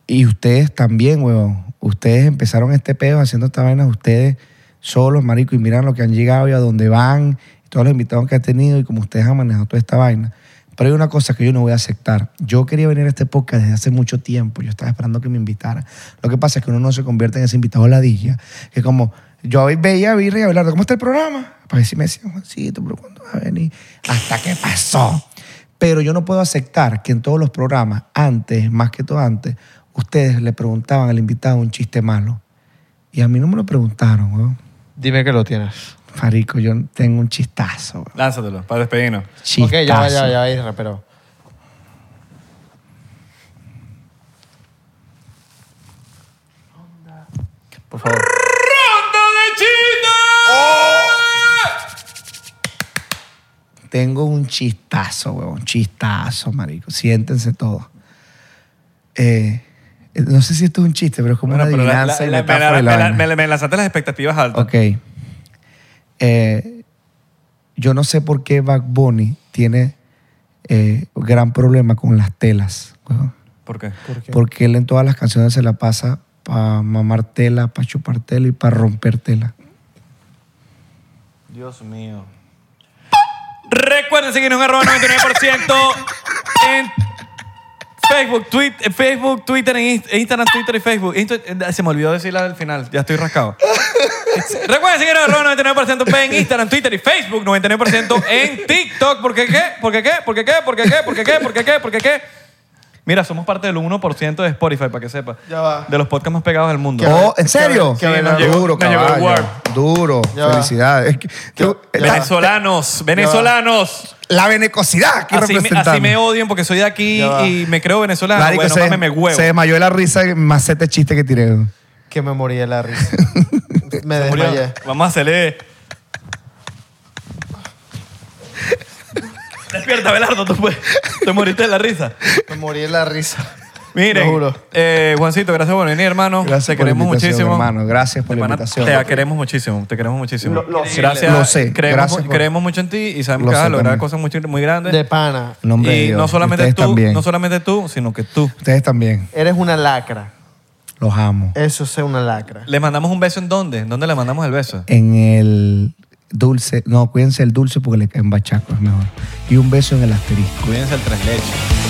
Y ustedes también, huevón. Ustedes empezaron este pedo haciendo esta vaina ustedes solos, marico, y miran lo que han llegado y a dónde van, y todos los invitados que han tenido y como ustedes han manejado toda esta vaina. Pero hay una cosa que yo no voy a aceptar. Yo quería venir a este podcast desde hace mucho tiempo. Yo estaba esperando que me invitaran. Lo que pasa es que uno no se convierte en ese invitado ladilla. Que como yo hoy veía a Virrey y a Abelardo, ¿cómo está el programa? Para decirme, decían, Juancito, pero ¿cuándo va a venir? ¿Hasta qué pasó? Pero yo no puedo aceptar que en todos los programas, antes, más que todo antes, ustedes le preguntaban al invitado un chiste malo. Y a mí no me lo preguntaron, weón.
Dime que lo tienes.
Farico, yo tengo un chistazo, weón.
Lánzatelo, para despedirnos.
Chistazo.
Ok, ya, va, ya, va, ya, va, Isra, pero. Por favor.
de
Oh.
China!
Tengo un chistazo, weón. Chistazo, marico. Siéntense todos. Eh, no sé si esto es un chiste, pero es como una adivinanza y metáfora y la vaina.
me, me lanzaste las expectativas altas.
Ok. Eh, yo no sé por qué Bad Bunny tiene eh, gran problema con las telas. weón.
¿Por qué?
Porque él en todas las canciones se la pasa para mamar tela, para chupar tela y para romper tela.
Dios mío. Recuerden seguirnos en arroba 99% en Facebook, Twitter, Facebook, Twitter, en Inst- Instagram, Twitter y Facebook. Insta- eh, se me olvidó decirla al final, ya estoy rascado. Recuerden seguir en arroba 99% en Instagram, Twitter y Facebook, 99% en TikTok. ¿Por qué qué? ¿Por qué qué? ¿Por qué qué? ¿Por qué qué? ¿Por qué qué? ¿Por qué qué? ¿Por qué qué? Mira, somos parte del 1% de Spotify, para que sepa.
Ya va.
De los podcasts más pegados del mundo.
Oh, ¿En serio?
que Abelardo-
Sí, nos llegó-
Duro,
nos llegó el
caballo. Duro.
Ya va.
Felicidades.
Venezolanos, venezolanos.
La venecosidad que
Así me,
representamos.
así me odian porque soy de aquí
Ya va.
y me creo venezolano.
Marico,
bueno,
se,
mámeme huevo.
se desmayó de la risa en macete chiste que tiré. weón.
Que me moría la risa. me
Murió.
desmayé.
Vamos a hacerle. Despierta, Belardo, tú puedes. Te moriste de la risa.
Me morí la risa.
Miren,
Lo juro.
eh, Juancito, gracias por venir, hermano.
Gracias
te
por la
queremos
invitación,
muchísimo.
hermano. Gracias por
De
la
pana,
invitación.
Te queremos muchísimo, te queremos muchísimo.
Lo- lo sé.
gracias.
Lo sé,
Creemos,
gracias por-
creemos mucho en ti y sabemos
Lo
que vas a
sé
lograr
también.
cosas muy, ch- muy grandes.
De pana.
En nombre de
y
Dios.
no solamente
Ustedes
tú,
también.
no solamente tú, sino que tú.
Ustedes también.
Eres una lacra.
Los amo.
Eso es una lacra.
¿Le mandamos un beso en dónde? ¿En dónde le mandamos el beso?
En el dulce. No, cuídense el dulce porque le- en bachaco es mejor. Y un beso en el asterisco.
Cuídense el tres leches.